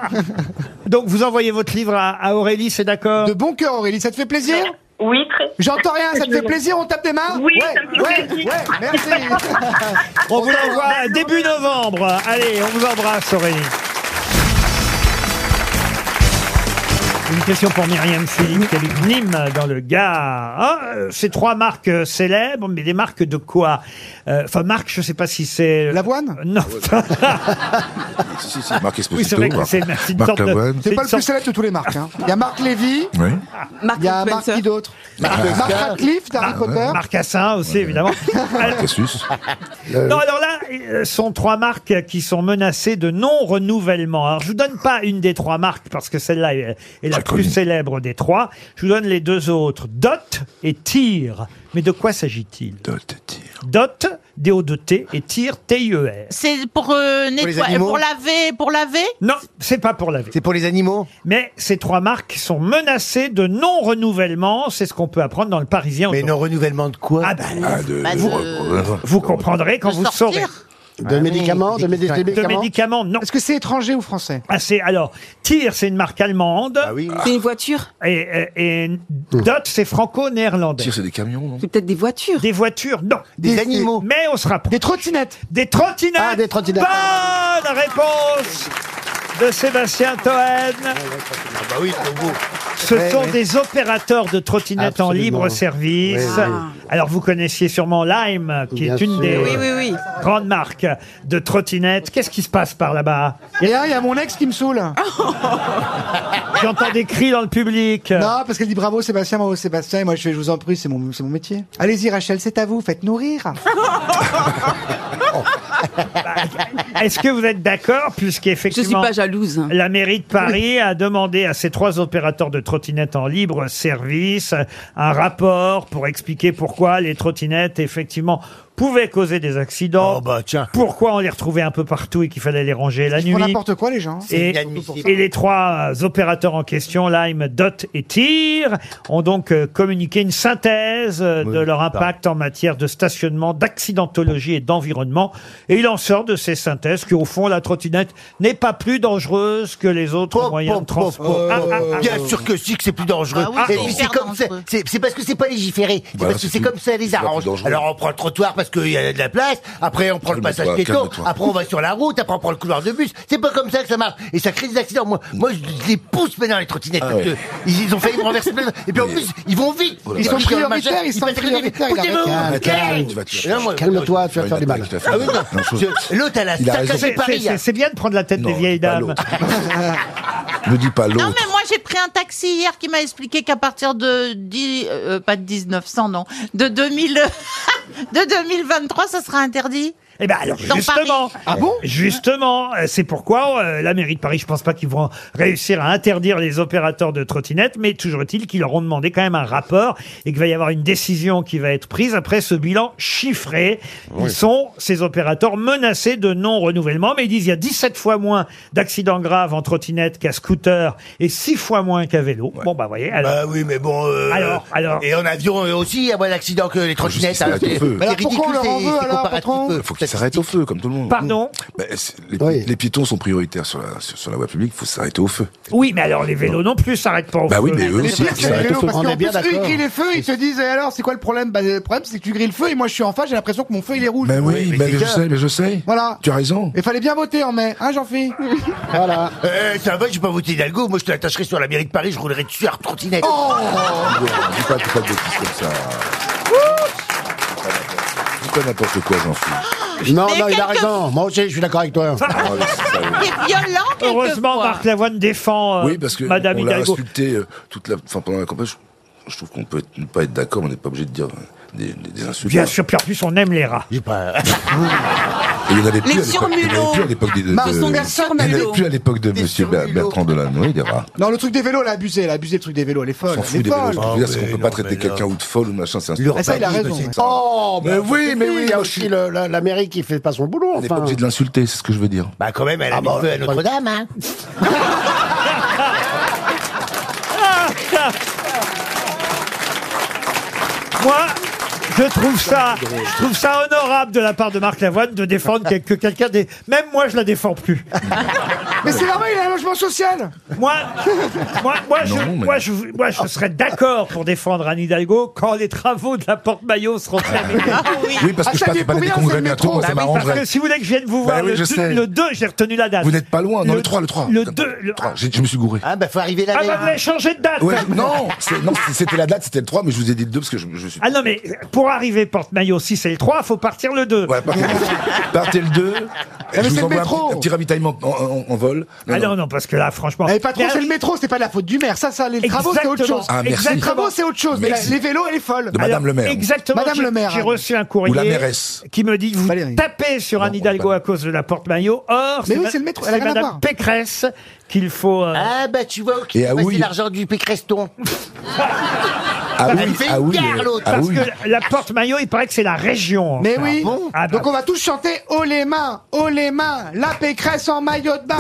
S2: Donc vous envoyez votre livre à, à Aurélie, c'est d'accord
S5: De bon cœur Aurélie, ça te fait plaisir
S10: Oui, très.
S5: J'entends rien, ça te fait plaisir, on tape des mains
S10: Oui,
S5: ouais,
S10: ça me fait
S5: ouais,
S10: plaisir.
S5: ouais, merci.
S2: On vous l'envoie début novembre. Allez, on vous embrasse, Aurélie. Une question pour Myriam Philippe qui habite Nîmes dans le Gard. Ah, euh, ces trois marques euh, célèbres, mais des marques de quoi Euh, Enfin, marque, je ne sais pas si c'est... L'avoine Non.
S4: Ah, Si, si, c'est Marc Esposito.
S2: Oui, c'est vrai que
S4: Marc-
S2: c'est une- c'est une
S4: Marc
S2: sorte de-
S4: Lavoine.
S5: C'est pas le plus célèbre de tous les marques. hein. Il y a Marc Lévy,
S4: Oui.
S5: il y a Marc qui d'autre
S4: Marc
S5: Marc
S4: Lescar.
S5: Radcliffe d'Harry
S4: Ah ouais.
S5: Potter.
S2: Marc Cassin aussi, évidemment.
S6: Ah,
S2: Alors-
S4: Cassius.
S2: Non, alors là, euh, sont trois marques qui sont menacées de non-renouvellement. Alors, je vous donne pas une des trois marques parce que celle-là est, est la plus célèbre des trois. Je vous donne les deux autres, Dot et Tire. Mais de quoi s'agit-il Dot et Tire. Dot, D-O-T, et Tire, T-I-E-R.
S9: C'est pour euh,
S2: les
S9: nettoyer,
S2: animaux
S9: pour laver, pour laver.
S2: Non, c'est pas pour la vie. C'est
S3: pour les animaux.
S2: Mais ces trois marques sont menacées de non-renouvellement. C'est ce qu'on peut apprendre dans le Parisien. Mais non-renouvellement de quoi Ah bah,
S4: Bah,
S2: vous,
S4: de-
S2: vous comprendrez quand
S4: de
S2: vous
S4: sortir.
S2: saurez. Ah
S8: De médicaments, de médi- des
S2: De
S8: médicaments
S2: médicaments, non. Est-ce que c'est étranger ou français ah, c'est, Alors, Tir, c'est une marque allemande.
S8: Ah
S7: C'est une voiture
S2: Et, et- et Dot, c'est franco-néerlandais. Tir, c'est des camions, non
S7: C'est peut-être des voitures.
S2: Des voitures, non. Des, animaux. Mais on se rapproche. Des trottinettes. Des trottinettes. Ah, des trottinettes. Bonne réponse de Sébastien Toen.
S3: bah oui, c'est beau.
S2: Ce
S3: Ouais,
S2: sont
S3: ouais.
S2: des opérateurs de trottinettes en
S3: Absolument.
S2: libre service. Ah.
S3: Oui,
S2: Alors vous connaissiez sûrement Lime, qui
S8: Bien
S2: est une
S8: sûr.
S2: des
S8: Oui, oui,
S2: grandes marques de trottinettes. Qu'est-ce qui se passe par là-bas
S5: Il y a, il y a mon ex qui me saoule.
S2: J'entends des cris dans le public.
S5: Non, parce qu'elle dit bravo Sébastien, bravo Sébastien, et moi je fais je vous en prie, c'est mon, c'est mon métier. Allez-y Rachel, c'est à vous, faites nourrir.
S2: Est-ce que vous êtes d'accord Puisqu'effectivement.
S7: Je suis pas jalouse.
S2: La mairie de Paris a demandé à ces trois opérateurs de trottinettes en libre service un rapport pour expliquer pourquoi les trottinettes, effectivement, pouvaient causer des accidents. Pourquoi on les retrouvait un peu partout et qu'il fallait les ranger la
S5: Pour
S2: nuit.
S5: n'importe quoi les gens.
S2: Et, et les trois opérateurs en question, Lime, Dot et Tir, ont donc euh, communiqué une synthèse euh, de leur impact en matière de stationnement, d'accidentologie et d'environnement. Et il en sort de ces synthèses qu'au fond, la trottinette n'est pas plus dangereuse que les autres moyens de transport. Ah, ah, ah,
S3: Bien
S2: ah.
S3: sûr que si, que c'est plus dangereux.
S2: Bah oui, c'est
S3: Et puis c'est
S2: hyper
S3: comme ça, c'est c'est parce que c'est pas légiféré. C'est
S4: Bah,
S3: parce que
S4: c'est
S3: c'est
S4: plus-
S3: comme ça les
S4: c'est pas plus
S3: arrange.
S4: dangereux.
S3: Alors on prend le trottoir parce qu'il y a de la place. Après on prend le
S4: Calme-toi,
S3: passage piéton.
S4: calme-toi.
S3: Après on va sur la route. Après on prend le couloir de bus. C'est pas comme ça que ça marche. Et ça crée des accidents. Moi, moi je les pousse maintenant les trottinettes
S4: Ah
S3: parce
S4: ouais.
S3: que ils ont failli me renverser. plein de- Et puis en plus ils vont vite.
S4: Oh la
S3: Ils sont
S4: vache.
S3: prioritaires.
S5: Ils sont
S3: passent très vite.
S5: prioritaires, il
S3: Foutez-vous.
S4: arrête. Calme, bah, tu vas te
S3: Chut,
S4: faire-
S3: non, moi-
S8: Calme-toi, tu vas te faire du mal.
S3: Ah oui, non. Je- L'autre elle a
S4: Il a raison.
S3: saccagé
S2: Ah, C'est-
S3: Paris.
S2: c'est- C'est bien de prendre la tête
S4: Non,
S2: des vieilles
S4: pas
S2: dames. Ah.
S4: Ne dis pas l'autre.
S9: Non, mais moi j'ai pris un taxi hier qui m'a expliqué qu'à partir de 10, euh, pas de 1900 non, de 2000, de 2023 ça sera interdit.
S2: Eh ben alors
S9: Dans
S2: justement,
S9: Paris. Ah
S2: justement, euh, c'est pourquoi euh, la mairie de Paris, je pense pas qu'ils vont réussir à interdire les opérateurs de trottinettes, mais toujours est-il qu'ils leur ont demandé quand même un rapport et qu'il va y avoir une décision qui va être prise après ce bilan chiffré. Ils sont ces opérateurs menacés de non renouvellement, mais ils disent il y a 17 fois moins d'accidents graves en trottinette qu'à scooter et 6 fois moins qu'à vélo. Bon bah voyez, alors
S3: Bah oui, mais bon. euh,
S2: Alors, alors.
S3: Et en avion euh, aussi, il y a moins d'accidents que les trottinettes. hein, c'est- c'est ridicule, c'est- c'est comparatif, euh.
S4: Il faut qu'ils s'arrêtent au feu, comme tout le monde.
S2: Pardon
S4: Ben, c'est- les, les piétons sont prioritaires sur la, sur, sur la voie publique, il faut s'arrêter au feu.
S2: oui, mais alors les vélos non plus s'arrêtent pas au
S4: Bah
S2: feu.
S4: oui, mais eux
S5: Les
S4: aussi,
S5: pires,
S4: ils
S5: c'est les
S4: s'arrêtent
S5: vélos,
S4: au feu.
S5: parce
S8: On est
S5: qu'en
S8: bien
S5: plus, eux, ils
S8: d'accord.
S5: grillent les feux, ils te disent, et alors, c'est quoi le problème bah, Le problème, c'est que tu grilles le feu, et moi, je suis en face, j'ai l'impression que mon feu, il est rouge.
S4: Ben oui, ben je sais, mais je sais.
S5: Voilà.
S4: Tu as raison.
S5: Et fallait bien voter en mai, hein, Jean-Philippe Voilà.
S3: Eh, ça va, j'ai pas voté Hidalgo. Moi, je te l'attacherai sur la mairie de Paris, je roulerai dessus à trottinette.
S4: Dis pas, dis pas de bêtises comme ça. Dis pas n'importe quoi, j'en fous.
S8: Non, non, il a raison. Moi aussi, je suis d'accord avec toi.
S9: Ah, C'est violent
S2: Heureusement,
S9: quelquefois.
S2: Marc Lavoine défend euh,
S4: Oui, parce que
S2: Madame
S4: on l'a
S2: Hidalgo.
S4: insulté euh, toute la, enfin, pendant la campagne. Je, je trouve qu'on peut être- ne pas être d'accord, mais on n'est pas obligé de dire euh, des, des- des insultes.
S2: Bien sûr, puis en plus on aime les rats.
S4: Et il n'y en avait
S7: Les
S4: plus à l'époque- il y en avait
S7: surmulots.
S4: plus à l'époque des- de-
S7: Marc
S4: de-
S7: Sangasson,
S4: il y en avait
S7: Malo.
S4: plus à l'époque de Monsieur Ber- Bertrand Delanoë, des rats.
S5: Non, le truc des vélos, elle a abusé, elle a abusé le truc des vélos, elle est
S4: On
S5: folle.
S4: s'en
S5: elle
S4: fout
S5: est
S4: des
S5: folle.
S4: vélos. Ce que je veux dire, c'est qu'on ne peut pas traiter quelqu'un ou de folle ou de machin, c'est un
S5: Ah, ça, il a raison.
S8: Oh,
S4: Mais oui, mais oui,
S8: Il y a
S4: moi, je
S8: aussi le- la, la mairie qui fait pas son boulot.
S4: On n'est pas
S8: Enfin,
S4: obligé de l'insulter, c'est ce que je veux dire.
S3: Bah, quand même, elle a mis
S8: bah,
S3: feu à Notre-Dame, hein.
S2: Ah, Moi, je trouve ça, je trouve ça honorable de la part de Marc Lavoine de défendre quel- que quelqu'un des. Même moi, je la défends plus.
S5: Ah, Mais c'est normal, il a un logement social
S2: Moi, moi, moi, je, moi, je, moi, je serais d'accord pour défendre Anne Hidalgo quand les travaux de la porte maillot seront terminés.
S4: Ah,
S2: Bah
S4: Oui, parce que je passe des palais des congrès bientôt, ça
S2: Parce
S4: m'arrangerait.
S2: que si vous voulez que je vienne vous
S4: Bah
S2: voir
S4: oui,
S2: le,
S4: je
S2: deux-
S4: sais.
S2: le 2, j'ai retenu la date.
S4: Vous n'êtes pas loin, non, le 3, le 3.
S2: Le 2, le
S4: Ah, j'ai- je me suis gouré.
S3: Ah, bah, faut arriver là.
S2: Ah, bah, vous avez changé de date.
S4: Ouais, je- non, c'est- non, c'est- c'était la date, c'était le 3, mais je vous ai dit le 2 parce que je, je suis.
S2: Ah non, mais pour arriver porte-maillot, si c'est le 3, faut partir le 2.
S4: Partez le 2.
S2: mais
S4: je
S2: c'est
S4: vous
S2: le
S4: envoie un
S2: métro.
S4: petit, un petit ravitaillement en, en- en vol.
S2: Ah non, non, parce que là, franchement.
S5: Eh, patron, c'est le métro, c'est pas de la faute du maire. Ça, ça, les travaux, c'est autre
S2: Exactement.
S5: chose.
S4: Ah, merci.
S5: Les travaux, c'est autre chose. Mais la-
S4: Merci.
S5: les vélos, elle est folle.
S4: De Madame le maire.
S2: Exactement.
S5: Madame
S2: j'ai-
S5: le maire.
S2: J'ai
S5: hein.
S2: reçu un courrier
S4: Ou la mairesse.
S2: qui me dit vous tapez sur Anne Hidalgo à cause de la porte maillot. Or,
S3: Mais
S2: c'est
S3: oui,
S2: ma-
S3: c'est le métro, elle a rien à
S2: Madame
S3: voir.
S2: Pécresse qu'il faut. euh,
S3: Ah, bah, tu vois,
S2: Et
S3: qui
S2: à
S3: a
S2: Houille.
S3: passé l'argent du Pécreston.
S2: parce
S3: oui,
S2: qu'il fait
S3: ah
S2: une
S3: oui,
S2: guerre,
S3: euh,
S2: l'autre.
S3: ah
S2: Parce
S3: oui.
S2: que la porte maillot, il paraît que c'est la région.
S5: Mais
S2: Ah
S5: oui.
S2: bon Ah bah,
S5: Donc on va tous chanter haut les mains, haut les mains, la pécresse en maillot de bain.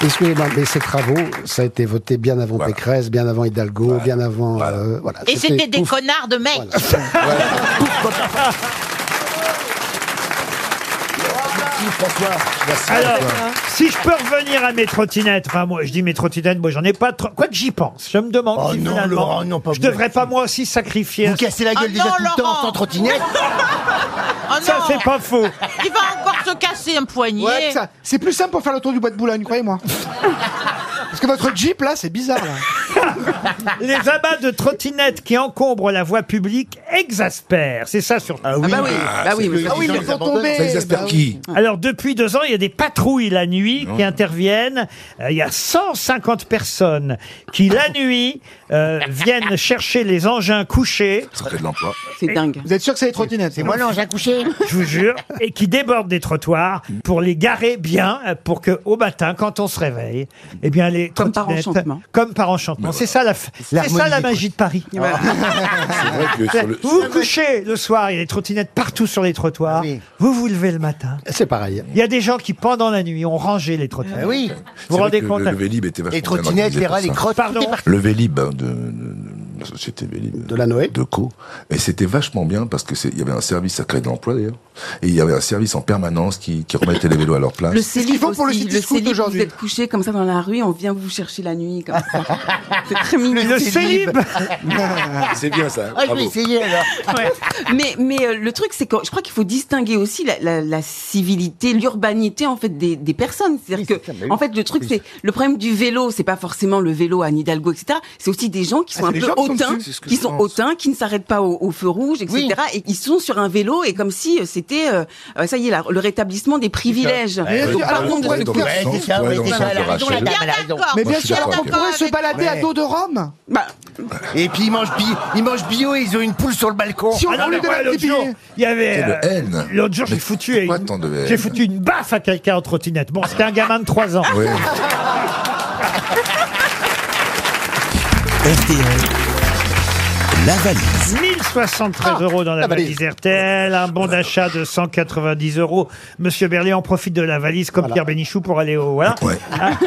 S8: Excusez-moi, mais ces travaux, ça a été voté bien avant Pécresse, bien avant Hidalgo, bien avant. euh, voilà.
S9: Et c'était des
S8: ouf.
S9: connards de mecs.
S2: Alors, si je peux revenir à mes trottinettes, enfin moi, je dis mes trottinettes, moi j'en ai pas trop. Quoi que j'y pense, je me demande si
S3: Oh non,
S2: finalement,
S3: Laurent, non, pas
S2: je
S3: vous
S2: devrais pas moi aussi sacrifier.
S3: Vous cassez la gueule des
S9: Ah non,
S3: habitants
S9: Laurent.
S3: sans trottinette.
S9: Oh
S2: Ça
S9: non.
S2: c'est pas faux.
S9: Il va encore se casser un poignet.
S5: Ouais, ça, c'est plus simple pour faire le tour du bois de Boulogne, croyez-moi. Parce que votre Jeep là, c'est bizarre. Là.
S2: Les abats de trottinettes qui encombrent la voie publique exaspèrent. C'est ça surtout. Ah
S3: oui. Ah bah oui, Ah, bah oui, c'est mais Bah que ça, les gens,
S2: les
S3: ils abandonnent. Ça exaspère qui Ah.
S2: Alors depuis deux ans, il y a des patrouilles la nuit qui interviennent. Euh, il y a 150 personnes qui la nuit euh, viennent chercher les engins couchés.
S4: Ça fait de l'emploi.
S5: C'est dingue. Vous êtes sûr que c'est les trottinettes C'est moi l'ange à coucher.
S2: Je vous jure, et qui débordent des trottoirs pour les garer bien, euh, pour que au matin, quand on se réveille, eh bien les comme
S7: par enchantement.
S2: comme par enchantement. C'est ça la, f- c'est ça
S7: l'harmonie
S2: la
S7: des
S2: magie de Paris.
S4: C'est vrai que sur le.
S2: Vous vous couchez le soir, il y a des trottinettes partout sur les
S4: Ah
S2: trottoirs. Vous vous levez le matin.
S8: C'est pareil.
S2: Il y a des gens qui, pendant la nuit, ont rangé les trottinettes.
S3: Ah oui.
S2: Vous
S4: C'est
S2: vous
S4: vrai
S2: rendez
S4: que
S2: compte hein.
S4: le, le Vélib était vachement
S3: Les
S4: bien
S3: trottinettes,
S4: organisé
S3: les
S4: pour
S3: rats, les
S4: ça.
S3: crottes.
S2: Pardon.
S4: Le Vélib hein, de, de- de la société Vélib. De la Noé. De Co. Et c'était vachement bien parce que c'est- il y avait un service sacré de l'emploi d'ailleurs. Et il y avait un service en permanence qui, qui remettait les vélos à leur place.
S7: Le
S5: qu'il
S7: célib
S5: faut pour le
S7: aussi,
S5: City
S7: le
S5: Scoop
S7: célib, vous
S5: aujourd'hui
S7: êtes couché comme ça dans la rue, on vient vous chercher la nuit comme ça. C'est très mignon.
S2: Le célib
S4: C'est bien ça.
S3: Ah, je vais
S4: bravo.
S3: essayer alors.
S7: Mais, mais euh, le truc, c'est que je crois qu'il faut distinguer aussi la, la, la civilité, l'urbanité en fait des, des personnes. C'est-à-dire que,
S3: ça, mais oui.
S7: en fait, le truc, c'est le problème du vélo, c'est pas forcément le vélo à Nidalgo, etc. C'est aussi des gens qui sont
S5: Ah,
S7: un
S5: c'est les
S7: peu
S5: gens qui sont
S7: hautains,
S5: dessus, c'est ce que
S7: qui
S5: je
S7: sont
S5: pense.
S7: hautains, qui ne s'arrêtent pas au, au feu rouge, etc. Et ils sont sur un vélo et comme si euh, c'était, euh, euh, ça y est, la- le rétablesment des privilèges.
S5: Mais
S7: Donc,
S5: bien sûr,
S7: par
S5: alors,
S7: contre,
S5: on pourrait
S7: de se
S5: donc-
S7: coucher-
S3: Ouais, c'est ça,
S4: Ouais,
S3: ouais,
S4: donc
S3: c'est
S4: ça,
S3: ça, elle a
S4: on peut
S3: raison, la
S4: racheter.
S3: dame, elle a raison.
S5: Mais
S4: Moi,
S5: bien
S4: je suis
S5: sûr, alors
S4: d'accord
S5: qu'on
S4: avec
S5: pourrait se balader à dos de Rome.
S7: Bah,
S3: Et puis, ils mangent, bi- ils mangent bio, ils ont une poule sur le balcon.
S5: Si on
S2: Ah non,
S5: voulait lui donner
S2: mais moi,
S5: un
S2: l'autre
S5: petit
S2: jour,
S5: billet.
S2: il y avait.
S4: C'est le
S2: euh,
S4: haine.
S2: L'autre jour, j'ai
S4: Mais
S2: foutu,
S4: pourquoi
S2: une-
S4: tant de haine
S2: j'ai foutu une baffe à quelqu'un en trottinette. Bon, c'était un gamin de 3 ans.
S4: Ouais.
S1: RTL, la valise.
S2: 1073
S5: Ah,
S2: euros dans la, valise. RTL, un bon d'achat de 190 euros. Monsieur Berlier en profite de la valise comme Pierre Bénichou pour aller au. Voilà. Ah.
S4: Ouais.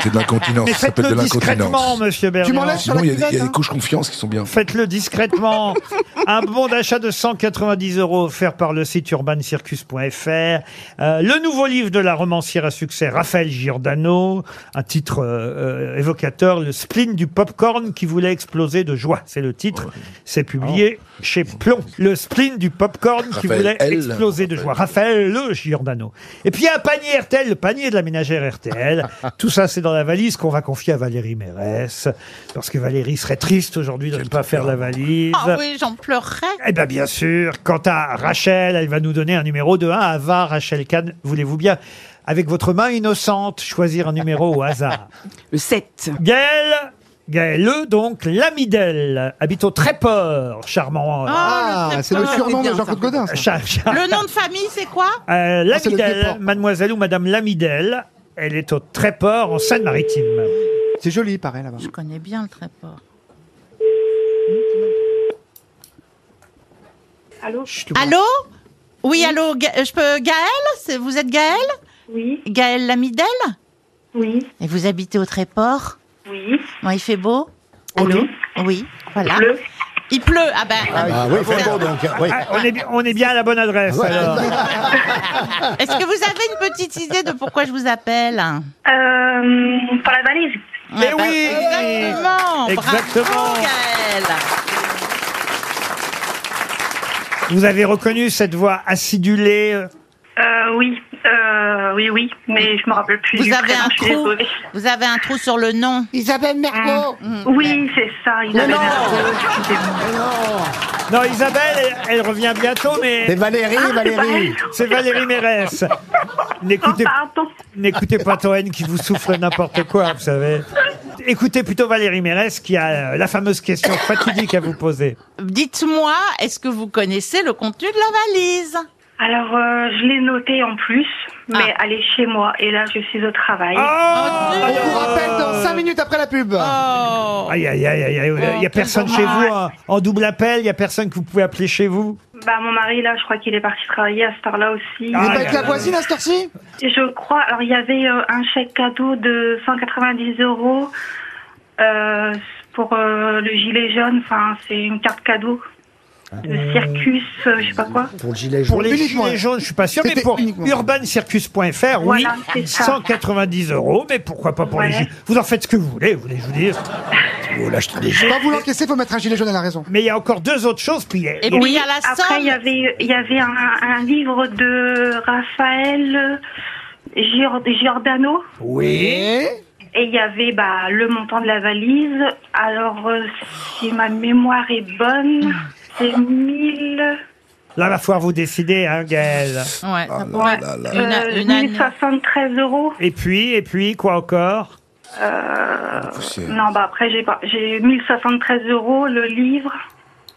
S4: C'est de l'incontinence.
S2: Mais
S4: Ça s'appelle de
S2: faites-le discrètement,
S4: l'incontinence.
S2: monsieur Berlier.
S5: m'enlèves sur
S4: Sinon,
S5: la
S4: il y a des- il y,
S5: cuvette,
S4: a
S5: hein.
S4: des couches confiance qui sont bien.
S2: Faites-le discrètement. Un bon d'achat de 190 euros offert par le site urbancircus.fr. Euh, le nouveau livre de la romancière à succès, Raphaël Giordano. Un titre euh, euh, évocateur, Le spleen du popcorn qui voulait exploser de joie. C'est le titre. C'est publié chez Plomb. Le spleen du popcorn qui
S4: Ah. Raphaël
S2: voulait
S4: L.
S2: exploser de joie. Raphaël Le Giordano. Et puis il y a un panier RTL, le panier de la ménagère RTL. Tout ça, c'est dans la valise qu'on va confier à Valérie Mérès. Parce que Valérie serait triste aujourd'hui de ne pas faire la valise.
S9: Ah oui, j'en pleurerais.
S2: Eh bien, bien sûr. Quant à Rachel, elle va nous donner un numéro de 1 à 20. Rachel Kahn, voulez-vous bien, avec votre main innocente, choisir un numéro au hasard
S7: le 7.
S2: Gaël Gaël, le, donc, l'ami d'elle, habite au Tréport, charmant. euh,
S9: Ah,
S5: Ah, c'est le
S7: Ah,
S5: surnom
S7: c'est bien,
S5: de Jean-Claude Godin. ça.
S2: char- char-
S9: Le nom de famille, c'est quoi
S2: Euh,
S5: Ah, c'est le
S2: Lamidel,
S5: Tréport.
S2: mademoiselle ou madame Lamidel, elle est au Tréport, en Seine-Maritime.
S5: C'est joli, il paraît là-bas.
S9: Je connais bien le tréport.
S10: Allô
S9: Allô Oui, allô, Ga- euh, je peux Gaël C'est- Vous êtes Gaël
S10: Oui,
S9: Gaël Lamidel
S10: oui,
S9: Et vous habitez au Tréport
S10: oui.
S9: Bon, il fait beau
S10: Allô
S9: Oui, voilà.
S10: Bleu.
S9: Il pleut. Ah ben.
S2: Ah, oui, bon, donc, oui. Ah, on, est, bi- on est bien à la bonne
S5: Ah,
S2: adresse. alors.
S9: Est-ce que vous avez une petite idée de pourquoi je vous appelle
S10: Euh,
S9: Eh ben,
S10: Pour la valise.
S2: Mais Eh oui
S9: Exactement.
S2: Exactement.
S9: Bravo, Gaël.
S2: Vous avez reconnu cette voix acidulée. euh,
S10: Euh, oui, euh, oui, oui, mais je me rappelle plus.
S9: Vous
S10: du
S9: avez
S10: prénom,
S9: un
S10: je suis
S9: trou.
S10: désolée.
S9: Vous avez un trou sur le nom. Hum,
S10: Isabelle Mergo. Mm. Oui, c'est ça, Isabelle
S9: non.
S10: Mergo, excusez-moi.
S2: Non, Isabelle, elle, elle revient bientôt, mais.
S10: C'est Valérie, Ah, c'est Valérie.
S2: C'est Valérie Mérès. N'écoutez n'écoutez pas Toen qui vous souffle n'importe quoi, vous savez. Écoutez plutôt Valérie Mérès qui a euh, la fameuse question fatidique à vous poser.
S9: Dites-moi, est-ce que vous connaissez le contenu de la valise Ah,
S10: Alors, euh, je l'ai noté en plus, mais elle est chez moi et là, je suis au travail.
S5: Oh On vous rappelle dans 5 minutes après la pub.
S10: Oh.
S2: Aïe, aïe, aïe, aïe, aïe, il n'y a personne chez vous hein. en double appel, il n'y a personne que vous pouvez appeler chez vous.
S10: Bah, mon mari, là, je crois qu'il est parti travailler à cette heure-là aussi. Il
S2: est Ah, pas avec il y a- la
S5: voisine à cette heure-ci
S10: Je crois. Alors, il y avait euh, un chèque cadeau de 190 euros euh, pour euh, le gilet jaune. Enfin, c'est une carte cadeau de Circus, euh, je sais pas quoi.
S8: Pour le gilet
S2: Pour
S8: jaune.
S2: les gilets jaunes, je suis pas sûr, mais pour urbancircus.fr, oui,
S10: Voilà, c'est ça.
S2: 190 euros, mais pourquoi pas pour les
S10: Ouais.
S2: gilets Vous en faites ce que vous voulez, vous voulez, je vous dire.
S8: Oh,
S2: Vous lâchez des
S5: Quand vous l'encaissez, faut mettre un gilet jaune à la raison.
S2: Mais il y a encore deux autres choses, puis il y a- il y a-
S10: Oui, Après, il y avait, il y avait un, un livre de Raphaël euh, Gior- Giordano.
S2: Oui.
S10: Et il y avait bah, le montant de la valise. Alors, euh, si ma mémoire est bonne, c'est 1000.
S2: Là, va falloir vous décider, hein, Gaël.
S9: Ouais, ça
S10: Ouais, euh, 1073 euros.
S2: Et puis, et puis, quoi encore
S10: Euh, non, bah après, j'ai pas. J'ai 1073 euros, le livre,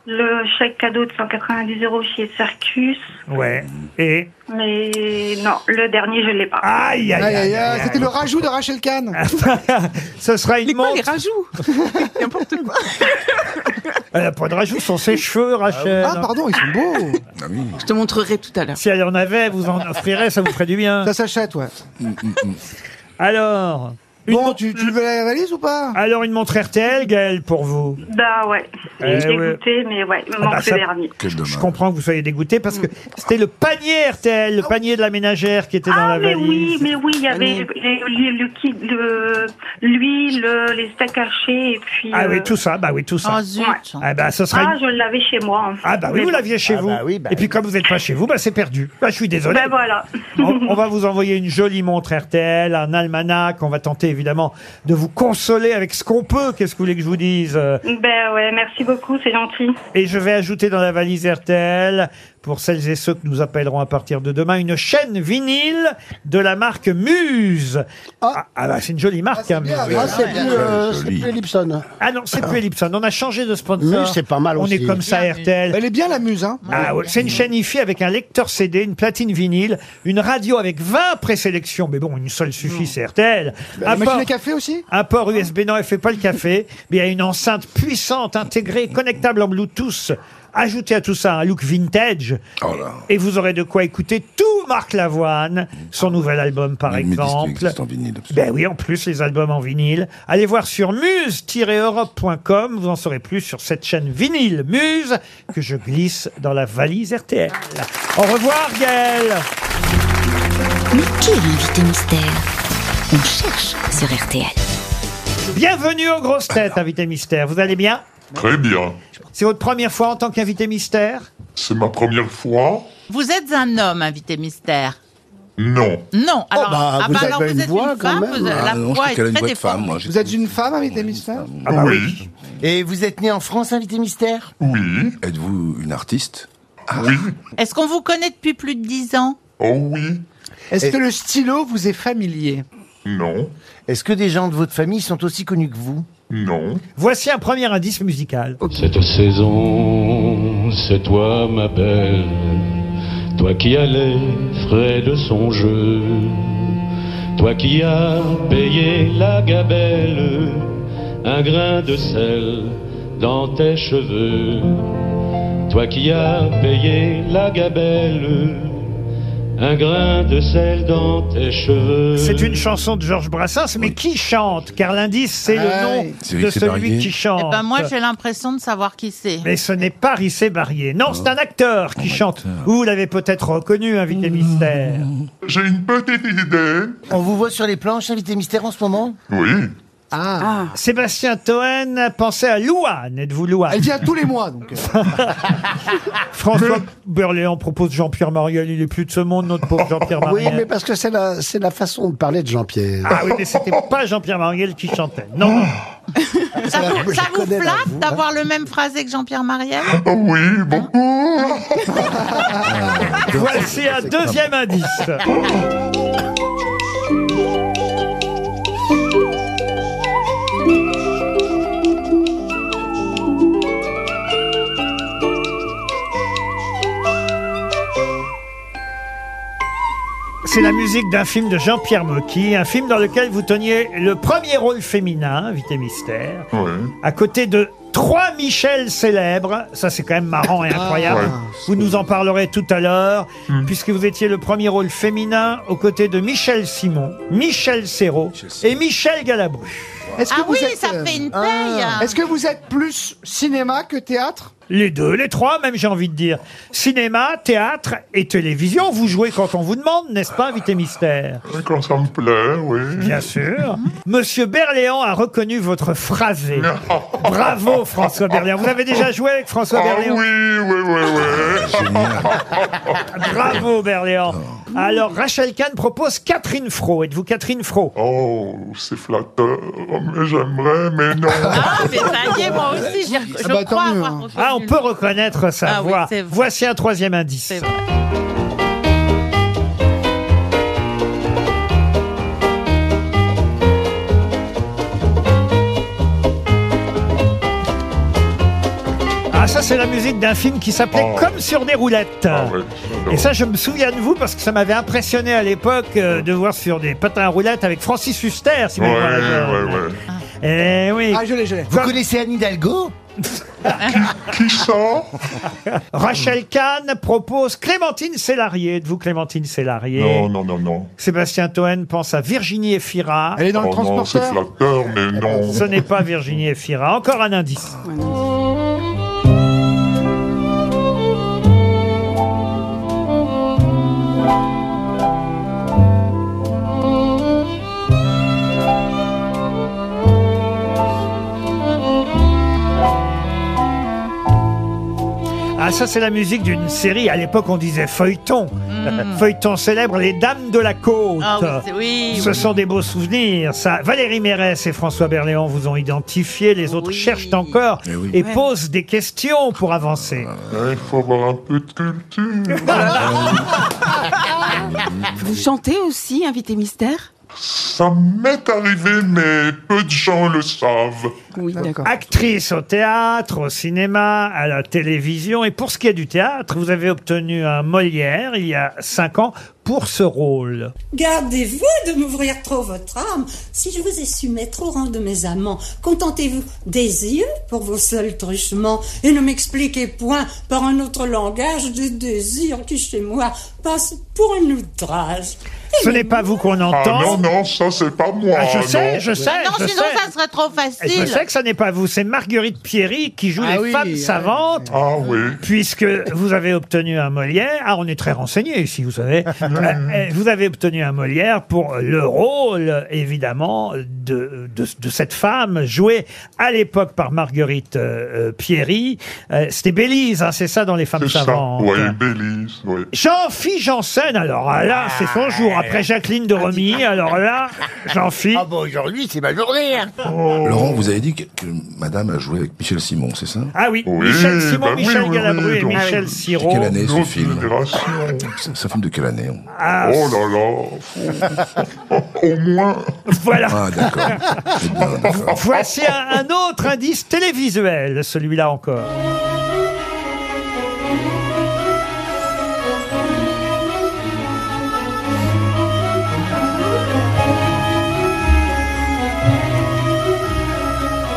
S10: le chèque cadeau de 190 euros chez Circus.
S2: Ouais. Et
S10: Mais non, le dernier, je l'ai pas.
S2: Aïe, aïe, aïe, aïe, aïe.
S5: C'était le rajout de Rachel Kahn.
S2: ce sera une montre.
S5: rajouts
S2: Elle n'a pas de rajout, ce sont ses cheveux, Rachel.
S5: Ah, pardon, ils sont beaux.
S2: Je te montrerai tout à l'heure. Si elle en avait, vous en offrirez, ça vous ferait du bien.
S5: Ça s'achète, ouais.
S2: Alors.
S5: Bon, tu, tu veux la valise ou pas
S2: Alors, une montre RTL, Gaël, pour vous.
S10: Bah ouais,
S2: Eh
S10: j'ai
S2: ouais.
S10: dégoûté, mais ouais, il me manque
S2: Ah bah, ça-
S10: le dernier.
S2: Je comprends que vous soyez dégoûté parce que c'était le panier
S5: Ah
S2: RTL, le panier de la ménagère qui était dans
S10: Ah
S2: la
S10: mais
S2: valise.
S10: oui, mais oui, il y avait les- les- le kit, le- l'huile, les steaks hachés et puis.
S2: Ah oui,
S10: euh,
S2: tout ça, bah oui, tout ça.
S10: Ah, zut.
S2: Ah bah, ce sera
S10: Ah,
S2: une-
S10: je l'avais chez moi. hein.
S2: Ah bah oui, vous l'aviez chez vous. Et puis comme vous n'êtes pas chez vous, bah c'est perdu. Bah je suis désolé.
S10: Ben voilà.
S2: on, on va vous envoyer une jolie montre RTL, un almanach. On va tenter évidemment de vous consoler avec ce qu'on peut. Qu'est-ce que vous voulez que je vous dise euh,
S10: Ben ouais, merci beaucoup, c'est gentil.
S2: Et je vais ajouter dans la valise RTL, pour celles et ceux que nous appellerons à partir de demain, une chaîne vinyle de la marque Muse. Ah, ah bah c'est une jolie marque, hein,
S8: Ah,
S2: Muse.
S8: c'est plus, euh, c'est
S2: Joli.
S8: plus Ellipson.
S2: Ah non, c'est plus Ellipson. On a changé de sponsor.
S8: Muse, c'est pas mal
S2: On
S8: aussi.
S2: est comme ça,
S8: Bien,
S2: RTL.
S5: Elle est bien la muse, hein
S2: Ah ouais, c'est une chaîne IFI avec un lecteur CD, une platine vinyle, une radio avec 20 présélections, mais bon, une seule suffit, c'est RTL.
S5: Bah, La machine à café aussi Ah.
S2: un port USB, non, elle fait pas le café, mais il y a une enceinte puissante, intégrée, connectable en Bluetooth. Ajoutez à tout ça un look vintage.
S5: Oh
S2: Et vous aurez de quoi écouter tout Marc Lavoine,
S4: Ah
S2: son nouvel album par
S4: Même mes disques
S2: exemple.
S4: existent en vinyle,
S2: Ben oui, en plus, les albums en vinyle. Allez voir sur muse-europe.com, vous en saurez plus sur cette chaîne vinyle Muse que je glisse dans la valise RTL. Au revoir, Gaël
S12: Mais qui est l'invité mystère On cherche sur RTL.
S2: Bienvenue aux grosses têtes, invité mystère. Vous allez bien
S6: Très bien.
S2: C'est votre première fois en tant qu'invité mystère
S6: C'est ma première fois
S9: Vous êtes un homme, invité mystère.
S6: Non.
S5: Oh,
S9: Non. Alors,
S6: bah,
S9: ah
S6: vous avez
S9: alors
S6: une
S9: vous êtes
S6: voix
S9: une
S6: quand
S9: femme.
S6: même.
S9: vous-
S6: Ah
S9: la
S6: non, je
S9: voix
S6: crois
S9: est
S6: qu'elle a une
S9: très
S6: voix de
S9: déformée.
S6: femme, moi, j'ai-
S5: Vous êtes une femme, invité mystère
S2: Ah bah
S6: oui.
S3: Et vous êtes né en France, invité mystère
S6: Oui.
S4: Êtes-vous une artiste
S6: Oui.
S9: Est-ce qu'on vous connaît depuis plus de 10 ans
S6: Oh oui.
S5: Est-ce que le stylo vous est familier
S6: Non.
S3: Est-ce que des gens de votre famille sont aussi connus que vous
S6: Non.
S2: Voici un premier indice musical.
S18: Cette saison, c'est toi ma belle, toi qui allais frais de son jeu, toi qui as payé la gabelle, un grain de sel dans tes cheveux, toi qui as payé la gabelle, un grain de sel dans tes cheveux.
S2: C'est une chanson de Georges Brassens, mais qui chante Car l'indice, c'est
S9: Ah
S2: le nom
S9: oui.
S2: de celui qui chante.
S9: Eh ben moi, j'ai l'impression de savoir qui c'est.
S2: Mais ce n'est pas Rissé Barrier. Non, c'est Oh. un acteur Mmh. qui chante. Vous l'avez peut-être reconnu, invité mystère.
S6: J'ai une petite idée.
S3: On vous voit sur les planches, invité mystère, en ce moment
S6: Oui.
S2: Ah. Sébastien Toen, pensez à Louane. Êtes-vous Louane
S5: Elle vient tous les mois, donc.
S2: François Berléand propose Jean-Pierre Mariel. Il est plus de ce monde, notre pauvre Jean-Pierre
S8: Oui,
S2: Mariel.
S8: mais parce que c'est la, c'est la façon de parler de Jean-Pierre.
S2: Ah oui, mais c'était pas Jean-Pierre Mariel qui chantait. Non.
S9: Ça
S8: la-
S9: vous,
S8: je
S9: ça vous
S8: connais la
S9: flatte
S8: voix.
S9: d'avoir le même phrasé que Jean-Pierre Mariel
S6: Ah, bah, Oui, beaucoup.
S2: Voici un deuxième indice. C'est la musique d'un film de Jean-Pierre Mocky, un film dans lequel vous teniez le premier rôle féminin, Vité Mystère, à côté de trois Michel célèbres. Ça, c'est quand même marrant et incroyable.
S6: Ouais.
S2: Vous nous en parlerez tout à l'heure, puisque vous étiez le premier rôle féminin aux côtés de Michel Simon, Michel Serrault et Michel Galabru.
S5: Est-ce que
S9: Ah
S5: vous
S9: oui,
S5: êtes,
S9: ça
S5: euh,
S9: fait une paille.
S5: Est-ce que vous êtes plus cinéma que théâtre
S2: Les deux, les trois, même j'ai envie de dire. Cinéma, théâtre et télévision, vous jouez quand on vous demande, n'est-ce pas, invité mystère
S6: Oui, quand ça me plaît, oui.
S2: Bien sûr. Monsieur Berléand a reconnu votre phrasé. Bravo, François Berléand. Vous avez déjà joué avec François
S6: Ah oui,
S2: Berléand
S6: oui, oui, oui. Ah,
S2: Bravo, Berléand.
S6: Oh.
S2: Alors, Rachel Kahn propose Catherine Fro. Êtes-vous Catherine Fro
S6: Oh, c'est flatteur, mais j'aimerais, mais non.
S9: Ah, mais ça y est, moi aussi, j'ai- je
S2: Ah bah, tant
S9: crois
S2: mieux,
S9: avoir
S2: hein.
S9: reconnu
S2: Ah, on
S9: le-
S2: peut reconnaître sa
S9: Ah oui,
S2: voix.
S9: c'est vrai.
S2: Voici un troisième indice.
S9: C'est vrai.
S2: Ah, ça, c'est la musique d'un film qui s'appelait
S6: Oh.
S2: Comme sur des roulettes. Et ça, je me souviens de vous parce que ça m'avait impressionné à l'époque euh, de voir sur des patins à roulettes avec Francis Huster, si
S6: Ouais,
S2: vous voyez.
S6: ouais, ouais.
S2: Eh oui.
S5: Ah, je l'ai, je l'ai.
S3: Vous connaissez Anne Hidalgo
S6: Qui sort
S2: Rachel Kahn propose Clémentine Célarier. Êtes-vous Clémentine Célarier
S6: Non, non, non, non.
S2: Sébastien Toen pense à Virginie Efira.
S5: Elle est dans le
S6: Oh non, c'est
S5: transporteur.
S6: flatteur, mais non.
S2: Ce n'est pas Virginie Efira. Encore un indice. Ah, ça, c'est la musique d'une série. À l'époque, on disait feuilleton. Feuilleton célèbre, Les Dames de la Côte.
S9: Hmm. Ah oui, c'est- oui,
S2: Ce
S9: oui.
S2: sont des beaux souvenirs, ça. Valérie Mérès et François Berléand vous ont identifié. Les autres cherchent encore et,
S9: Ouais.
S2: posent des questions pour avancer.
S6: Euh, Il faut avoir un peu de culture.
S7: Vous chantez aussi, invité mystère
S6: Ça m'est arrivé, mais peu de gens le savent.
S7: Oui, d'accord.
S2: Actrice au théâtre, au cinéma, à la télévision. Et pour ce qui est du théâtre, vous avez obtenu un Molière il y a cinq ans pour ce rôle.
S19: Gardez-vous de m'ouvrir trop votre âme. Si je vous ai su mettre au rang de mes amants, contentez-vous des yeux pour vos seuls truchements et ne m'expliquez point par un autre langage des désirs qui chez moi passent pour un outrage.
S2: Ce n'est pas vous qu'on
S6: Ah
S2: entend.
S6: non, non, ça c'est pas moi.
S2: Ah, je sais,
S6: non.
S2: je sais,
S9: Non,
S2: je
S9: sinon
S2: sais.
S9: ça serait trop
S2: Et Je
S9: facile.
S2: sais que ça n'est pas vous, c'est Marguerite Pierry qui joue
S5: Ah
S2: les
S5: oui,
S2: femmes
S5: ah
S2: savantes.
S6: Ah oui.
S2: Puisque vous avez obtenu un Molière, ah on est très renseigné ici, vous savez. Euh, euh, vous avez obtenu un Molière pour le rôle, évidemment, de, de, de cette femme jouée à l'époque par Marguerite euh, euh, Pierry. Euh, C'était Bélise, hein, c'est ça hein. dans les femmes
S6: C'est ça.
S2: savantes.
S6: Oui, Bélise, oui.
S2: Jean-Phi Janssen, alors ah, là, c'est son jour. Après Jacqueline de Romy, alors là, Jean-Phi.
S3: Ah bah aujourd'hui, c'est ma journée hein.
S6: Oh.
S4: Laurent, vous avez dit que, que madame a joué avec Michel Simon, c'est ça
S2: Ah oui,
S4: Oui,
S2: Michel Simon,
S4: bah oui,
S2: Michel
S4: oui,
S2: Galabru
S4: oui,
S2: et
S4: donc-
S2: Michel Siro.
S4: Quelle année ce
S6: D'autres
S4: film
S6: générations.
S4: C'est c'est un film de quelle année on-
S2: Ah,
S6: Oh là là. faut- Au moins.
S2: Voilà.
S4: Ah d'accord. Eh bien, d'accord.
S2: Voici un, un autre indice télévisuel, celui-là encore.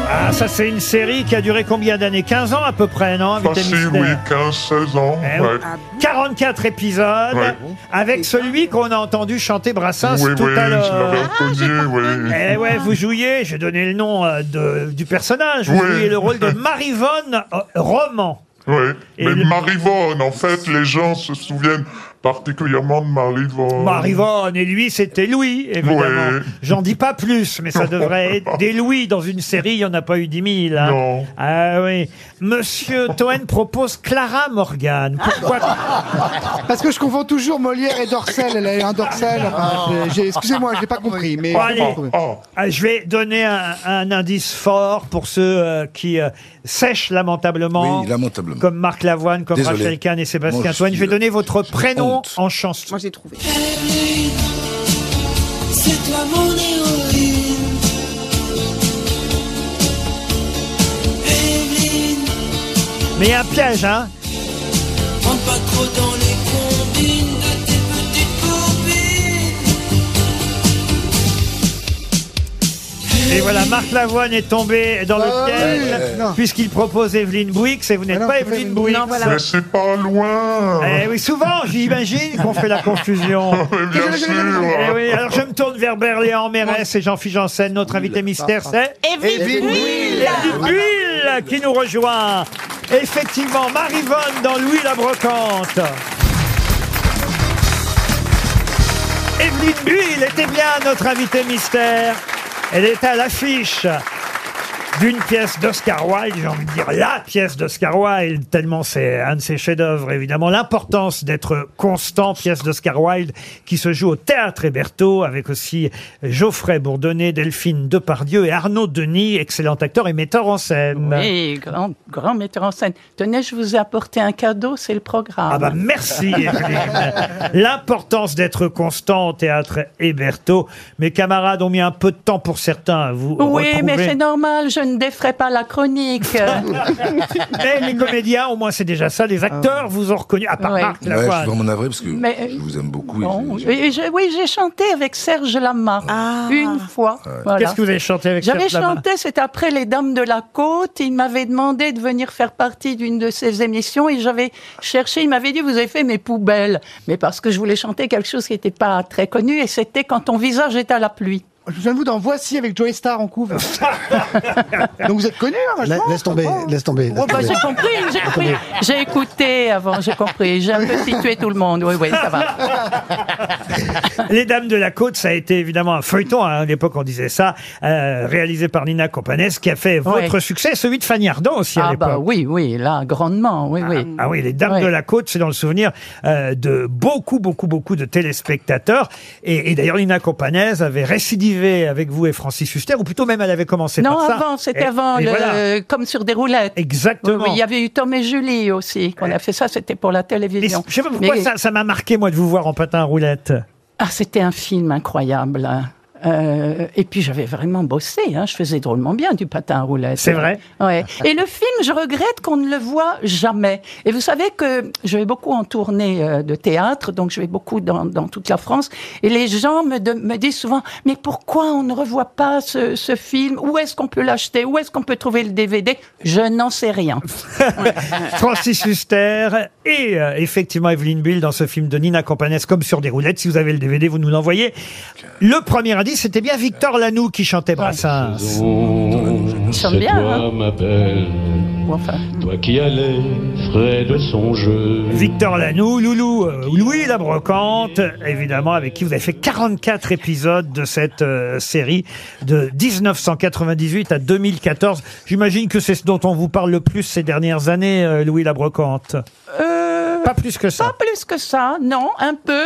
S2: Ah, ça c'est une série qui a duré combien d'années 15 ans à peu près, non Invité
S6: Facile,
S2: Mystère
S6: oui, 15-16 ans.
S2: Eh oui.
S6: ouais.
S2: 44 épisodes
S6: Ouais.
S2: avec celui qu'on a entendu chanter Brassens
S6: Oui,
S2: tout
S6: oui,
S2: à
S6: je
S2: l'heure. Ah,
S6: l'avais reconnu, oui.
S2: Eh ouais, vous jouiez, j'ai donné le nom euh, de- du personnage, vous
S6: Oui.
S2: jouiez le rôle de Marivonne euh, Roman.
S6: Oui,
S2: Et
S6: mais
S2: le-
S6: Marivonne, en fait, les gens se souviennent particulièrement de Marivonne.
S2: Marivonne et lui, c'était Louis, évidemment.
S6: Ouais.
S2: J'en dis pas plus, mais ça devrait être des Louis dans une série, il n'y en a pas eu 10 000. hein.
S6: Non.
S2: Ah oui. Monsieur Toen propose Clara Morgan.
S6: Ah.
S2: Pourquoi
S5: Parce que je confonds toujours Molière et Dorcel. Elle a un Dorcel.
S4: Ah.
S5: Enfin, j'ai- euh, j'ai- Excusez-moi, je n'ai pas compris. Mais
S2: Bon, allez.
S4: Oh.
S2: Ah, je vais donner un, un indice fort pour ceux euh, qui euh, sèchent lamentablement.
S4: Oui, lamentablement.
S2: Comme Marc Lavoine, comme
S4: Désolé.
S2: Rachel Kahn et Sébastien
S4: Moi, je
S2: Toine. Je
S4: suis,
S2: vais
S4: euh,
S2: donner votre prénom en chanson.
S7: Moi, j'ai trouvé.
S20: Caroline, C'est toi mon héroïne. Evelyne,
S2: Mais il y a un piège, hein
S20: rentre pas trop dans les combines de tes petites copines.
S2: Et voilà, Marc Lavoine est tombé dans le
S20: Ah
S2: piège,
S20: oui, non.
S2: puisqu'il propose Evelyne Bouix et vous n'êtes pas Evelyne Bouix.
S6: Mais c'est pas loin.
S2: Eh oui, souvent, j'imagine qu'on fait la confusion.
S6: bien sûr.
S2: Eh oui, alors je me tourne vers Berléand Mérès et Jean-Philippe Janssen. Notre invité mystère, c'est
S20: Evelyne Evelyne Bull.
S2: Evelyne Bull qui nous rejoint. Effectivement, Marivonne dans Louis la Brocante. Evelyne Bull était bien notre invitée mystère. Elle est à l'affiche d'une pièce d'Oscar Wilde, j'ai envie de dire la pièce d'Oscar Wilde, tellement c'est un de ses chefs-d'œuvre, évidemment. L'importance d'être constant, pièce d'Oscar Wilde, qui se joue au Théâtre Héberto, avec aussi Geoffrey Bourdonnet, Delphine Depardieu et Arnaud Denis, excellent acteur et metteur en scène.
S21: Oui, Eh, grand, grand metteur en scène. Tenez, je vous ai apporté un cadeau, c'est le programme.
S2: Ah bah merci Evelyne. L'importance d'être constant au théâtre Héberto. Mes camarades ont mis un peu de temps pour certains à vous
S21: Oui, mais
S2: retrouver.
S21: c'est normal, je ne défrais pas la chronique.
S2: Mais les comédiens, au moins c'est déjà ça. Les acteurs vous ont reconnu, à part
S21: Ah Ouais.
S2: Marc
S4: Ouais, je suis
S2: Lavoine.
S4: vraiment navré parce que
S21: Mais-
S4: je vous aime beaucoup. et
S21: Bon, et je- oui, j'ai chanté avec Serge Lama une fois. voilà.
S2: Ah. Qu'est-ce que vous avez chanté avec
S21: J'avais
S2: Serge Lama
S21: chanté, c'était après Les Dames de la Côte. Il m'avait demandé de venir faire partie d'une de ses émissions et j'avais cherché. Il m'avait dit Vous avez fait mes poubelles. Mais parce que je voulais chanter quelque chose qui n'était pas très connu et c'était Quand ton visage est à la pluie.
S5: Je vous avoue, dans Voici avec Joey Star en couvre. Donc vous êtes connu, hein,
S8: La-
S5: vachement
S8: Laisse tomber, laisse tomber. laisse
S21: Oh, bah,
S8: tomber.
S21: j'ai compris, j'ai compris. J'ai écouté avant, j'ai compris. J'ai un peu situé tout le monde. Oui, oui, ça va.
S2: Les Dames de la Côte, ça a été évidemment un feuilleton, hein, à l'époque on disait ça, euh, réalisé par Nina Companès, qui a fait votre
S21: Ouais.
S2: succès, celui de Fanny Ardant aussi à
S21: Ah,
S2: l'époque.
S21: bah oui, oui, là, grandement. Oui, oui.
S2: Ah oui, les Dames
S21: Ouais.
S2: de la Côte, c'est dans le souvenir euh, de beaucoup, beaucoup, beaucoup de téléspectateurs. Et, et d'ailleurs, Nina Companès avait récidivé avec vous et Francis Huster, ou plutôt même elle avait commencé
S21: Non,
S2: par ça.
S21: avant, c'était
S2: Et-
S21: avant,
S2: et
S21: le- euh,
S2: voilà.
S21: comme sur des roulettes.
S2: Exactement.
S21: Oui, oui, il y avait eu Tom et Julie aussi, qu'on a fait ça, c'était pour la télévision.
S2: Je sais pas pourquoi
S21: Mais-
S2: ça ça m'a marqué, moi, de vous voir en patin à roulette.
S21: Ah, c'était un film incroyable. hein. Euh, et puis j'avais vraiment bossé, hein. je faisais drôlement bien du patin à roulettes.
S2: C'est vrai
S21: Ouais. Et le film, je regrette qu'on ne le voit jamais. Et vous savez que je vais beaucoup en tournée euh, de théâtre, donc je vais beaucoup dans, dans toute la France. Et les gens me, de- me disent souvent, mais pourquoi on ne revoit pas ce, ce film Où est-ce qu'on peut l'acheter Où est-ce qu'on peut trouver le DVD Je n'en sais rien.
S2: Francis Huster et euh, effectivement Evelyne Bill dans ce film de Nina Campanès comme sur des roulettes. Si vous avez le DVD, vous nous l'envoyez. Le premier indice, c'était bien Victor Lanoux qui chantait Brassens.
S21: C'est bien,
S18: toi,
S21: hein.
S18: ma belle, toi qui allais frais de son jeu.
S2: Victor Lanoux, Loulou, euh, Louis la Brocante, évidemment, avec qui vous avez fait 44 épisodes de cette euh, série de 1998 à 2014. J'imagine que c'est ce dont on vous parle le plus ces dernières années, euh, Louis la Brocante. pas plus que ça.
S21: Euh, Pas plus que ça, non, un peu.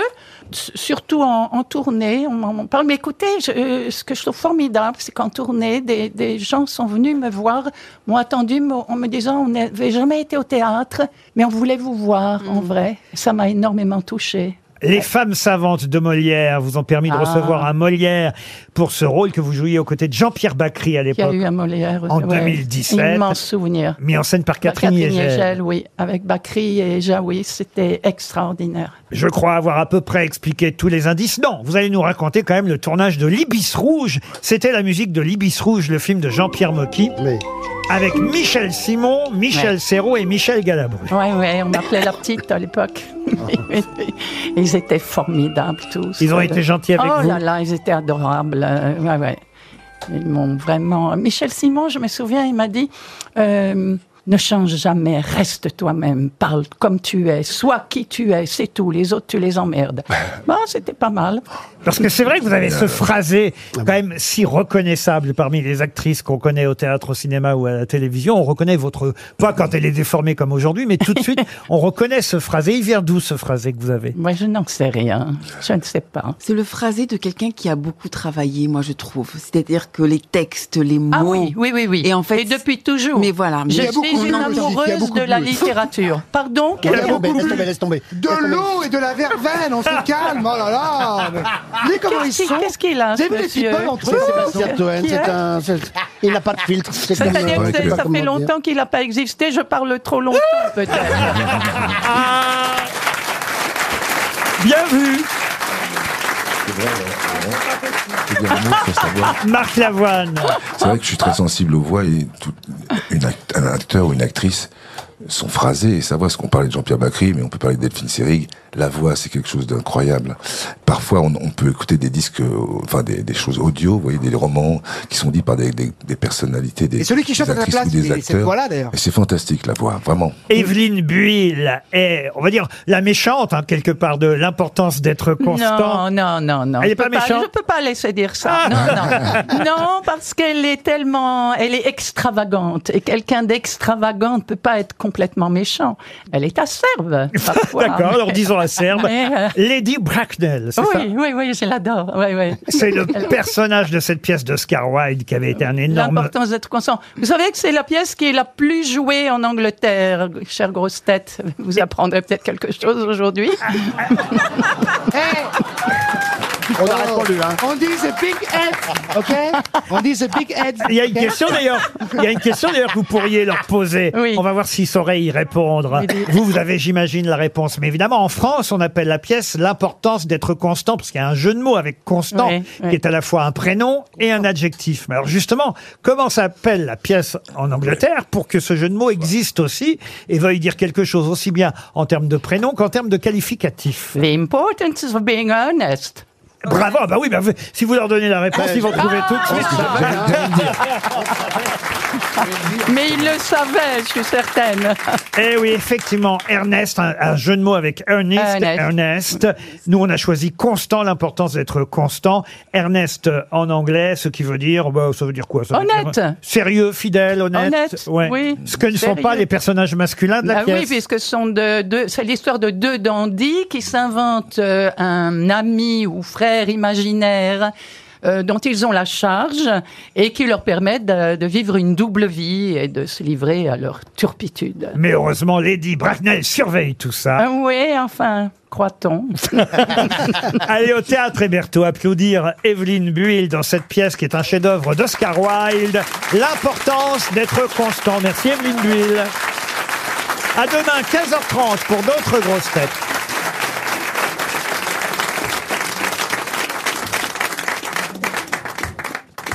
S21: S- Surtout en, en tournée, on m'en parle. Mais écoutez, je- euh, ce que je trouve formidable, c'est qu'en tournée, des, des gens sont venus me voir, m'ont attendu m'ont- en me disant on n'avait jamais été au théâtre, mais on voulait vous voir en vrai. Ça m'a énormément touchée.
S2: Les femmes savantes de Molière vous ont permis de
S21: Ah.
S2: recevoir un Molière pour ce rôle que vous jouiez aux côtés de Jean-Pierre Bacry à
S21: Il y a
S2: l'époque,
S21: eu un Molière
S2: en
S21: ouais.
S2: 2017.
S21: Immense souvenir.
S2: mis en scène par Catherine Yegel.
S21: Yegel, oui, avec Bakri et Jaoui, c'était extraordinaire.
S2: Je crois avoir à peu près expliqué tous les indices. Non, vous allez nous raconter quand même le tournage de L'Ibis Rouge. C'était la musique de L'Ibis Rouge, le film de Jean-Pierre Mocky. avec Michel Simon, Michel Serrault et Michel Galabru.
S21: Ouais, ouais, on appelait la petite à l'époque. ils étaient formidables tous.
S2: Ils ont été gentils avec
S21: oh
S2: vous
S21: là là, ils étaient adorables. euh, Ouais, ouais. Ils m'ont vraiment. Michel Simon, je me souviens, il m'a dit. euh, ne change jamais, reste toi-même, parle comme tu es, sois qui tu es, c'est tout. Les autres, tu les emmerdes. Bon, c'était pas mal.
S2: Parce que c'est vrai que vous
S21: Ah,
S2: avez ce phrasé quand même si reconnaissable parmi les actrices qu'on connaît au théâtre, au cinéma ou à la télévision. On reconnaît votre pas quand elle est déformée comme aujourd'hui, mais tout de suite on reconnaît ce phrasé. Il vient d'où ce phrasé que vous avez
S21: Moi, je n'en sais rien. Je ne sais pas.
S7: C'est le phrasé de quelqu'un qui a beaucoup travaillé, moi je trouve. C'est-à-dire que les textes, les mots.
S21: Ah oui, oui, oui, oui.
S7: Et en fait.
S21: Et depuis toujours.
S7: Mais voilà. mais-
S21: Je suis une amoureuse de la littérature. Pardon
S5: Il y a
S21: quelqu'un-
S5: beaucoup
S21: Laisse
S5: plus.
S21: tomber, laisse tomber.
S5: De l'eau et de la verveine, on se calme. Oh là là. mais- Mais comment ils
S21: Qu'est-ce qu'il-
S5: sont
S21: qu'est-ce qu'il a,
S5: J'ai vu les
S21: monsieur
S5: people entre
S21: C'est
S5: eux.
S21: Sébastien
S5: Qui
S21: Toen, c'est
S5: est
S21: un-
S8: Euh, c'est- Il n'a pas de filtre. c'est comme-
S21: C'est-à-dire
S8: Ouais,
S21: que
S8: je sais pas
S21: ça- ça fait
S8: comment dire.
S21: longtemps qu'il n'a pas existé, je parle trop longtemps peut-être.
S2: Bien vu
S4: C'est bien un mot pour savoir.
S2: Marc Lavoine.
S4: C'est vrai que je suis très sensible aux voix et tout- une act- un acteur ou une actrice sont phrasés et savoir ce qu'on parlait de Jean-Pierre Bacry, mais on peut parler de Delphine Seyrig. La voix, c'est quelque chose d'incroyable. Parfois, on, on peut écouter des disques, euh, enfin des, des choses audio, vous voyez, des romans qui sont dits par des, des- des personnalités, des,
S2: Et celui qui chante
S4: des
S2: à la
S4: actrices
S2: place,
S4: ou des
S2: il est cette
S4: acteurs.
S2: voix-là, d'ailleurs.
S4: Et c'est fantastique la voix, vraiment.
S2: Evelyne Buil est, on va dire, la méchante, hein, quelque part, de l'importance d'être constant.
S21: Non, non, non, non.
S2: Elle
S21: Je
S2: n'est pas
S21: peux
S2: méchante
S21: Je peux pas laisser dire ça. Non, non. Non, parce qu'elle est tellement, elle est extravagante. Et quelqu'un d'extravagant ne peut pas être complètement méchant. Elle est acerbe. parfois.
S2: D'accord, alors disons la serbe.
S21: Mais, euh,
S2: Lady Bracknell, c'est ça
S21: oui, oui, oui, je l'adore. Oui, oui.
S2: C'est le
S21: Elle-
S2: personnage de cette pièce d'Oscar Wilde qui avait été un énorme
S21: L'importance d'être constant. Vous savez que c'est la pièce qui est la plus jouée en Angleterre, chère grosse tête. Vous apprendrez peut-être quelque chose aujourd'hui.
S5: On a répondu, hein. On dit the Oh, big head, ok On dit the big head.
S2: Il y a une
S5: ok
S2: question d'ailleurs. Il y a une question d'ailleurs que vous pourriez leur poser. On va voir s'ils sauraient y répondre.
S21: Oui.
S2: Vous, vous avez, j'imagine, la réponse. Mais évidemment, en France, on appelle la pièce l'importance d'être constant, parce qu'il y a un jeu de mots avec constant,
S21: Oui, oui.
S2: qui est à la fois un prénom et un adjectif. Mais alors justement, comment s'appelle la pièce en Angleterre pour que ce jeu de mots existe aussi et veuille dire quelque chose aussi bien en termes de prénom qu'en termes de qualificatif
S21: The importance of being honest.
S2: Bravo, ah bah oui, bah, si vous leur donnez la réponse, ils vont trouver tout de suite.
S21: Mais il le savait, je suis certaine.
S2: Eh oui, effectivement, Ernest, un, un jeu de mots avec Ernest,
S21: Ernest.
S2: Ernest. Nous, on a choisi constant, l'importance d'être constant. Ernest euh, en anglais, ce qui veut dire, bah, ça veut dire quoi ça veut
S21: Honnête.
S2: dire sérieux, fidèle, honnête.
S21: Honnête,
S2: ouais.
S21: oui.
S2: Ce que ne sont
S21: Sérieux.
S2: pas les personnages masculins de la
S21: Ah oui,
S2: pièce.
S21: puisque ce sont de, de- c'est l'histoire de deux dandys qui s'inventent euh, un ami ou frère imaginaire euh, dont ils ont la charge et qui leur permet de, de vivre une double vie et de se livrer à leur turpitude.
S2: Mais heureusement, Lady Bracknell surveille tout ça.
S21: Ah oui, enfin, croit-on.
S2: Allez au théâtre Héberto applaudir Evelyne Buil dans cette pièce qui est un chef-d'œuvre d'Oscar Wilde. L'importance d'être constant. Merci Evelyne Buil. À demain 15h30 pour d'autres grosses têtes.